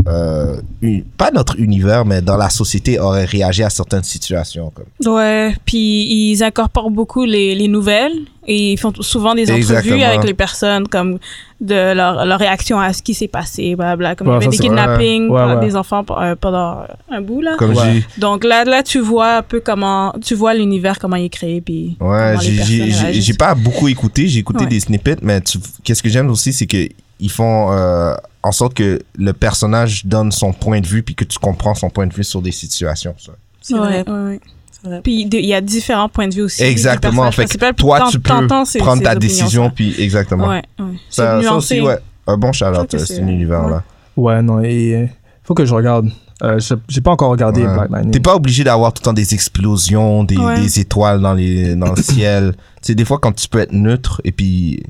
Speaker 4: euh, un- pas notre univers, mais dans la société aurait réagi à certaines situations. Comme.
Speaker 1: Ouais, puis ils incorporent beaucoup les, les nouvelles et ils font souvent des entrevues
Speaker 4: Exactement.
Speaker 1: avec les personnes comme de leur, leur réaction à ce qui s'est passé, blabla. Comme il y
Speaker 2: Ouais,
Speaker 1: avait
Speaker 2: ça,
Speaker 1: des
Speaker 2: c'est-
Speaker 1: kidnappings
Speaker 2: ouais,
Speaker 1: par-
Speaker 2: ouais.
Speaker 1: des enfants par- euh, pendant un bout là.
Speaker 4: Comme
Speaker 2: Ouais.
Speaker 1: Donc là, là tu vois un peu comment tu vois l'univers comment il est créé puis.
Speaker 4: j'ai.
Speaker 1: comment
Speaker 4: Ouais,
Speaker 1: les
Speaker 4: j'ai- j'ai-
Speaker 1: personnes
Speaker 4: j'ai
Speaker 1: réagissent.
Speaker 4: j'ai pas beaucoup écouté, j'ai écouté
Speaker 1: Ouais.
Speaker 4: des snippets, mais tu- qu'est-ce que j'aime aussi, c'est que ils font euh, en sorte que le personnage donne son point de vue puis que tu comprends son point de vue sur des situations. ça.
Speaker 3: C'est
Speaker 1: Ouais,
Speaker 3: vrai.
Speaker 1: ouais, ouais.
Speaker 3: vrai.
Speaker 1: Puis de- il y a différents points de vue aussi. du
Speaker 4: Exactement.
Speaker 1: personnage
Speaker 4: Fait que
Speaker 1: principal, puis
Speaker 4: toi,
Speaker 1: t'en-
Speaker 4: tu peux
Speaker 1: t'entends ces-
Speaker 4: prendre
Speaker 1: ces
Speaker 4: ta
Speaker 1: opinions,
Speaker 4: décision,
Speaker 1: ça.
Speaker 4: puis exactement.
Speaker 1: Ouais, ouais. C'est
Speaker 4: Bah, Ça, ça
Speaker 1: nuancé.
Speaker 4: aussi, ouais. Un bon
Speaker 1: trouve
Speaker 4: shout-out,
Speaker 1: que
Speaker 4: euh,
Speaker 1: c'est-
Speaker 4: cet univers-là.
Speaker 2: Ouais, non. Il faut que je regarde. Euh, je- J'ai pas encore regardé
Speaker 4: Ouais.
Speaker 2: Black Lightning.
Speaker 4: T'es pas obligé d'avoir tout le temps des explosions, des,
Speaker 1: Ouais.
Speaker 4: des étoiles dans, les, dans le ciel. Tu sais, des fois, quand tu peux être neutre et puis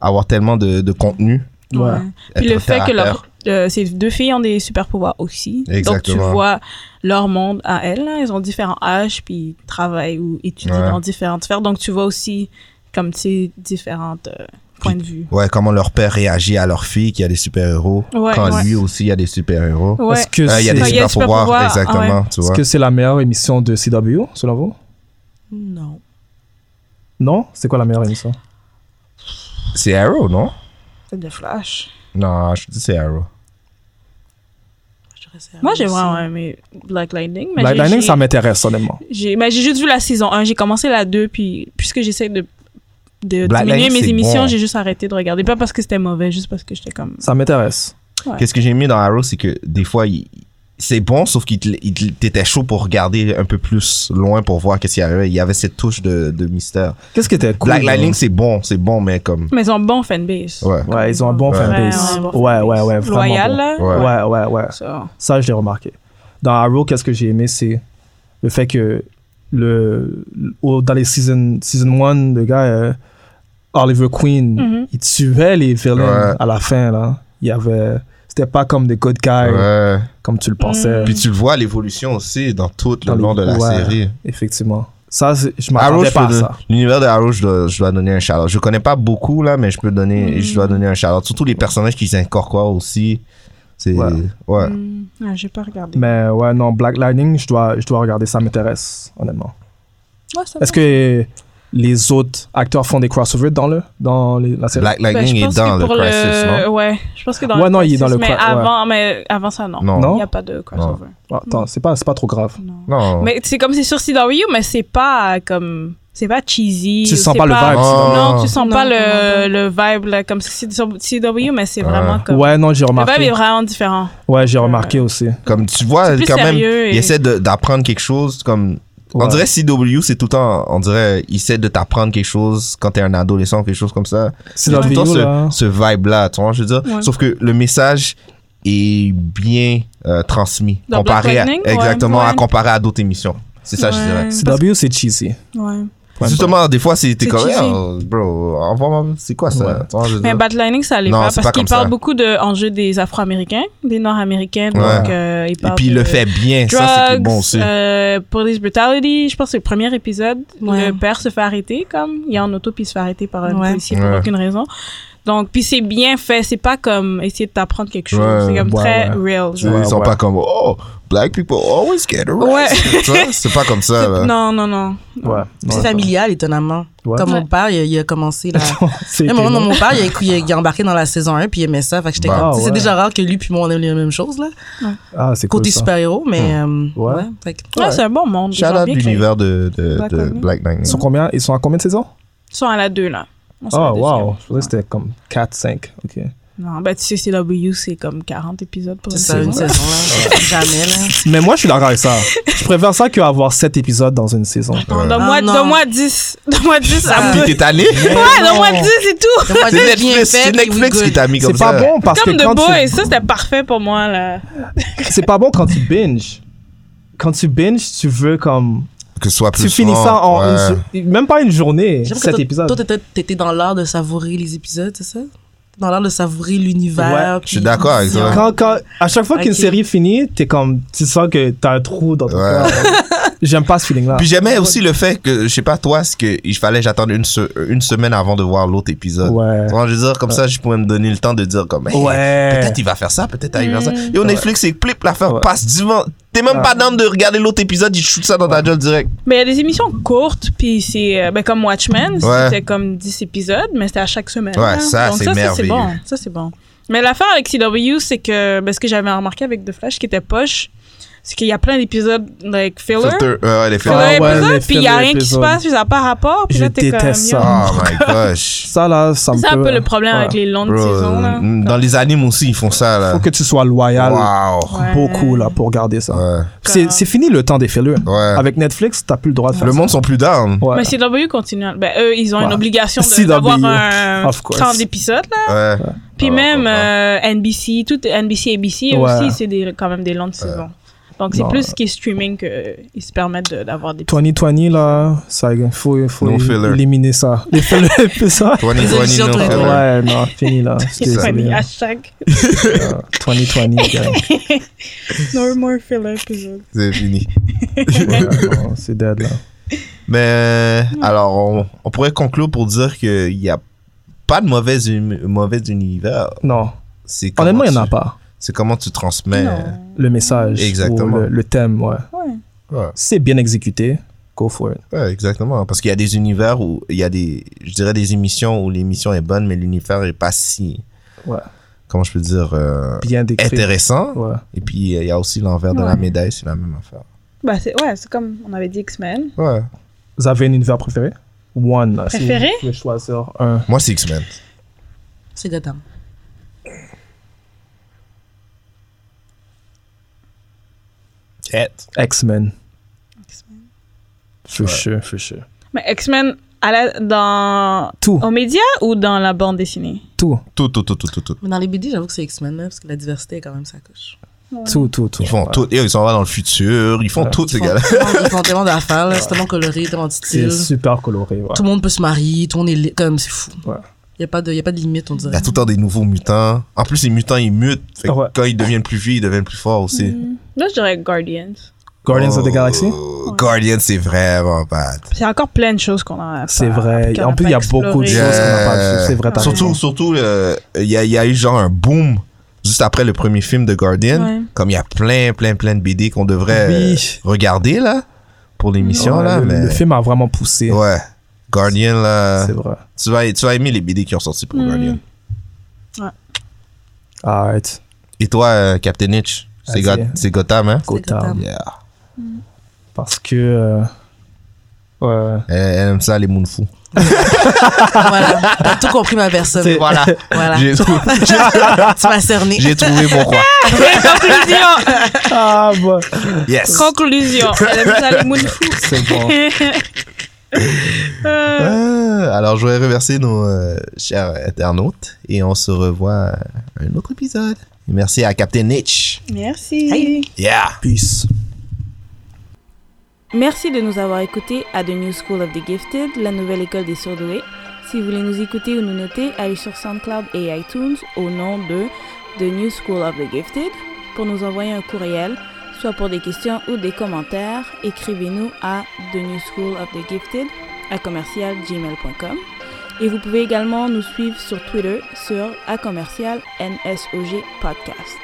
Speaker 4: avoir tellement de, de contenu.
Speaker 2: Ouais.
Speaker 1: Ouais. Puis
Speaker 4: être
Speaker 1: le fait
Speaker 4: terre à
Speaker 1: que
Speaker 4: terre.
Speaker 1: leur, euh, ces deux filles ont des super pouvoirs aussi. Donc
Speaker 4: Exactement.
Speaker 1: tu vois leur monde à elles. là. Elles ont différents âges, puis ils travaillent ou étudient
Speaker 4: Ouais.
Speaker 1: dans différentes sphères. Donc tu vois aussi comme tu sais, différentes euh, point de vue.
Speaker 4: Ouais, comment leur père réagit à leur fille qui a des super-héros.
Speaker 1: Ouais,
Speaker 4: quand
Speaker 1: ouais.
Speaker 4: lui aussi a des super-héros.
Speaker 1: Ouais.
Speaker 2: Est-ce que
Speaker 4: Euh, Il y a
Speaker 2: c'est
Speaker 4: des
Speaker 1: Ah, il y a des
Speaker 4: super-pouvoirs,
Speaker 1: super-pouvoirs,
Speaker 4: exactement. Tu
Speaker 2: est-ce
Speaker 4: vois.
Speaker 2: que c'est la meilleure émission de CW, selon vous
Speaker 3: Non.
Speaker 2: Non C'est quoi la meilleure émission
Speaker 4: C'est Arrow, non
Speaker 1: C'est de Flash.
Speaker 4: Non, je dis c'est Arrow.
Speaker 3: Je reste à
Speaker 1: Moi, j'ai
Speaker 3: Arrow
Speaker 1: vraiment
Speaker 3: aussi.
Speaker 1: aimé Black Lightning. Mais
Speaker 2: Black
Speaker 1: j'ai-
Speaker 2: Lightning,
Speaker 1: j'ai-
Speaker 2: ça m'intéresse, honnêtement.
Speaker 1: j'ai- mais j'ai juste vu la saison 1. J'ai commencé la 2, puis puisque j'essaie de, de
Speaker 4: Black
Speaker 1: diminuer
Speaker 4: Lightning,
Speaker 1: mes
Speaker 4: c'est
Speaker 1: émissions,
Speaker 4: bon.
Speaker 1: j'ai juste arrêté de regarder. Pas parce que c'était mauvais, juste parce que j'étais comme.
Speaker 2: Ça m'intéresse.
Speaker 1: Ouais.
Speaker 4: Qu'est-ce que j'ai aimé dans Arrow, c'est que des fois, il- c'est bon, sauf qu'il te- il te- t'étais chaud pour regarder un peu plus loin pour voir qu'est-ce qui arrivait. Il y avait cette touche de, de mystère.
Speaker 2: Qu'est-ce qui était cool euh,
Speaker 4: Black
Speaker 2: là?
Speaker 4: Lightning, c'est bon, c'est bon, mais comme.
Speaker 1: Mais ils ont un bon fanbase.
Speaker 4: Ouais.
Speaker 2: Ouais, ils ont un bon
Speaker 4: Ouais.
Speaker 2: fanbase.
Speaker 1: Ouais,
Speaker 2: Ouais,
Speaker 1: ouais,
Speaker 2: ouais, ouais, vraiment.
Speaker 1: Loyal,
Speaker 2: bon.
Speaker 1: là.
Speaker 4: Ouais.
Speaker 2: Ouais, ouais, ouais.
Speaker 1: Ça.
Speaker 2: Ça, je l'ai remarqué. Dans Arrow, qu'est-ce que j'ai aimé, c'est le fait que le, au- dans les season, season 1, le gars, euh, Oliver Queen,
Speaker 1: Mhm.
Speaker 2: il tuait les villains
Speaker 4: Ouais.
Speaker 2: à la fin, là. Il y avait... C'était pas comme des good guys,
Speaker 4: Ouais.
Speaker 2: comme tu le pensais,
Speaker 1: Mm.
Speaker 4: Puis tu le vois l'évolution aussi dans tout le
Speaker 2: Dans les-
Speaker 4: long de la
Speaker 2: ouais.
Speaker 4: série.
Speaker 2: effectivement. Ça, c'est- je
Speaker 4: Arrow,
Speaker 2: m'attendais
Speaker 4: je
Speaker 2: pas à
Speaker 4: peux don-
Speaker 2: ça.
Speaker 4: L'univers de Arrow, je dois, je dois donner un shout Je connais pas beaucoup là, mais je peux donner, je dois donner un shout Surtout les personnages qu'ils incorporent aussi. C'est
Speaker 2: Ouais.
Speaker 4: ouais.
Speaker 1: Hmm. Ah, j'ai pas regardé.
Speaker 2: Mais ouais, non, Black Lightning, je dois, je dois regarder, ça m'intéresse, honnêtement.
Speaker 1: Ouais, ça va.
Speaker 2: Est-ce que les autres acteurs font des crossovers dans, le, dans les- la série?
Speaker 4: Black
Speaker 1: Ben,
Speaker 4: Lightning
Speaker 1: je
Speaker 4: est
Speaker 1: pense
Speaker 4: dans
Speaker 1: que
Speaker 4: le
Speaker 1: pour
Speaker 4: Crisis, non
Speaker 1: Ouais, je pense que dans
Speaker 2: Ouais,
Speaker 1: le
Speaker 2: non, il est dans
Speaker 1: Crisis,
Speaker 2: le
Speaker 1: Mais
Speaker 2: cra- ouais.
Speaker 1: avant, mais avant ça, non.
Speaker 4: Non.
Speaker 1: Il
Speaker 2: Non?
Speaker 1: n'y a pas de crossover.
Speaker 2: Ah, attends, c'est pas, c'est pas trop grave.
Speaker 1: Non.
Speaker 4: Non.
Speaker 1: Mais c'est comme c'est sur CW, mais c'est pas euh, comme. C'est pas cheesy.
Speaker 2: Tu
Speaker 1: ou
Speaker 2: sens
Speaker 1: c'est
Speaker 2: pas le vibe,
Speaker 4: sinon.
Speaker 1: Non, tu
Speaker 4: Non.
Speaker 1: sens
Speaker 3: Non,
Speaker 1: pas le,
Speaker 3: vraiment
Speaker 1: le vibe là, comme si c'est sur CW, mais c'est
Speaker 4: Ouais.
Speaker 1: vraiment comme.
Speaker 2: Ouais, non, j'ai
Speaker 1: le vibe est
Speaker 2: remarqué.
Speaker 1: vraiment différent.
Speaker 2: Ouais, j'ai remarqué aussi.
Speaker 4: Comme tu vois,
Speaker 1: C'est plus
Speaker 4: quand même,
Speaker 1: sérieux
Speaker 4: il
Speaker 1: et-
Speaker 4: essaie de- d'apprendre quelque chose. Comme
Speaker 2: Ouais.
Speaker 4: on dirait CW, c'est tout le temps, on dirait, il essaie de t'apprendre quelque chose quand t'es un adolescent, quelque chose comme ça.
Speaker 2: C'est
Speaker 4: Tout
Speaker 2: dans
Speaker 4: le
Speaker 2: le
Speaker 4: temps
Speaker 2: vidéo, là.
Speaker 4: ce, ce vibe là, tu vois, je veux dire.
Speaker 1: Ouais.
Speaker 4: Sauf que le message est bien euh, transmis
Speaker 1: Dans
Speaker 4: comparé
Speaker 1: Black
Speaker 4: à,
Speaker 1: Lightning, ouais.
Speaker 4: exactement à
Speaker 1: Ouais.
Speaker 4: comparer à d'autres émissions. C'est ça, je
Speaker 1: Ouais.
Speaker 4: dirais.
Speaker 2: CW, c'est cheesy.
Speaker 1: Ouais.
Speaker 2: Ouais,
Speaker 4: Justement, des fois, c'est t'es
Speaker 1: C'est
Speaker 4: comme,
Speaker 1: cheesy.
Speaker 4: Oh, bro, envoie-moi- c'est quoi ça?
Speaker 2: Ouais.
Speaker 4: Tu vois, je veux
Speaker 1: Mais
Speaker 4: dire.
Speaker 1: Batlining, ça allait
Speaker 4: Non,
Speaker 1: pas
Speaker 4: c'est
Speaker 1: parce
Speaker 4: pas
Speaker 1: qu'il
Speaker 4: comme
Speaker 1: parle
Speaker 4: ça.
Speaker 1: beaucoup de enjeux des Afro-Américains, des Nord-Américains, donc euh, il
Speaker 4: Et
Speaker 1: parle.
Speaker 4: puis, il
Speaker 1: de
Speaker 4: le fait bien.
Speaker 1: Drugs,
Speaker 4: ça, c'est bon aussi.
Speaker 1: euh, police brutality, je pense que c'est le premier épisode.
Speaker 3: Ouais.
Speaker 1: Le père se fait arrêter, comme il est en auto puis il se fait arrêter par un
Speaker 3: Ouais.
Speaker 1: policier pour
Speaker 4: Ouais.
Speaker 1: aucune raison. Donc, puis c'est bien fait, c'est pas comme essayer de t'apprendre quelque chose,
Speaker 4: Ouais,
Speaker 1: c'est comme
Speaker 2: ouais,
Speaker 1: très
Speaker 2: ouais.
Speaker 1: real.
Speaker 4: Tu sais,
Speaker 1: genre.
Speaker 4: ils sont
Speaker 2: ouais.
Speaker 4: pas comme, oh, black people always get arrested. Tu vois, c'est pas comme ça, là.
Speaker 1: Non, non, non.
Speaker 2: Ouais.
Speaker 3: C'est
Speaker 2: Ouais.
Speaker 3: familial, étonnamment.
Speaker 2: Ouais.
Speaker 3: Comme
Speaker 1: Ouais.
Speaker 3: mon père, il, a- il a commencé là.
Speaker 2: C'est
Speaker 3: Mais mon,
Speaker 2: étonnant.
Speaker 3: non, mon père, il a, écou- il a- il a embarqué dans la saison 1 puis il aimait ça. Fait que j'étais
Speaker 4: Bah,
Speaker 3: comme, tu
Speaker 2: ouais.
Speaker 3: sais, c'est déjà rare que lui puis moi on aime les mêmes choses là.
Speaker 2: Ah, c'est
Speaker 3: Côté
Speaker 2: cool, ça.
Speaker 3: super-héros, mais euh,
Speaker 2: Ouais.
Speaker 3: ouais. Fait que-
Speaker 1: Ouais, c'est un bon monde. ils
Speaker 4: Shout
Speaker 1: ont
Speaker 4: out
Speaker 1: bien créé.
Speaker 4: l'univers de, de,
Speaker 1: Black
Speaker 4: de
Speaker 1: Lightning.
Speaker 4: Black Lightning.
Speaker 2: Ils sont, combien, ils sont à combien de saisons?
Speaker 1: Ils sont à la 2, là. On sera hein. à
Speaker 2: Ah,
Speaker 1: la deuxième.
Speaker 2: wow. Je pensais que c'était comme 4, 5. OK.
Speaker 1: Non, ben tu sais, CW, c'est comme 40 épisodes pour
Speaker 3: C'est
Speaker 1: une
Speaker 3: ça, une
Speaker 1: saison.
Speaker 3: saison là. Jamais là.
Speaker 2: Mais moi, je suis d'accord avec ça. Je préfère ça qu'avoir 7 épisodes dans une saison.
Speaker 4: Ouais.
Speaker 1: Donne-moi
Speaker 3: Ah, non.
Speaker 1: donne-moi 10. Donne-moi 10, ça
Speaker 4: Ah,
Speaker 1: me...
Speaker 4: t'es allé?
Speaker 1: Ouais,
Speaker 3: non.
Speaker 1: donne-moi 10 et tout.
Speaker 3: Moi,
Speaker 4: C'est
Speaker 3: j'ai bien
Speaker 4: Netflix,
Speaker 3: fait,
Speaker 4: c'est
Speaker 3: puis we
Speaker 4: Netflix qui
Speaker 3: good.
Speaker 4: t'a mis comme
Speaker 2: C'est
Speaker 4: ça.
Speaker 2: pas bon parce
Speaker 1: Comme
Speaker 2: que
Speaker 1: The
Speaker 2: quand
Speaker 1: Boys,
Speaker 2: tu...
Speaker 1: ça c'était parfait pour moi, là.
Speaker 2: C'est pas bon quand tu binge. Quand tu binge, tu veux comme...
Speaker 4: Que ce soit plus
Speaker 2: Tu finis ça
Speaker 4: long,
Speaker 2: en
Speaker 4: ouais.
Speaker 2: une sou- Même pas une journée,
Speaker 3: J'aime que
Speaker 2: 7
Speaker 3: toi-
Speaker 2: épisodes.
Speaker 3: Toi, t'étais- t'étais dans l'art de savourer les épisodes, c'est ça? Dans l'art de savourer l'univers.
Speaker 2: Ouais.
Speaker 3: puis
Speaker 4: Je suis d'accord avec ça.
Speaker 3: l'émission.
Speaker 2: Quand, quand- à chaque fois qu'une
Speaker 3: Ok.
Speaker 2: série finit, t'es comme, tu sens que t'as un trou dans ton
Speaker 4: Ouais.
Speaker 2: corps. J'aime pas ce feeling-là.
Speaker 4: Puis j'aimais aussi le fait que, je sais pas toi, c'est que il fallait j'attendre une, se- une semaine avant de voir l'autre épisode.
Speaker 2: Ouais.
Speaker 4: Tu vois, je veux dire, comme ça, je pourrais me donner le temps de dire comme, hey,
Speaker 2: Ouais.
Speaker 4: peut-être il va faire ça, peut-être il va faire ça. Et au Netflix, c'est plip, l'affaire
Speaker 2: Ouais. Ah.
Speaker 4: passe divan. T'es même
Speaker 2: Ouais.
Speaker 4: pas dans de regarder l'autre épisode, il shoot ça dans ta gueule direct.
Speaker 1: Mais il y a des émissions courtes, puis c'est euh, ben, comme Watchmen,
Speaker 4: Ouais.
Speaker 1: c'était comme 10 épisodes, mais c'était à chaque semaine.
Speaker 4: Ouais,
Speaker 1: hein.
Speaker 4: ça,
Speaker 1: Donc
Speaker 4: c'est merveilleux.
Speaker 1: bon. Ça, c'est bon. Mais l'affaire avec CW, c'est que ben, ce que j'avais remarqué avec The Flash qui était poche, c'est qu'il y a plein d'épisodes like filler.
Speaker 4: Filter, euh, ouais, les filtres.
Speaker 2: Ah
Speaker 1: Filler
Speaker 2: ouais,
Speaker 1: épisode,
Speaker 2: les
Speaker 1: puis il n'y a
Speaker 2: filler
Speaker 1: rien qui se
Speaker 2: épisodes.
Speaker 1: passe, puis ça n'a pas rapport. Puis
Speaker 2: Je
Speaker 1: là, t'es comme,
Speaker 2: déteste
Speaker 1: yo.
Speaker 2: ça. hein.
Speaker 4: Oh my gosh.
Speaker 2: Ça, là, ça me
Speaker 1: C'est un peu
Speaker 2: peut-
Speaker 1: le problème
Speaker 2: ouais.
Speaker 1: avec les longues
Speaker 4: Bro,
Speaker 1: saisons. Là.
Speaker 4: mm, dans les animes aussi, ils font ça, là.
Speaker 2: Faut que tu sois loyal
Speaker 4: Wow.
Speaker 1: Ouais.
Speaker 2: beaucoup, là, pour garder ça.
Speaker 4: Ouais.
Speaker 2: C'est c'est fini le temps des fillers.
Speaker 4: Ouais.
Speaker 2: Avec Netflix, t'as plus le droit de faire
Speaker 4: Le
Speaker 2: ça.
Speaker 4: monde sont plus down.
Speaker 2: Ouais.
Speaker 1: Mais CW continue. à- Ben, eux, ils ont une
Speaker 2: Ouais.
Speaker 1: obligation de-
Speaker 2: CW,
Speaker 1: d'avoir un
Speaker 2: of course.
Speaker 1: 30 épisodes. là.
Speaker 4: Ouais.
Speaker 1: Puis
Speaker 4: Ah,
Speaker 1: même
Speaker 4: ouais,
Speaker 1: euh, NBC, tout NBC ABC
Speaker 2: Ouais.
Speaker 1: aussi, c'est des- quand même des longues saisons. Donc c'est
Speaker 2: Non.
Speaker 1: plus ce qui est streaming qu'ils se permettent de- d'avoir des
Speaker 2: 2020, là, ça, il faut, faut
Speaker 4: No filler.
Speaker 2: éliminer ça. Les fillers, puis ça.
Speaker 4: 2020,
Speaker 3: Sur
Speaker 4: no
Speaker 3: Twitter.
Speaker 4: filler.
Speaker 2: Ouais, non, fini, là. Je suis
Speaker 1: petits
Speaker 2: désolé.
Speaker 1: funny à chaque.
Speaker 2: Euh, 2020, gang.
Speaker 1: No more filler episode.
Speaker 4: C'est fini.
Speaker 2: Ouais, non, C'est dead, là.
Speaker 1: Hmm.
Speaker 4: Mais alors, on, on pourrait conclure pour dire qu'il y a pas de mauvais, hum- mauvais univers.
Speaker 2: Non.
Speaker 4: C'est comment
Speaker 2: Honnêtement, il n'y en a
Speaker 4: tu-
Speaker 2: pas.
Speaker 4: C'est comment tu transmets.
Speaker 1: Non.
Speaker 2: Le message. ou
Speaker 4: Exactement.
Speaker 2: le, le thème, ouais.
Speaker 1: Ouais.
Speaker 4: Ouais.
Speaker 2: C'est bien exécuté. Go for it.
Speaker 4: Ouais, exactement. Parce qu'il y a des univers où il y a des, je dirais des émissions où l'émission est bonne, mais l'univers est pas si,
Speaker 2: Ouais.
Speaker 4: comment je peux dire, euh,
Speaker 2: Bien décrit.
Speaker 4: intéressant.
Speaker 2: Ouais.
Speaker 4: Et puis euh, il y a aussi l'envers de la
Speaker 1: Ouais.
Speaker 4: médaille, c'est la même affaire.
Speaker 1: Bah, c'est ouais, c'est comme on avait dit X-Men.
Speaker 4: Ouais.
Speaker 2: Vous avez un univers préféré? One. là, si
Speaker 1: Préféré?
Speaker 2: vous pouvez choisir un.
Speaker 4: Moi, c'est X-Men.
Speaker 3: C'est Gotham.
Speaker 4: Cat.
Speaker 2: X-Men.
Speaker 1: X-Men.
Speaker 2: For
Speaker 4: Ouais.
Speaker 2: sure, for sure.
Speaker 1: Mais X-Men, à la- dans...
Speaker 2: Tout.
Speaker 1: Aux médias ou dans la bande dessinée?
Speaker 2: Tout,
Speaker 4: Tout, tout, tout, tout, tout, tout.
Speaker 3: Mais dans les BD, j'avoue que c'est X-Men, là, parce que la diversité est quand même sa coche.
Speaker 2: tout, tout, tout.
Speaker 4: Ils font
Speaker 2: Ouais.
Speaker 4: tout. Ils sont là dans le futur. Ils font tout, ces
Speaker 3: Ils font
Speaker 4: gars-là.
Speaker 3: tellement- Ils font tellement d'affaires, là. C'est tellement coloré, tellement de
Speaker 2: C'est
Speaker 3: style.
Speaker 2: super coloré, ouais.
Speaker 3: Tout le monde peut se marier, tout le monde est li- comme, c'est fou.
Speaker 2: Ouais.
Speaker 3: Il n'y a, pas de- y a pas de limite, on
Speaker 4: Il y a
Speaker 3: dirait.
Speaker 4: tout le temps des nouveaux mutants. En plus, les mutants, ils mutent. Fait que
Speaker 2: Ouais. Mm.
Speaker 4: quand ils deviennent plus vieux, ils deviennent plus forts aussi.
Speaker 1: Là, je dirais Guardians.
Speaker 2: Guardians of the Galaxy?
Speaker 4: Oh, Guardians, c'est vraiment bad.
Speaker 1: C'est encore plein de choses qu'on a. pas-
Speaker 2: C'est vrai.
Speaker 1: qu'on
Speaker 2: En
Speaker 1: a
Speaker 2: plus,
Speaker 1: pas
Speaker 2: il y a beaucoup de
Speaker 1: explorées.
Speaker 2: choses qu'on n'a pas vues. C'est vrai, t'as
Speaker 4: Surtout,
Speaker 2: raison.
Speaker 4: surtout, euh, il y, a, il y a eu genre un boom juste après le premier film de Guardian.
Speaker 1: Ouais.
Speaker 4: Comme il y a plein, plein, plein de BD qu'on devrait euh,
Speaker 2: Oui.
Speaker 4: regarder là pour l'émission
Speaker 2: Ouais,
Speaker 4: là.
Speaker 2: le,
Speaker 4: mais
Speaker 2: le film a vraiment poussé.
Speaker 4: ouais, Guardian là,
Speaker 2: C'est vrai.
Speaker 4: tu vas, tu vas aimer les BD qui ont sorti pour
Speaker 1: Mm.
Speaker 4: Guardian.
Speaker 2: Alright.
Speaker 4: Et toi, euh, Captain Hitch, c'est
Speaker 2: Vas-y.
Speaker 4: Go- c'est Gotham hein?
Speaker 2: Gotham.
Speaker 3: Gotham.
Speaker 4: Yeah.
Speaker 2: Parce que. euh, ouais.
Speaker 4: Elle, elle aime ça les moonfous.
Speaker 3: voilà. T'as tout compris, ma personne.
Speaker 4: Voilà,
Speaker 3: Voilà.
Speaker 4: j'ai trou-
Speaker 3: Tu m'as cerné.
Speaker 4: j'ai trouvé mon quoi.
Speaker 1: Conclusion!
Speaker 2: Ah, bah.
Speaker 4: Yes.
Speaker 1: Conclusion. Elle aime ça, les moonfous.
Speaker 2: C'est bon.
Speaker 1: Euh,
Speaker 4: Ah, alors, je vais remercier nos euh, chers internautes et on se revoit à un autre épisode. Et merci à Captain Hitch.
Speaker 1: Merci.
Speaker 4: Yeah!
Speaker 2: Peace.
Speaker 5: Merci de nous avoir écoutés à The New School of the Gifted, la nouvelle école des surdoués. Si vous voulez nous écouter ou nous noter, allez sur SoundCloud et iTunes au nom de The New School of the Gifted pour nous envoyer un courriel, soit pour des questions ou des commentaires. Écrivez-nous à The New School of the Gifted à commercialgmail.com. Et vous pouvez également nous suivre sur Twitter sur à commercial NSOG Podcast.